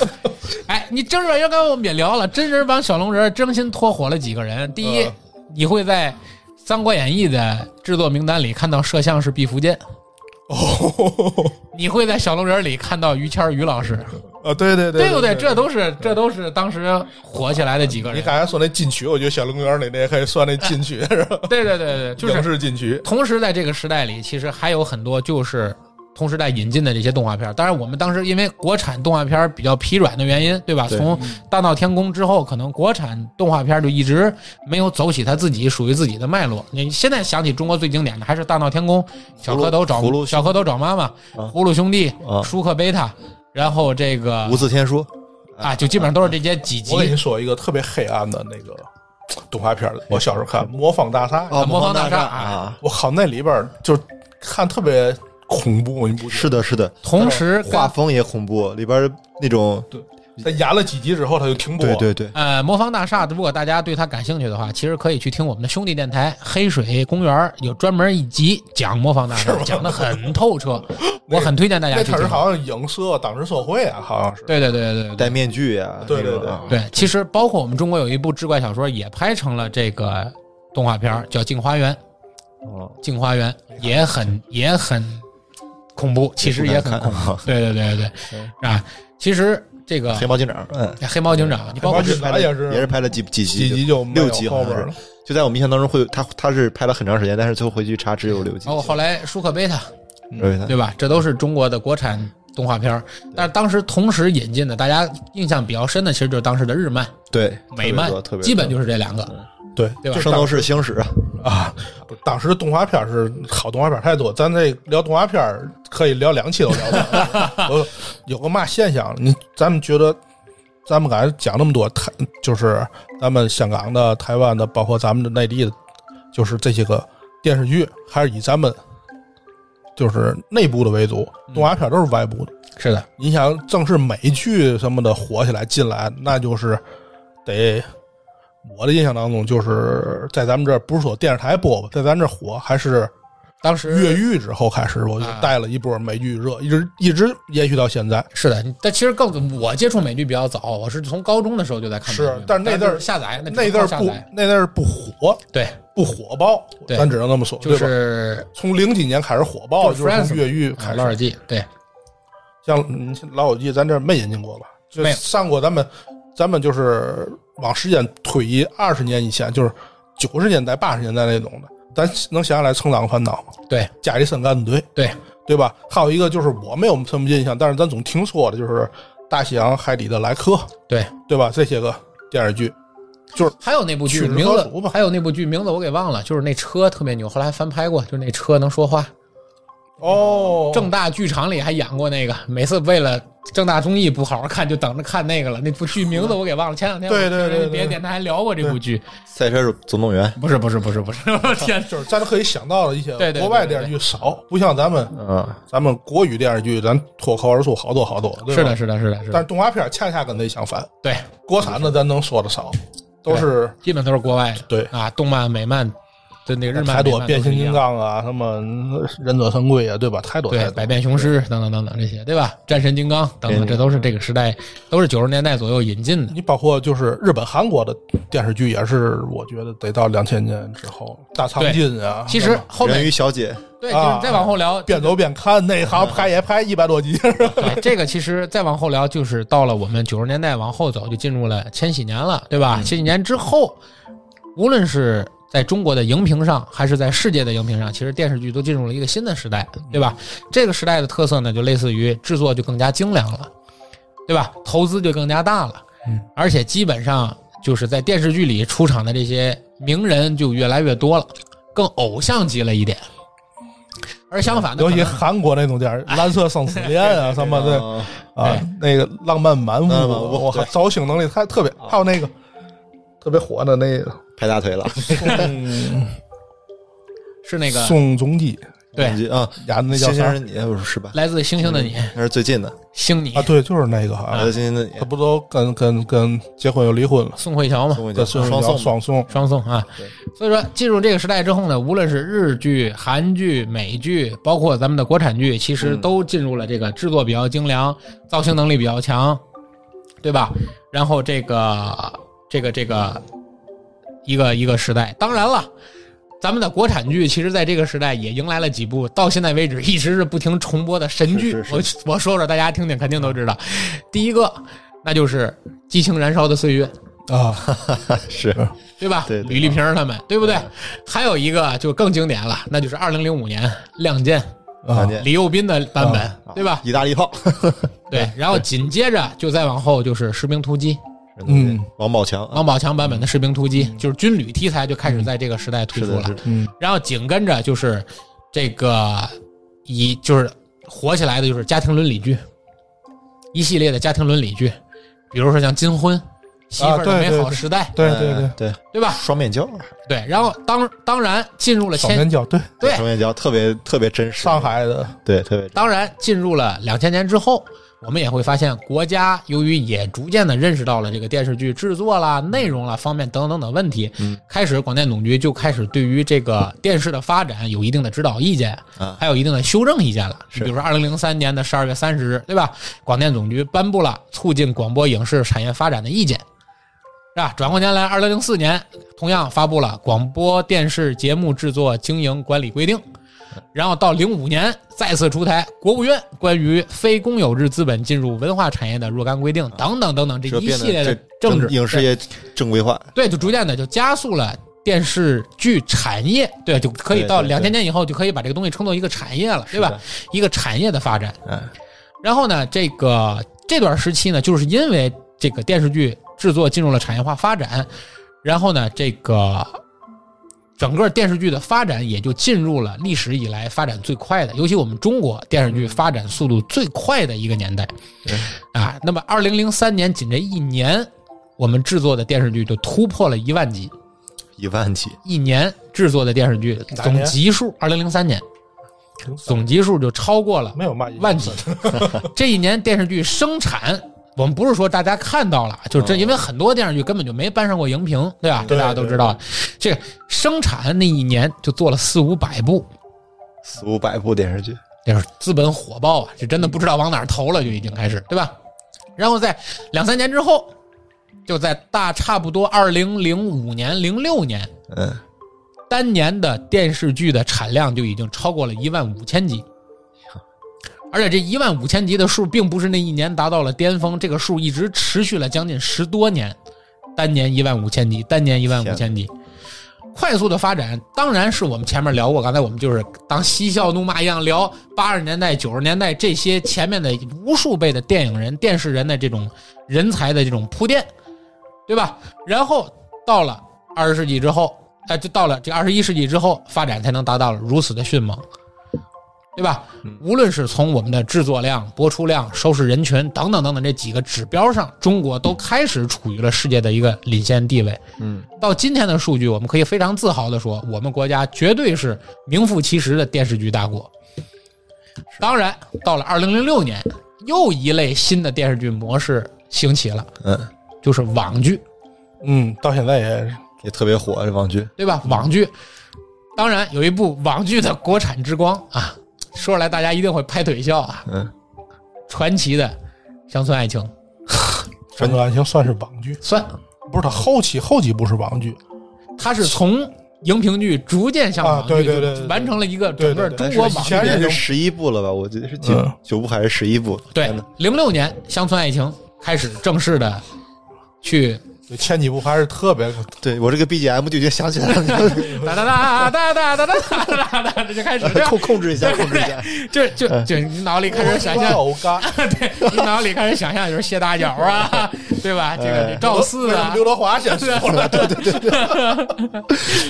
[SPEAKER 1] 哎，你真人刚才我们也聊了，真人版小龙人儿真心拖火了几个人。第一，
[SPEAKER 2] 嗯
[SPEAKER 1] 你会在《三国演义》的制作名单里看到摄像是毕福剑，
[SPEAKER 2] 哦，
[SPEAKER 1] 你会在小龙人儿里看到于谦儿于老师，
[SPEAKER 2] 啊，对对对
[SPEAKER 1] 对不对？这都是这都是当时火起来的几个
[SPEAKER 2] 你
[SPEAKER 1] 人。
[SPEAKER 2] 刚才说那金曲，我觉得小龙园里那也可以算那金曲，是吧？
[SPEAKER 1] 对对对对，哎就
[SPEAKER 2] 影
[SPEAKER 1] 是
[SPEAKER 2] 视金曲。
[SPEAKER 1] 同时在这个时代里，其实还有很多就是。同时代引进的这些动画片儿，当然我们当时因为国产动画片儿比较疲软的原因，对吧？
[SPEAKER 3] 对
[SPEAKER 1] 从《大闹天宫》之后，可能国产动画片儿就一直没有走起它自己属于自己的脉络。你现在想起中国最经典的还是《大闹天宫》、小蝌蚪找
[SPEAKER 3] 葫芦
[SPEAKER 1] 小蝌蚪找妈妈、葫芦兄弟、
[SPEAKER 3] 啊
[SPEAKER 1] 舒克贝塔，然后这个
[SPEAKER 3] 无字天书，
[SPEAKER 1] 啊，就基本上都是这些几集
[SPEAKER 2] 我跟你说一个特别黑暗的那个动画片儿，我小时候看《魔方大厦》，
[SPEAKER 1] 啊
[SPEAKER 3] 哦，
[SPEAKER 1] 魔方大
[SPEAKER 3] 大
[SPEAKER 1] 厦
[SPEAKER 3] 啊，
[SPEAKER 2] 我靠，那里边儿就看特别恐怖，你不觉得
[SPEAKER 3] 是的，是的，
[SPEAKER 1] 同时跟
[SPEAKER 3] 画风也恐怖，里边那种
[SPEAKER 2] 他演了几集之后他就停播，
[SPEAKER 3] 对对对，
[SPEAKER 1] 呃，魔方大厦，如果大家对它感兴趣的话，其实可以去听我们的兄弟电台《黑水公园》，有专门一集讲魔方大厦，讲的很透彻，我很推荐大家
[SPEAKER 2] 那
[SPEAKER 1] 去
[SPEAKER 2] 他
[SPEAKER 1] 听
[SPEAKER 2] 是。好像影射当时社会啊，好像是。
[SPEAKER 1] 对对对对对对
[SPEAKER 3] 戴面具啊，
[SPEAKER 2] 对
[SPEAKER 3] 那
[SPEAKER 2] 对
[SPEAKER 3] 种啊
[SPEAKER 1] 对，其实包括我们中国有一部志怪小说也拍成了这个动画片儿，叫《镜花缘》，
[SPEAKER 3] 哦
[SPEAKER 1] 《镜花缘》也很也很恐怖，其实也很恐怖。
[SPEAKER 3] 怖。
[SPEAKER 1] 对对对对对，啊，其实这个
[SPEAKER 3] 黑猫警长，嗯，
[SPEAKER 1] 黑猫警长，你包括
[SPEAKER 2] 黑猫警长
[SPEAKER 3] 拍了
[SPEAKER 2] 也是
[SPEAKER 3] 也是拍了几几
[SPEAKER 2] 几
[SPEAKER 3] 集，
[SPEAKER 2] 集就没有
[SPEAKER 3] 六集
[SPEAKER 2] 后
[SPEAKER 3] 好
[SPEAKER 2] 边
[SPEAKER 3] 像是
[SPEAKER 2] 了，，
[SPEAKER 3] 就在我们印象当中会有他他是拍了很长时间，但是最后回去查只有六集
[SPEAKER 1] 包。括后来舒克贝塔，
[SPEAKER 3] 对他
[SPEAKER 1] 对吧？这都是中国的国产动画片儿，但是当时同时引进的，大家印象比较深的，其实就是当时的日漫、
[SPEAKER 3] 对
[SPEAKER 1] 美漫
[SPEAKER 3] 特别多特别，多嗯
[SPEAKER 1] 基本就是这两个。
[SPEAKER 2] 对
[SPEAKER 1] 对吧
[SPEAKER 3] 圣斗士星矢，
[SPEAKER 2] 啊，不是当时动画片是好动画片太多，咱这聊动画片儿可以聊两期都聊不完。我有个嘛现象，你咱们觉得，咱们刚才讲那么多，台就是咱们香港的、台湾的，包括咱们的内地的，就是这些个电视剧，还是以咱们就是内部的为主，动画片都是外部的。
[SPEAKER 1] 是的，
[SPEAKER 2] 你想正是美剧什么的火起来进来，那就是得我的印象当中，就是在咱们这儿不是说电视台播吧，在咱这儿火还是
[SPEAKER 1] 当时
[SPEAKER 2] 越狱之后开始，我就
[SPEAKER 1] 啊
[SPEAKER 2] 带了一波美剧热，一直一直延续到现在。
[SPEAKER 1] 是的，但其实更我接触美剧比较早，我是从高中的时候就在看美剧
[SPEAKER 2] 是
[SPEAKER 1] 了。
[SPEAKER 2] 但是那阵儿
[SPEAKER 1] 就是下载
[SPEAKER 2] 那
[SPEAKER 1] 阵
[SPEAKER 2] 阵儿
[SPEAKER 1] 下
[SPEAKER 2] 不
[SPEAKER 1] 载，
[SPEAKER 2] 那阵儿不火，
[SPEAKER 1] 对，
[SPEAKER 3] 哦
[SPEAKER 2] 不火爆，
[SPEAKER 1] 对
[SPEAKER 2] 咱只能那么说，
[SPEAKER 1] 就
[SPEAKER 2] 对吧？
[SPEAKER 1] 是
[SPEAKER 2] 从零几年开始火爆，
[SPEAKER 1] 就
[SPEAKER 2] 就是是
[SPEAKER 1] Friends
[SPEAKER 2] 从越狱
[SPEAKER 1] 啊
[SPEAKER 2] 开
[SPEAKER 1] 《
[SPEAKER 2] 始。
[SPEAKER 1] 老友记》，对，
[SPEAKER 2] 像嗯老友记，咱这儿没引进过吧？就
[SPEAKER 1] 没有
[SPEAKER 2] 上过咱们，咱们就是往时间推移二十年以前，就是九十年代、八十年代那种的，咱能想起来《成长烦恼》吗？
[SPEAKER 1] 对，
[SPEAKER 2] 家里三干队，
[SPEAKER 1] 对
[SPEAKER 2] 对吧？还有一个就是我没有什么印象，但是咱总听说的就是《大西洋海底的来客》，
[SPEAKER 1] 对，
[SPEAKER 2] 对吧？这些个电视剧，
[SPEAKER 1] 还有那部剧
[SPEAKER 2] 曲之
[SPEAKER 1] 名
[SPEAKER 2] 高
[SPEAKER 1] 字
[SPEAKER 2] 足吧，
[SPEAKER 1] 还有那部剧名字我给忘了，就是那车特别牛，后来还翻拍过，就是那车能说话。
[SPEAKER 2] 哦，
[SPEAKER 1] 正大剧场里还演过那个，每次为了正大综艺不好好看，就等着看那个了。那部剧名字我给忘了，前两天我
[SPEAKER 2] 对对对
[SPEAKER 1] 听人家
[SPEAKER 2] 对
[SPEAKER 1] 别的电台还聊过这部剧，
[SPEAKER 3] 赛车总动员，
[SPEAKER 1] 不是不是不是不是，我天，
[SPEAKER 2] 就是咱可以想到的一些
[SPEAKER 1] 对对对
[SPEAKER 2] 国外电视剧少，不像咱们
[SPEAKER 3] 嗯，
[SPEAKER 2] 咱们国语电视剧，咱脱口而出好多好多，对
[SPEAKER 1] 是
[SPEAKER 2] 吧
[SPEAKER 1] 的，是的，是的，是
[SPEAKER 2] 但
[SPEAKER 1] 的，
[SPEAKER 2] 是动画片恰恰跟这相反，
[SPEAKER 1] 对，
[SPEAKER 2] 国产的咱能说的少，都是
[SPEAKER 1] 基本都是国外的，
[SPEAKER 2] 对
[SPEAKER 1] 啊，动漫、美漫的那个日漫、
[SPEAKER 2] 太
[SPEAKER 1] 美
[SPEAKER 2] 多
[SPEAKER 1] 漫都是
[SPEAKER 2] 变形
[SPEAKER 1] 一
[SPEAKER 2] 金
[SPEAKER 1] 样
[SPEAKER 2] 刚啊，什么忍者神龟啊，对吧？太多太
[SPEAKER 1] 对，
[SPEAKER 2] 多
[SPEAKER 1] 百变雄狮等等等等这些，对吧？战神金刚啊等等，这都是这个时代，都是九十年代左右引进的。
[SPEAKER 2] 你包括就是日本、韩国的电视剧，也是我觉得得到两千年之后，大长今啊，
[SPEAKER 1] 其实后
[SPEAKER 3] 人
[SPEAKER 1] 面
[SPEAKER 3] 鱼小姐，
[SPEAKER 1] 对，就
[SPEAKER 2] 啊
[SPEAKER 1] 是再往后聊，
[SPEAKER 2] 边走边看，内行
[SPEAKER 1] 嗯
[SPEAKER 2] 拍也拍一百 多集，
[SPEAKER 1] 对，这个其实再往后聊，就是到了我们九十年代往后走，就进入了千禧年了，对
[SPEAKER 2] 嗯
[SPEAKER 1] 吧？千禧年之后，无论是在中国的荧屏上，还是在世界的荧屏上，其实电视剧都进入了一个新的时代，对吧？
[SPEAKER 2] 嗯
[SPEAKER 1] 这个时代的特色呢，就类似于制作就更加精良了，对吧？投资就更加大了，
[SPEAKER 2] 嗯，
[SPEAKER 1] 而且基本上就是在电视剧里出场的这些名人就越来越多了，更偶像级了一点。而相反的，
[SPEAKER 2] 尤
[SPEAKER 1] 可
[SPEAKER 2] 其
[SPEAKER 1] 能
[SPEAKER 2] 韩国那种电视《蓝色生死恋》 啊什么的
[SPEAKER 3] 嗯
[SPEAKER 2] 啊，那个浪漫满屋，
[SPEAKER 3] 浪漫满屋
[SPEAKER 2] 我靠，造星能力太特别，还有那个
[SPEAKER 1] 啊
[SPEAKER 2] 特别火的那个
[SPEAKER 3] 拍 大腿了，
[SPEAKER 1] 是那个
[SPEAKER 2] 宋仲基
[SPEAKER 1] 对
[SPEAKER 3] 感觉啊，
[SPEAKER 2] 演的那叫
[SPEAKER 3] 星
[SPEAKER 2] 啥
[SPEAKER 3] 星的你不是是吧？
[SPEAKER 1] 来自星星的你。
[SPEAKER 3] 那是最近的，
[SPEAKER 1] 星你
[SPEAKER 2] 啊？对，就是那个好
[SPEAKER 3] 来
[SPEAKER 2] 像
[SPEAKER 3] 自星星的你
[SPEAKER 2] 他，不都跟跟跟结婚又离婚了，
[SPEAKER 1] 宋慧乔嘛，
[SPEAKER 3] 跟我
[SPEAKER 2] 这
[SPEAKER 3] 讲
[SPEAKER 2] 是
[SPEAKER 3] 双
[SPEAKER 2] 叫
[SPEAKER 3] 宋
[SPEAKER 2] 双宋，
[SPEAKER 1] 双宋啊
[SPEAKER 3] 对。
[SPEAKER 1] 所以说，进入这个时代之后呢，无论是日剧、韩剧、美剧，包括咱们的国产剧，其实都进入了这个制作比较精良、造型能力比较强，对吧？然后这个这个这个一个一个时代，当然了。咱们的国产剧，其实在这个时代也迎来了几部到现在为止一直是不停重播的神剧。
[SPEAKER 3] 是是是
[SPEAKER 1] 我我说说，大家听听肯定都知道。第一个，那就是《激情燃烧的岁月》，
[SPEAKER 2] 啊，
[SPEAKER 3] 是
[SPEAKER 1] 对吧？
[SPEAKER 3] 对对
[SPEAKER 1] 吕丽萍儿他们，对不对？还有一个就更经典了，那就是二零零五年《亮剑
[SPEAKER 2] 啊
[SPEAKER 3] 看，》见
[SPEAKER 1] 李幼斌的版本，
[SPEAKER 3] 啊
[SPEAKER 1] 对吧？
[SPEAKER 3] 意大利炮，
[SPEAKER 1] 对。然后紧接着就再往后就是《士兵突击》，
[SPEAKER 2] 嗯，
[SPEAKER 3] 王宝强，啊
[SPEAKER 1] 王宝强版本的《士兵突击》，就是军旅题材就开始在这个时代突
[SPEAKER 3] 是
[SPEAKER 1] 出
[SPEAKER 3] 的，
[SPEAKER 1] 了
[SPEAKER 3] 是。的，
[SPEAKER 2] 嗯，
[SPEAKER 1] 然后紧跟着就是这个以就是火起来的就是家庭伦理剧，一系列的家庭伦理剧，比如说像《金婚》《媳妇儿的
[SPEAKER 2] 对
[SPEAKER 1] 美
[SPEAKER 2] 对
[SPEAKER 1] 好时代》
[SPEAKER 2] 对对对
[SPEAKER 3] 嗯，对，
[SPEAKER 1] 对吧？
[SPEAKER 3] 双面胶，
[SPEAKER 1] 对。然后当当然进入了
[SPEAKER 2] 少
[SPEAKER 1] 千
[SPEAKER 2] 年娇对
[SPEAKER 1] 对
[SPEAKER 3] 双面胶特别特别真实，
[SPEAKER 2] 上海的
[SPEAKER 3] 对，特别真实
[SPEAKER 1] 当然，进入了两千年之后，我们也会发现，国家由于也逐渐的认识到了这个电视剧制作啦、内容啦方面等等等问题，
[SPEAKER 3] 嗯
[SPEAKER 1] 开始广电总局就开始对于这个电视的发展有一定的指导意见，
[SPEAKER 3] 啊
[SPEAKER 1] 还有一定的修正意见了。
[SPEAKER 3] 是
[SPEAKER 1] 比如说，二零零三年的十二月三十日，对吧？广电总局颁布了《促进广播影视产业发展的意见》，是吧？转过年来，二零零四年同样发布了《广播电视节目制作经营管理规定》。然后到零五年再次出台国务院关于非公有制资本进入文化产业的若干规定等等等等这
[SPEAKER 3] 啊这
[SPEAKER 1] 一
[SPEAKER 3] 变
[SPEAKER 1] 系列
[SPEAKER 3] 得
[SPEAKER 1] 的
[SPEAKER 3] 这
[SPEAKER 1] 政治
[SPEAKER 3] 影视
[SPEAKER 1] 对
[SPEAKER 3] 业正规化，
[SPEAKER 1] 对，就逐渐的就加速了电视剧产业，对，就可以
[SPEAKER 3] 对
[SPEAKER 1] 到
[SPEAKER 3] 对
[SPEAKER 1] 两千
[SPEAKER 3] 对
[SPEAKER 1] 年以后就可以把这个东西称作一个产业了，对吧
[SPEAKER 3] 是的？
[SPEAKER 1] 一个产业的发展。
[SPEAKER 3] 嗯
[SPEAKER 1] 然后呢，这个这段时期呢，就是因为这个电视剧制作进入了产业化发展，然后呢，这个整个电视剧的发展也就进入了历史以来发展最快的，尤其我们中国电视剧发展速度最快的一个年代
[SPEAKER 3] 对。
[SPEAKER 1] 啊，那么二零零三年仅这一年，我们制作的电视剧就突破了一万集，
[SPEAKER 3] 一万集，
[SPEAKER 1] 一年制作的电视剧
[SPEAKER 2] 哪
[SPEAKER 1] 总
[SPEAKER 2] 年
[SPEAKER 1] 集数，二零零三年
[SPEAKER 2] 零三
[SPEAKER 1] 总集数就超过了
[SPEAKER 2] 没有卖
[SPEAKER 1] 万集。 这一年电视剧生产，我们不是说大家看到了，啊就是这，
[SPEAKER 3] 嗯
[SPEAKER 1] 因为很多电视剧根本就没搬上过荧屏，对吧？这
[SPEAKER 2] 对
[SPEAKER 1] 大家都知道。这个生产那一年就做了四五百部，
[SPEAKER 3] 四五百部电视剧，
[SPEAKER 1] 这是资本火爆啊，这真的不知道往哪儿投了，就已经开始，对吧？然后在两三年之后，就在大差不多二零零五年、零六年，
[SPEAKER 3] 嗯，
[SPEAKER 1] 单年的电视剧的产量就已经超过了一万五千集，而且这一万五千集的数并不是那一年达到了巅峰，这个数一直持续了将近十多年，单年一万五千集，单年一万五千集。快速的发展当然是我们前面聊过，刚才我们就是当嬉笑怒骂一样聊八十年代、九十年代这些前面的无数倍的电影人、电视人的这种人才的这种铺垫，对吧？然后到了二十世纪之后，哎、就到了这二十一世纪之后，发展才能达到了如此的迅猛，对吧？无论是从我们的制作量、播出量、收视人群等等等等这几个指标上，中国都开始处于了世界的一个领先地位。
[SPEAKER 3] 嗯，
[SPEAKER 1] 到今天的数据，我们可以非常自豪地说，我们国家绝对是名副其实的电视剧大国。当然，到了二零零六年，又一类新的电视剧模式兴起了，
[SPEAKER 3] 嗯，
[SPEAKER 1] 就是网剧。
[SPEAKER 2] 嗯，到现在也
[SPEAKER 3] 也特别火这网剧，
[SPEAKER 1] 对吧？网剧，当然有一部网剧的国产之光啊，说出来大家一定会拍腿笑啊，
[SPEAKER 3] 嗯，
[SPEAKER 1] 传奇的乡村爱情
[SPEAKER 2] 《山河爱情》算是网剧，
[SPEAKER 1] 算，
[SPEAKER 2] 不是它后期后几部是网剧，
[SPEAKER 1] 它是从荧屏剧逐渐向
[SPEAKER 2] 啊
[SPEAKER 1] 网剧，
[SPEAKER 2] 对对对对
[SPEAKER 1] 完成了一个整个
[SPEAKER 2] 对对
[SPEAKER 1] 中
[SPEAKER 2] 对
[SPEAKER 1] 国
[SPEAKER 2] 但是
[SPEAKER 1] 网剧
[SPEAKER 2] 以前
[SPEAKER 1] 的
[SPEAKER 3] 是
[SPEAKER 2] 是
[SPEAKER 3] 十一部了吧？我记得是九
[SPEAKER 2] 嗯
[SPEAKER 3] 九部还是十一部？
[SPEAKER 1] 对
[SPEAKER 3] 天哪，
[SPEAKER 1] 零六年乡村爱情开始正式的去
[SPEAKER 2] 就前几部还是特别
[SPEAKER 3] 对我这个 BGM 就已经想起来了，
[SPEAKER 1] 哒哒哒哒哒哒哒哒哒哒，这就 开始这样
[SPEAKER 3] 控控制一下，控制一下，
[SPEAKER 1] 就就就你脑里开始想 象。
[SPEAKER 2] 老干，
[SPEAKER 1] 你脑里开始想象就是谢大脚啊，对吧？这个
[SPEAKER 3] 哎
[SPEAKER 1] 赵四啊，
[SPEAKER 2] 刘德华先说了，对对对，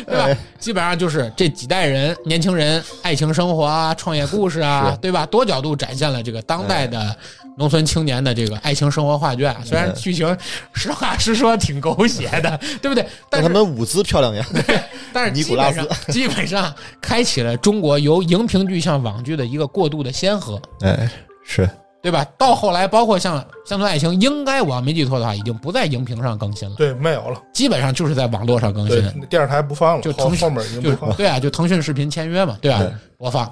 [SPEAKER 1] 对吧？基本上就是这几代人，年轻人爱情生活啊、创业故事啊，对吧？多角度展现了这个当代的农村青年的这个爱情生活画卷。啊虽然剧情实话实说挺狗血的，对不对？但
[SPEAKER 3] 让他
[SPEAKER 1] 是
[SPEAKER 3] 们舞姿 漂亮呀。
[SPEAKER 1] 但是
[SPEAKER 3] 尼
[SPEAKER 1] 基
[SPEAKER 3] 古拉
[SPEAKER 1] 本
[SPEAKER 3] 斯
[SPEAKER 1] 上基本上开启了中国由荧屏剧向网剧的一个过渡的先河。
[SPEAKER 3] 哎，是，
[SPEAKER 1] 对吧？到后来，包括像《乡村爱情》，应该我要没记错的话，已经不在荧屏上更新了，
[SPEAKER 2] 对没有了，
[SPEAKER 1] 基本上就是在网络上更
[SPEAKER 2] 对
[SPEAKER 1] 新。
[SPEAKER 2] 电视台不放了，
[SPEAKER 1] 就
[SPEAKER 2] 后
[SPEAKER 1] 腾讯
[SPEAKER 2] 后面已经
[SPEAKER 1] 就
[SPEAKER 2] 不放了，
[SPEAKER 1] 对啊，就腾讯视频签约嘛，对吧、
[SPEAKER 3] 对
[SPEAKER 1] 播放。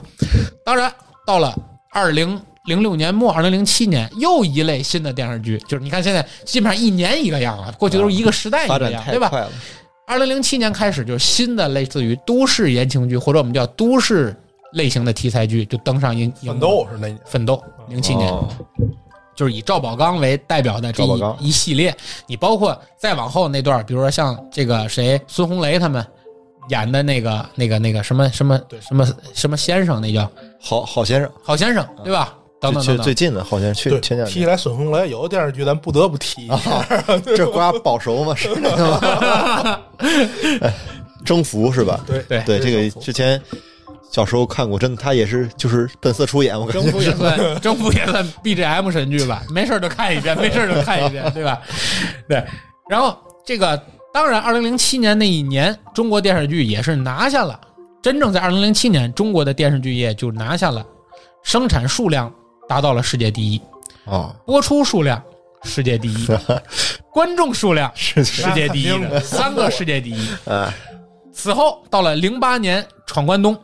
[SPEAKER 1] 当然，到了二零零六年末，二零零七年，又一类新的电视剧，就是你看现在基本上一年一个样了，过去都是一个时代一
[SPEAKER 3] 发
[SPEAKER 1] 个
[SPEAKER 3] 展
[SPEAKER 1] 样，
[SPEAKER 3] 太
[SPEAKER 1] 对吧？
[SPEAKER 3] 快了。
[SPEAKER 1] 二零零七年开始，就是新的类似于都市言情剧，或者我们叫都市类型的题材剧，就登上荧荧
[SPEAKER 2] 奋
[SPEAKER 1] 幕
[SPEAKER 2] 斗是那年，
[SPEAKER 1] 奋斗零七年、
[SPEAKER 3] 哦
[SPEAKER 1] 就是以赵宝刚为代表的这
[SPEAKER 3] 赵宝刚
[SPEAKER 1] 一一系列，你包括再往后那段，比如说像这个谁孙红雷他们演的那个那个那个什么什么
[SPEAKER 2] 对
[SPEAKER 1] 什么什么先生，那叫
[SPEAKER 3] 好好先生，
[SPEAKER 1] 好先生，对吧？等等
[SPEAKER 3] 最
[SPEAKER 1] 等
[SPEAKER 3] 最
[SPEAKER 1] 等，
[SPEAKER 3] 近的好先生，去
[SPEAKER 2] 对
[SPEAKER 3] 前两
[SPEAKER 2] 提起
[SPEAKER 3] 年
[SPEAKER 2] 来孙红雷，有的电视剧咱不得不提一下，
[SPEAKER 3] 啊，这瓜保熟吗？是的吗？ 哎征服是吧？
[SPEAKER 2] 对
[SPEAKER 1] 对
[SPEAKER 3] 对，这个之前小时候看过，真的，他也是就是本色出演，我感
[SPEAKER 1] 征
[SPEAKER 3] 觉
[SPEAKER 1] 服也算征服也算 BGM 神剧吧，没事儿就看一遍，没事儿就看一遍，对吧？ 对，然后这个当然，二零零七年那一年，中国电视剧也是拿下了，真正在二零零七年，中国的电视剧业就拿下了生产数量达到了世界第一。
[SPEAKER 3] 啊，
[SPEAKER 1] 播出数量世界第一，观众数量
[SPEAKER 3] 是
[SPEAKER 1] 世界第一的，三个世界第一。
[SPEAKER 3] 哎，
[SPEAKER 1] 此后到了零八年闯关东，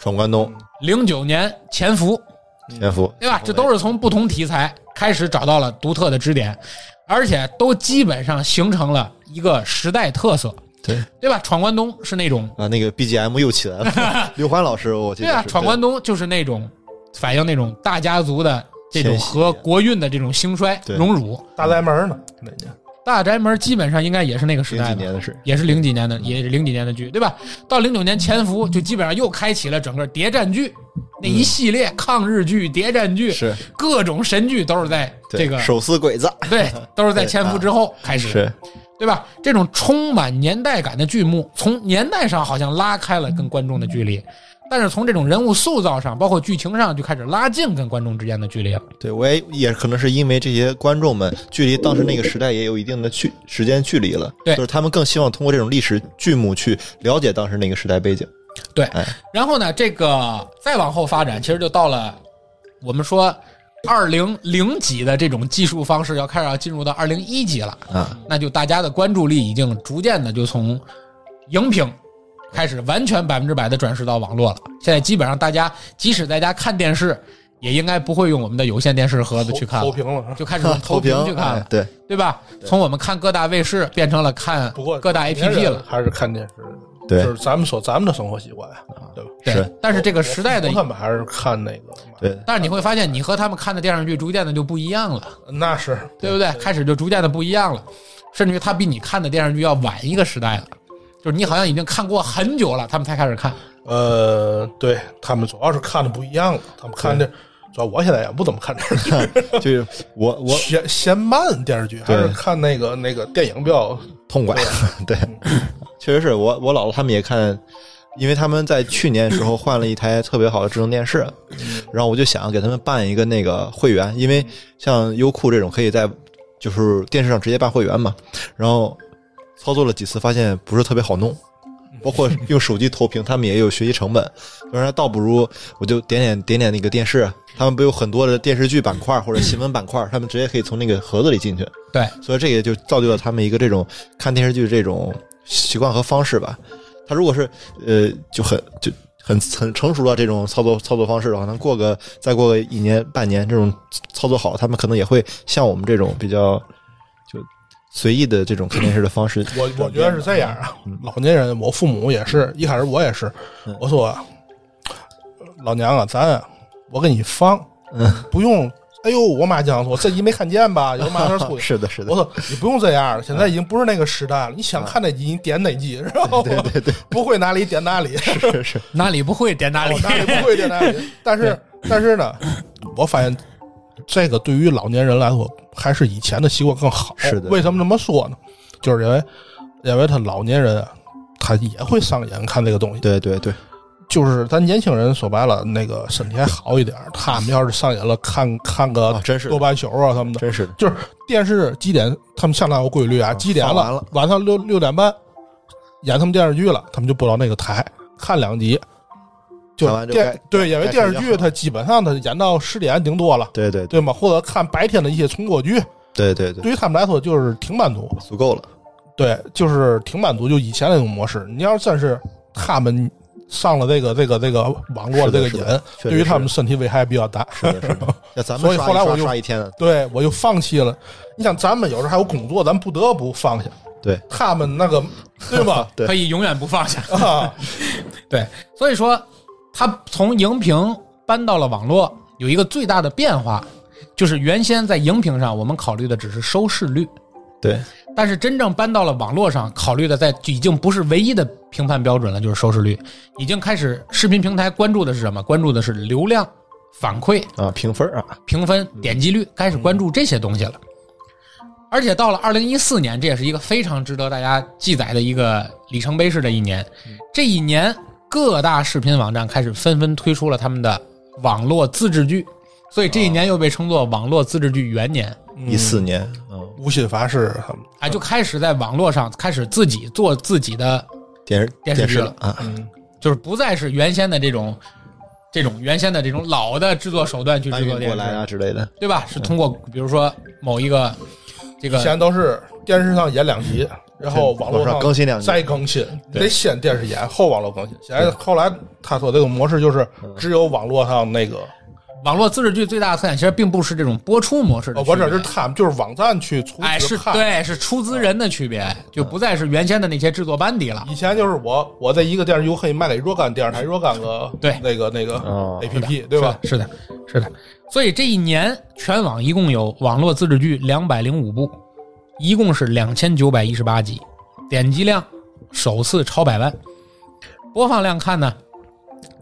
[SPEAKER 3] 闯关东
[SPEAKER 1] 零九年潜伏，嗯
[SPEAKER 3] 潜伏，
[SPEAKER 1] 对吧？这都是从不同题材开始找到了独特的支点，而且都基本上形成了一个时代特色，
[SPEAKER 3] 对
[SPEAKER 1] 对吧？闯关东是那种，
[SPEAKER 3] 啊，那个 BGM 又起来 了，刘欢老师，我记
[SPEAKER 1] 对
[SPEAKER 3] 得
[SPEAKER 1] 啊，
[SPEAKER 3] 是
[SPEAKER 1] 闯关东就是那种反映那种大家族的这种
[SPEAKER 3] 迁徙
[SPEAKER 1] 和国运的这种兴衰
[SPEAKER 3] 对
[SPEAKER 1] 荣辱。
[SPEAKER 2] 大宅门呢？哪年？
[SPEAKER 1] 大宅门基本上应该也是那个时
[SPEAKER 3] 零
[SPEAKER 1] 代
[SPEAKER 3] 几
[SPEAKER 1] 的，
[SPEAKER 3] 年的事，嗯
[SPEAKER 1] 也是零几年的，也是零几年的剧，对吧？到零九年《潜伏》就基本上又开启了整个谍战剧那一系列抗日剧、谍战剧，
[SPEAKER 3] 嗯是
[SPEAKER 1] 各种神剧都是在
[SPEAKER 3] 对
[SPEAKER 1] 这个
[SPEAKER 3] 手撕鬼子
[SPEAKER 1] 对，都是在《潜伏》之后开始，
[SPEAKER 3] 是
[SPEAKER 1] 对吧？这种充满年代感的剧目，从年代上好像拉开了跟观众的距离，但是从这种人物塑造上，包括剧情上，就开始拉近跟观众之间的距离了。
[SPEAKER 3] 对，我也也可能是因为这些观众们距离当时那个时代也有一定的距时间距离了，
[SPEAKER 1] 对
[SPEAKER 3] 就是他们更希望通过这种历史剧目去了解当时那个时代背 景。
[SPEAKER 1] 然后呢，这个再往后发展，其实就到了我们说二零零几的这种技术方式，要开始要进入到二零一级了。
[SPEAKER 3] 啊，
[SPEAKER 1] 那就大家的关注力已经逐渐的就从荧屏开始完全百分之百的转移到网络了。现在基本上大家即使在家看电视，也应该不会用我们的有线电视盒子去看
[SPEAKER 2] 投
[SPEAKER 1] 了，
[SPEAKER 2] 屏了啊。
[SPEAKER 1] 就开始用投
[SPEAKER 3] 屏
[SPEAKER 1] 屏去看
[SPEAKER 3] 哎
[SPEAKER 1] 了，
[SPEAKER 3] 对，
[SPEAKER 1] 对吧？从我们看各大卫视变成了看
[SPEAKER 2] 不过
[SPEAKER 1] 各大 APP 了，
[SPEAKER 2] 还是看电视。
[SPEAKER 3] 对
[SPEAKER 2] 就是咱们说咱们的生活习惯，对吧？
[SPEAKER 1] 对
[SPEAKER 3] 是。
[SPEAKER 1] 但是这个时代的
[SPEAKER 2] 我，他们还是看那个，
[SPEAKER 3] 对，
[SPEAKER 1] 但是你会发现，你和他们看的电视剧逐渐的就不一样了。
[SPEAKER 2] 那是
[SPEAKER 1] 对不对？开始就逐渐的不一样了，甚至于他比你看的电视剧要晚一个时代了，就是你好像已经看过很久了，他们才开始看。
[SPEAKER 2] 呃，对他们主要是看的不一样了，他们看的。主要我现在也不怎么看电视剧，
[SPEAKER 3] 就是我 我
[SPEAKER 2] 嫌嫌慢电视剧，还是
[SPEAKER 3] 对
[SPEAKER 2] 看那个那个电影比较
[SPEAKER 3] 痛快， 对，确实是我我姥姥他们也看，因为他们在去年的时候换了一台特别好的智能电视，然后我就想给他们办一个那个会员，因为像优酷这种可以在就是电视上直接办会员嘛，然后操作了几次发现不是特别好弄。包括用手机投屏，他们也有学习成本，当然倒不如我就点点点点那个电视，啊他们不有很多的电视剧板块或者新闻板块，他们直接可以从那个盒子里进去。
[SPEAKER 1] 对，
[SPEAKER 3] 所以这也就造就了他们一个这种看电视剧这种习惯和方式吧。他如果是呃就很就很很成熟了这种操作操作方式的话，能过个再过个一年半年，这种操作好，他们可能也会像我们这种比较就随意的这种看电视的方式
[SPEAKER 2] 我我觉得是这样啊，嗯老年人，我父母也是一开始我也是，我说老娘啊，咱啊我给你放，不用。哎呦，我妈经常说这集没看见吧？有嘛事 出 去。
[SPEAKER 3] 是的，是的
[SPEAKER 2] 我，说你不用这样，现在已经不是那个时代了。你想看哪集，你点哪集，知道吗？嗯对对对， 不会哪里点哪里，
[SPEAKER 3] 是是，
[SPEAKER 1] 哪里不会点哪里
[SPEAKER 2] 我，哪里哦不会点哪里。但是但是呢，我发现这个对于老年人来说，还是以前的习惯更好。
[SPEAKER 3] 是的
[SPEAKER 2] 为什么这么说呢？就是因为因为他老年人啊，他也会上瘾看这个东西。
[SPEAKER 3] 对 对对，
[SPEAKER 2] 就是咱年轻人说白了，那个身体还好一点儿，他们要是上瘾了，看看个
[SPEAKER 3] 啊，真是
[SPEAKER 2] 多
[SPEAKER 3] 的，
[SPEAKER 2] 半宿啊什么的，
[SPEAKER 3] 真是的，
[SPEAKER 2] 就是电视几点，他们相当有规律啊，几点
[SPEAKER 3] 放完了
[SPEAKER 2] 晚上六六点半演他们电视剧了，他们就播到那个台看两集，就
[SPEAKER 3] 看完就
[SPEAKER 2] 电对，因为
[SPEAKER 3] 该
[SPEAKER 2] 电
[SPEAKER 3] 睡觉
[SPEAKER 2] 视剧它基本上它演到十点顶多了，
[SPEAKER 3] 对对对
[SPEAKER 2] 对吗？或者看白天的一些重播剧，
[SPEAKER 3] 对对对，
[SPEAKER 2] 对于他们来说就是挺满足，
[SPEAKER 3] 足够了，
[SPEAKER 2] 对，就是挺满足，就以前那种模式。你要真是他们上了这个这个这个网络
[SPEAKER 3] 是
[SPEAKER 2] 这
[SPEAKER 3] 的
[SPEAKER 2] 个
[SPEAKER 3] 是
[SPEAKER 2] 瘾
[SPEAKER 3] 的，确实
[SPEAKER 2] 对于
[SPEAKER 3] 是
[SPEAKER 2] 他们身体危害比较大。
[SPEAKER 3] 是的，是 的，那咱们
[SPEAKER 2] 所以
[SPEAKER 3] 刷
[SPEAKER 2] 后
[SPEAKER 3] 一
[SPEAKER 2] 来我
[SPEAKER 3] 刷
[SPEAKER 2] 就
[SPEAKER 3] 刷一天啊了，
[SPEAKER 2] 对，我就放弃了。你想，咱们有时候还有工作，咱不得不放下。
[SPEAKER 3] 对，？
[SPEAKER 2] 他们那个，对吧
[SPEAKER 3] 对
[SPEAKER 1] 可以永远不放下。
[SPEAKER 2] 啊，
[SPEAKER 1] 对，所以说他从荧屏搬到了网络，有一个最大的变化，就是原先在荧屏上我们考虑的只是收视率，
[SPEAKER 3] 对，
[SPEAKER 1] 但是真正搬到了网络上，考虑的在已经不是唯一的评判标准了，就是收视率，已经开始视频平台关注的是什么？关注的是流量、反馈、
[SPEAKER 3] 啊，评分啊，
[SPEAKER 1] 评分、点击率，开始关注这些东西了。而且到了二零一四年，这也是一个非常值得大家记载的一个里程碑式的一年。这一年，各大视频网站开始纷纷推出了他们的网络自制剧，所以这一年又被称作网络自制剧元年。
[SPEAKER 3] 一四年，嗯，
[SPEAKER 2] 无心法师他们，
[SPEAKER 1] 啊，就开始在网络上开始自己做自己的
[SPEAKER 3] 电视
[SPEAKER 1] 电视剧
[SPEAKER 3] 视
[SPEAKER 1] 了
[SPEAKER 2] 嗯
[SPEAKER 3] 了啊，
[SPEAKER 1] 就是不再是原先的这种这种原先的这种老的制作手段去
[SPEAKER 3] 搬
[SPEAKER 1] 制
[SPEAKER 3] 运
[SPEAKER 1] 作电
[SPEAKER 3] 过
[SPEAKER 1] 视，
[SPEAKER 3] 来啊之类的。
[SPEAKER 1] 对吧？是通过比如说某一个这
[SPEAKER 2] 以
[SPEAKER 1] 个
[SPEAKER 2] 前都是电视上演两集，然后网络
[SPEAKER 3] 上更新两集
[SPEAKER 2] 再更新，
[SPEAKER 1] 对
[SPEAKER 2] 得先电视演后网络更新。现在后来他说这个模式就是
[SPEAKER 3] 嗯
[SPEAKER 2] 只有网络上那个，
[SPEAKER 1] 网络自制剧最大的特点，其实并不是这种播出模式的
[SPEAKER 3] 哦
[SPEAKER 2] 呃
[SPEAKER 1] 区别、
[SPEAKER 2] 我这是他们就是网站去出
[SPEAKER 1] 哎，
[SPEAKER 2] 去
[SPEAKER 1] 是
[SPEAKER 2] 看。
[SPEAKER 1] 对，是出资人的区别，就不再是原先的那些制作班底了。
[SPEAKER 2] 以前就是我我在一个电视剧我可以卖给若干电视台，若干个
[SPEAKER 1] 对
[SPEAKER 2] 那个那个
[SPEAKER 3] 哦
[SPEAKER 2] A P P 对吧？
[SPEAKER 1] 是的，是的，是的。所以这一年全网一共有网络自制剧两百零五部，一共是两千九百一十八集，点击量首次超百万，播放量看呢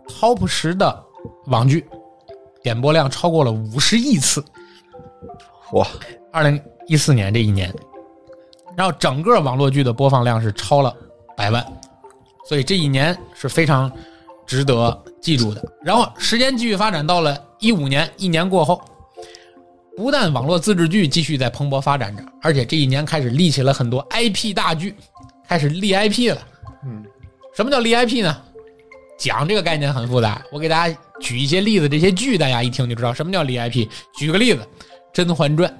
[SPEAKER 1] ，Top 十的网剧点播量超过了五十亿次。
[SPEAKER 3] 哇，
[SPEAKER 1] 二零一四年这一年，然后整个网络剧的播放量是超了百万，所以这一年是非常值得记住的。然后时间继续发展到了一五年，一年过后，不但网络自制剧继续在蓬勃发展着，而且这一年开始立起了很多 IP 大剧，开始立 IP 了。
[SPEAKER 3] 嗯，
[SPEAKER 1] 什么叫立 IP 呢？讲这个概念很复杂，我给大家举一些例子，这些剧大家一听就知道什么叫立 IP。举个例子，《甄嬛传》。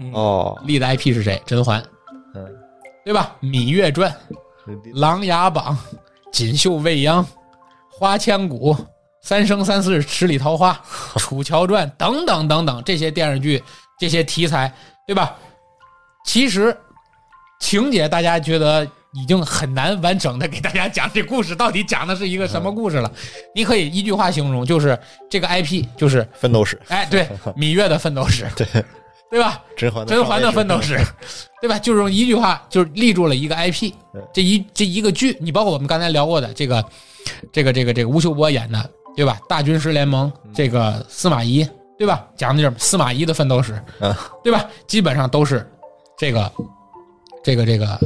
[SPEAKER 1] 嗯
[SPEAKER 3] 哦，
[SPEAKER 1] 立的 IP 是谁？甄嬛，
[SPEAKER 3] 嗯，
[SPEAKER 1] 对吧？《芈月传》《琅琊榜》《锦绣未央》《花千骨》《三生三世十里桃花》《楚乔传》等等等等这些电视剧、这些题材，对吧？其实情节大家觉得已经很难完整的给大家讲这故事到底讲的是一个什么故事了。你可以一句话形容，就是这个 IP 就是
[SPEAKER 3] 奋斗史，
[SPEAKER 1] 哎，对，芈月的奋斗史，
[SPEAKER 3] 对，
[SPEAKER 1] 对吧？
[SPEAKER 3] 甄嬛
[SPEAKER 1] 甄嬛的奋斗
[SPEAKER 3] 史，
[SPEAKER 1] 史，对吧？就是用一句话，就是立住了一个 IP，
[SPEAKER 3] 对
[SPEAKER 1] 这一这一个剧，你包括我们刚才聊过的这个，这个这个这个吴秀波演的，对吧？大军师联盟，
[SPEAKER 3] 嗯
[SPEAKER 1] 这个司马懿，对吧？讲的就是司马懿的奋斗史，
[SPEAKER 3] 嗯
[SPEAKER 1] 对吧？基本上都是这个这个这个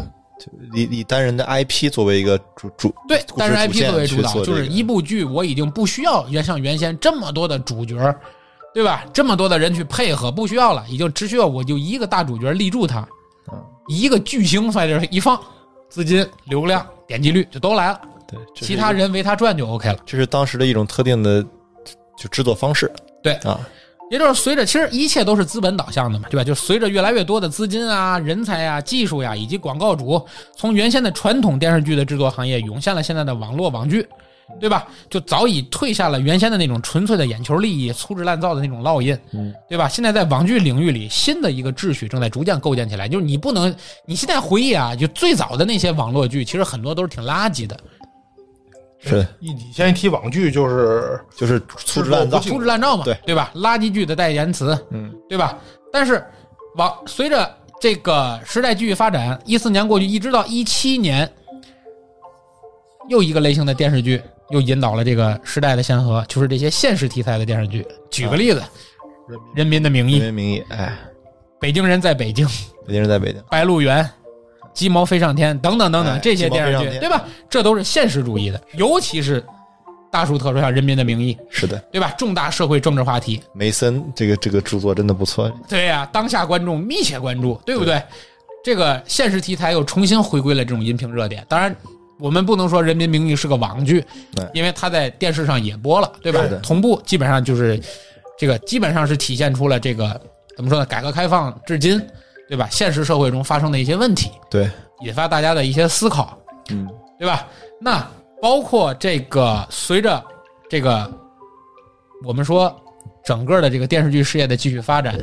[SPEAKER 3] 以以单人的 IP 作为一个主主，
[SPEAKER 1] 对，
[SPEAKER 3] 故事
[SPEAKER 1] 但是
[SPEAKER 3] 主线
[SPEAKER 1] IP 作为主
[SPEAKER 3] 去
[SPEAKER 1] 导，
[SPEAKER 3] 做
[SPEAKER 1] 就
[SPEAKER 3] 这
[SPEAKER 1] 是
[SPEAKER 3] 个
[SPEAKER 1] 一部剧，我已经不需要原像原先这么多的主角儿，对吧？这么多的人去配合，不需要了，已经只需要我就一个大主角立住他
[SPEAKER 3] 嗯，
[SPEAKER 1] 一个巨星在这儿一放，资金、流量、点击率就都来了，
[SPEAKER 3] 对，这是
[SPEAKER 1] 其他人围他转就 OK 了。
[SPEAKER 3] 这是当时的一种特定的就制作方式，
[SPEAKER 1] 对
[SPEAKER 3] 啊，
[SPEAKER 1] 也就是随着，其实一切都是资本导向的嘛，对吧？就随着越来越多的资金啊、人才啊、技术呀、以及广告主，从原先的传统电视剧的制作行业涌现了现在的网络网剧，对吧？就早已退下了原先的那种纯粹的眼球利益、粗制滥造的那种烙印，
[SPEAKER 3] 嗯
[SPEAKER 1] 对吧？现在在网剧领域里，新的一个秩序正在逐渐构建起来。就是你不能，你现在回忆啊，就最早的那些网络剧，其实很多都是挺垃圾的，
[SPEAKER 3] 是的，
[SPEAKER 2] 以以前一提网剧就是
[SPEAKER 3] 就是粗制滥造
[SPEAKER 2] 制，
[SPEAKER 1] 粗制滥造嘛，
[SPEAKER 3] 对
[SPEAKER 1] 对吧？垃圾剧的代言词，
[SPEAKER 3] 嗯，
[SPEAKER 1] 对吧？但是往随着这个时代继续发展，一四年过去，一直到一七年，又一个类型的电视剧又引导了这个时代的先河，就是这些现实题材的电视剧。举个例子，人民的名义》
[SPEAKER 3] 人
[SPEAKER 1] 《
[SPEAKER 3] 民名义，哎，
[SPEAKER 1] 北京人在北京》《
[SPEAKER 3] 北京人在北京，
[SPEAKER 1] 白鹿原》。鸡毛飞上天等等等等
[SPEAKER 3] 哎
[SPEAKER 1] 这些电
[SPEAKER 3] 鸡
[SPEAKER 1] 视
[SPEAKER 3] 毛飞上
[SPEAKER 1] 剧，
[SPEAKER 3] 天嗯
[SPEAKER 1] 对吧？这都是现实主义的，尤其是大书特书像《人民的名义》，
[SPEAKER 3] 是的，
[SPEAKER 1] 对吧？重大社会政治话题，
[SPEAKER 3] 梅森这个这个著作真的不错，
[SPEAKER 1] 对呀、当下观众密切关注，对不嗯对？这个现实题材又重新回归了这种音频热点。当然，我们不能说《人民名义》是个网剧
[SPEAKER 3] 对，
[SPEAKER 1] 因为它在电视上也播了，对吧
[SPEAKER 3] 是的？
[SPEAKER 1] 同步基本上就是这个，基本上是体现出了这个怎么说呢？改革开放至今，对吧？现实社会中发生的一些问题，
[SPEAKER 3] 对，
[SPEAKER 1] 引发大家的一些思考。
[SPEAKER 3] 嗯，
[SPEAKER 1] 对吧？那包括这个随着这个我们说整个的这个电视剧事业的继续发展，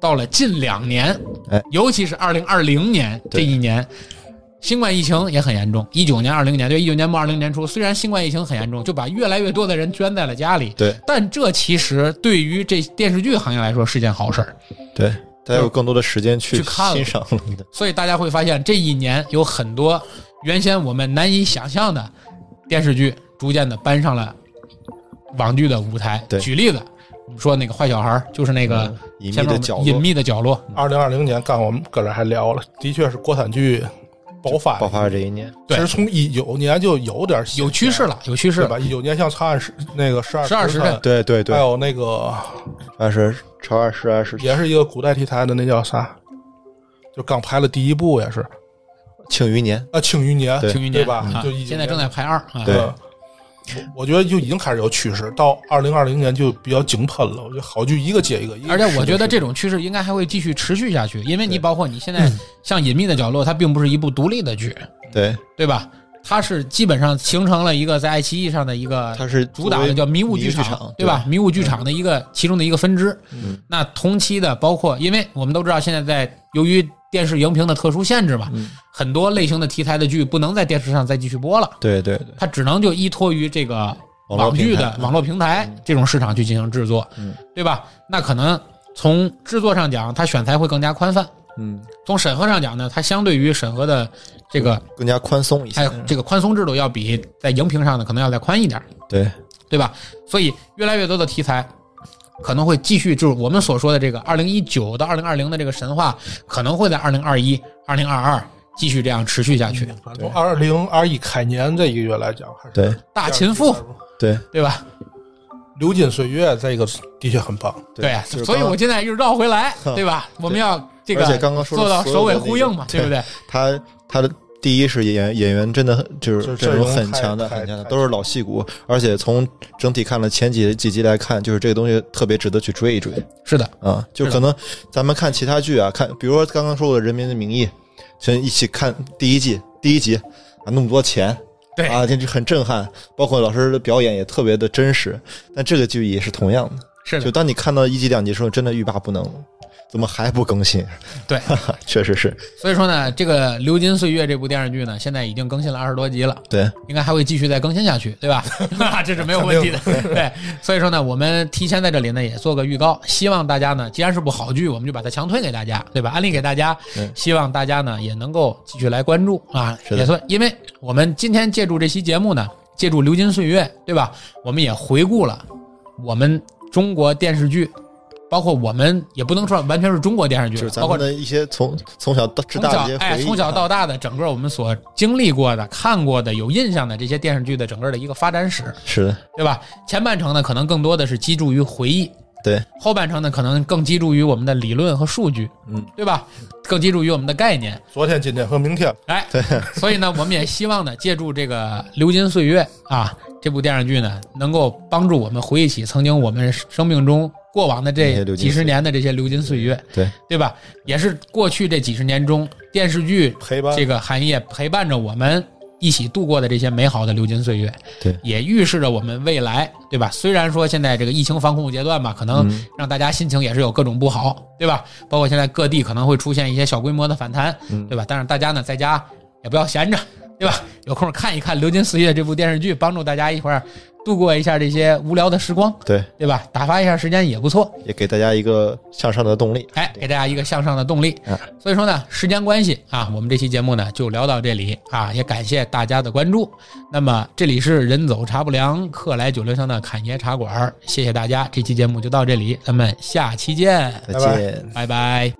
[SPEAKER 1] 到了近两年，
[SPEAKER 3] 哎
[SPEAKER 1] 尤其是二零二零年这
[SPEAKER 3] 对
[SPEAKER 1] 一年。新冠疫情也很严重，一九年、二零年，对，一九年末、二零年初，虽然新冠疫情很严重，就把越来越多的人圈在了家里，
[SPEAKER 3] 对
[SPEAKER 1] 但这其实对于这电视剧行业来说是件好事儿，
[SPEAKER 3] 对，大家有更多的时间去
[SPEAKER 1] 去看了
[SPEAKER 3] 欣赏了，对
[SPEAKER 1] 所以大家会发现这一年有很多原先我们难以想象的电视剧，逐渐的搬上了网剧的舞台。
[SPEAKER 3] 对
[SPEAKER 1] 举例子，我们说那个坏小孩儿就是那个
[SPEAKER 3] 嗯隐
[SPEAKER 1] 前
[SPEAKER 3] 秘
[SPEAKER 1] 面我
[SPEAKER 3] 的
[SPEAKER 1] 们
[SPEAKER 3] 角落，
[SPEAKER 1] 隐秘的角落，
[SPEAKER 2] 二零二零年，刚我们搁这还聊了，的确是国产剧爆发，
[SPEAKER 3] 爆发了这一年，
[SPEAKER 2] 其
[SPEAKER 1] 对
[SPEAKER 2] 实从一九年就有点显
[SPEAKER 1] 有趋势了，有趋势
[SPEAKER 2] 对
[SPEAKER 1] 了。
[SPEAKER 2] 吧？一九年像《长安十》那个十二
[SPEAKER 1] 12时辰
[SPEAKER 3] 对对对
[SPEAKER 2] 还，有那个
[SPEAKER 3] 二十超二十二十，
[SPEAKER 2] 也是一个古代题材的，那叫啥？就刚拍了第一部也是
[SPEAKER 3] 庆余年，
[SPEAKER 2] 啊，《庆余年》
[SPEAKER 3] 对
[SPEAKER 1] 庆余年
[SPEAKER 2] 对吧
[SPEAKER 1] 啊
[SPEAKER 2] 就一九年
[SPEAKER 1] 现在正在拍二啊。
[SPEAKER 3] 对
[SPEAKER 2] 呃我觉得就已经开始有趋势，到二零二零年就比较井喷了。我觉得好剧一个接一个，一个
[SPEAKER 1] 而且我觉
[SPEAKER 2] 接
[SPEAKER 1] 得
[SPEAKER 2] 一个
[SPEAKER 1] 这种趋势应该还会继续持续下去，因为你包括你现在像《隐秘的角落》，它并不是一部独立的剧，
[SPEAKER 3] 对，
[SPEAKER 1] 对吧？它是基本上形成了一个在爱奇艺上的一个
[SPEAKER 3] 它是
[SPEAKER 1] 主打的叫迷雾剧
[SPEAKER 3] 场，
[SPEAKER 1] 对吧？？迷雾剧场的一个其中的一个分支。
[SPEAKER 3] 嗯
[SPEAKER 1] 那同期的包括，因为我们都知道现在在由于电视荧屏的特殊限制嘛，
[SPEAKER 3] 嗯
[SPEAKER 1] 很多类型的题材的剧不能在电视上再继续播了，
[SPEAKER 3] 对对对，
[SPEAKER 1] 它只能就依托于这个
[SPEAKER 3] 网络
[SPEAKER 1] 网
[SPEAKER 3] 平
[SPEAKER 1] 剧
[SPEAKER 3] 台
[SPEAKER 1] 的网络平台这种市场去进行制作，
[SPEAKER 3] 嗯
[SPEAKER 1] 对吧？那可能从制作上讲，它选材会更加宽泛；
[SPEAKER 3] 嗯，
[SPEAKER 1] 从审核上讲呢，它相对于审核的这个
[SPEAKER 3] 更加宽松一些
[SPEAKER 1] 还有，这个宽松制度要比在荧屏上的可能要再宽一点，
[SPEAKER 3] 对，
[SPEAKER 1] 对吧？所以越来越多的题材可能会继续，就是我们所说的这个二零一九到二零二零的这个神话，可能会在二零二一、二零二二继续这样持续下去。
[SPEAKER 2] 反正从二零二一开年这一个月来讲，还是
[SPEAKER 3] 对
[SPEAKER 1] 大秦赋，
[SPEAKER 3] 对
[SPEAKER 1] 对吧？
[SPEAKER 2] 啊流金岁月这个的确很棒。
[SPEAKER 1] 对啊，
[SPEAKER 3] 就是
[SPEAKER 1] 所以
[SPEAKER 3] 刚
[SPEAKER 1] 我现在又绕回 来，
[SPEAKER 3] 哼
[SPEAKER 1] 对吧？我们要这个
[SPEAKER 3] 而且刚刚说的
[SPEAKER 1] 做到
[SPEAKER 3] 所有
[SPEAKER 1] 首尾
[SPEAKER 3] 的那
[SPEAKER 1] 呼
[SPEAKER 3] 个
[SPEAKER 1] 应嘛，对不对？
[SPEAKER 3] 他他的第一是演员演员真的很就
[SPEAKER 2] 就是是
[SPEAKER 3] 阵
[SPEAKER 2] 阵容
[SPEAKER 3] 很
[SPEAKER 2] 太
[SPEAKER 3] 强的，
[SPEAKER 2] 太
[SPEAKER 3] 很强的，
[SPEAKER 2] 太
[SPEAKER 3] 都是老戏骨，而且从整体看了前几几集来看，就是这个东西特别值得去追一追
[SPEAKER 1] 是的，
[SPEAKER 3] 啊。就是
[SPEAKER 1] 的
[SPEAKER 3] 可能咱们看其他剧啊，看比如说刚刚说过的《人民的名义》，先一起看第一季第一集啊，那么多钱。
[SPEAKER 1] 对
[SPEAKER 3] 啊，这就很震撼，包括老师的表演也特别的真实。但这个剧也是同样的，
[SPEAKER 1] 是
[SPEAKER 3] 就
[SPEAKER 1] 的，
[SPEAKER 3] 当你看到一集两集的时候，真的欲罢不能，怎么还不更新？
[SPEAKER 1] 对。
[SPEAKER 3] 确实是
[SPEAKER 1] 所以说呢，这个《流金岁月》这部电视剧呢，现在已经更新了二十多集了，
[SPEAKER 3] 对，
[SPEAKER 1] 应该还会继续再更新下去，对 吧？这是没有问题的。 对，所以说呢，我们提前在这里呢也做个预告，希望大家呢，既然是部好剧，我们就把它强推给大家，对吧？安利给大家
[SPEAKER 3] 嗯，
[SPEAKER 1] 希望大家呢也能够继续来关注啊。
[SPEAKER 3] 是的
[SPEAKER 1] 也算，因为我们今天借助这期节目呢，借助《流金岁月》，对吧？我们也回顾了我们中国电视剧。包括我们也不能说完全是中国电视剧
[SPEAKER 3] 就
[SPEAKER 1] 了，
[SPEAKER 3] 是咱
[SPEAKER 1] 包括
[SPEAKER 3] 们的一些从从小到至
[SPEAKER 1] 从
[SPEAKER 3] 大
[SPEAKER 1] 小
[SPEAKER 3] 的一些回忆，啊
[SPEAKER 1] 哎，从小到大的整个我们所经历过的、看过的、有印象的这些电视剧的整个的一个发展史，
[SPEAKER 3] 是的，
[SPEAKER 1] 对吧？前半程呢，可能更多的是基注于回忆；
[SPEAKER 3] 对，
[SPEAKER 1] 后半程呢，可能更基注于我们的理论和数据，
[SPEAKER 3] 嗯，
[SPEAKER 1] 对吧？更基注于我们的概念。
[SPEAKER 2] 昨天、今天和明天，
[SPEAKER 1] 哎，所以呢，我们也希望呢，借助这个《流金岁月》啊这部电视剧呢，能够帮助我们回忆起曾经我们生命中过往的
[SPEAKER 3] 那
[SPEAKER 1] 这
[SPEAKER 3] 些流金
[SPEAKER 1] 几十
[SPEAKER 3] 岁
[SPEAKER 1] 年的这些流金岁月，
[SPEAKER 3] 对，
[SPEAKER 1] 对吧？也是过去这几十年中电视剧
[SPEAKER 2] 陪伴
[SPEAKER 1] 这个行业陪伴着我们一起度过的这些美好的流金岁月，
[SPEAKER 3] 对
[SPEAKER 1] 也预示着我们未来，对吧？虽然说现在这个疫情防控阶段吧，可能
[SPEAKER 3] 嗯
[SPEAKER 1] 让大家心情也是有各种不好，对吧？包括现在各地可能会出现一些小规模的反弹，
[SPEAKER 3] 嗯
[SPEAKER 1] 对吧？但是大家呢，在家也不要闲着，对吧？有空看一看《流金岁月》这部电视剧，帮助大家一块儿度过一下这些无聊的时光，
[SPEAKER 3] 对，
[SPEAKER 1] 对吧？打发一下时间也不错。
[SPEAKER 3] 也给大家一个向上的动力。
[SPEAKER 1] 哎，给大家一个向上的动力
[SPEAKER 3] 嗯。
[SPEAKER 1] 所以说呢，时间关系啊，我们这期节目呢就聊到这里啊，也感谢大家的关注。那么这里是人走茶不凉，客来酒留香的侃爷茶馆儿，谢谢大家，这期节目就到这里，咱们下期见，
[SPEAKER 3] 再
[SPEAKER 2] 拜拜
[SPEAKER 3] 见。
[SPEAKER 1] 拜拜。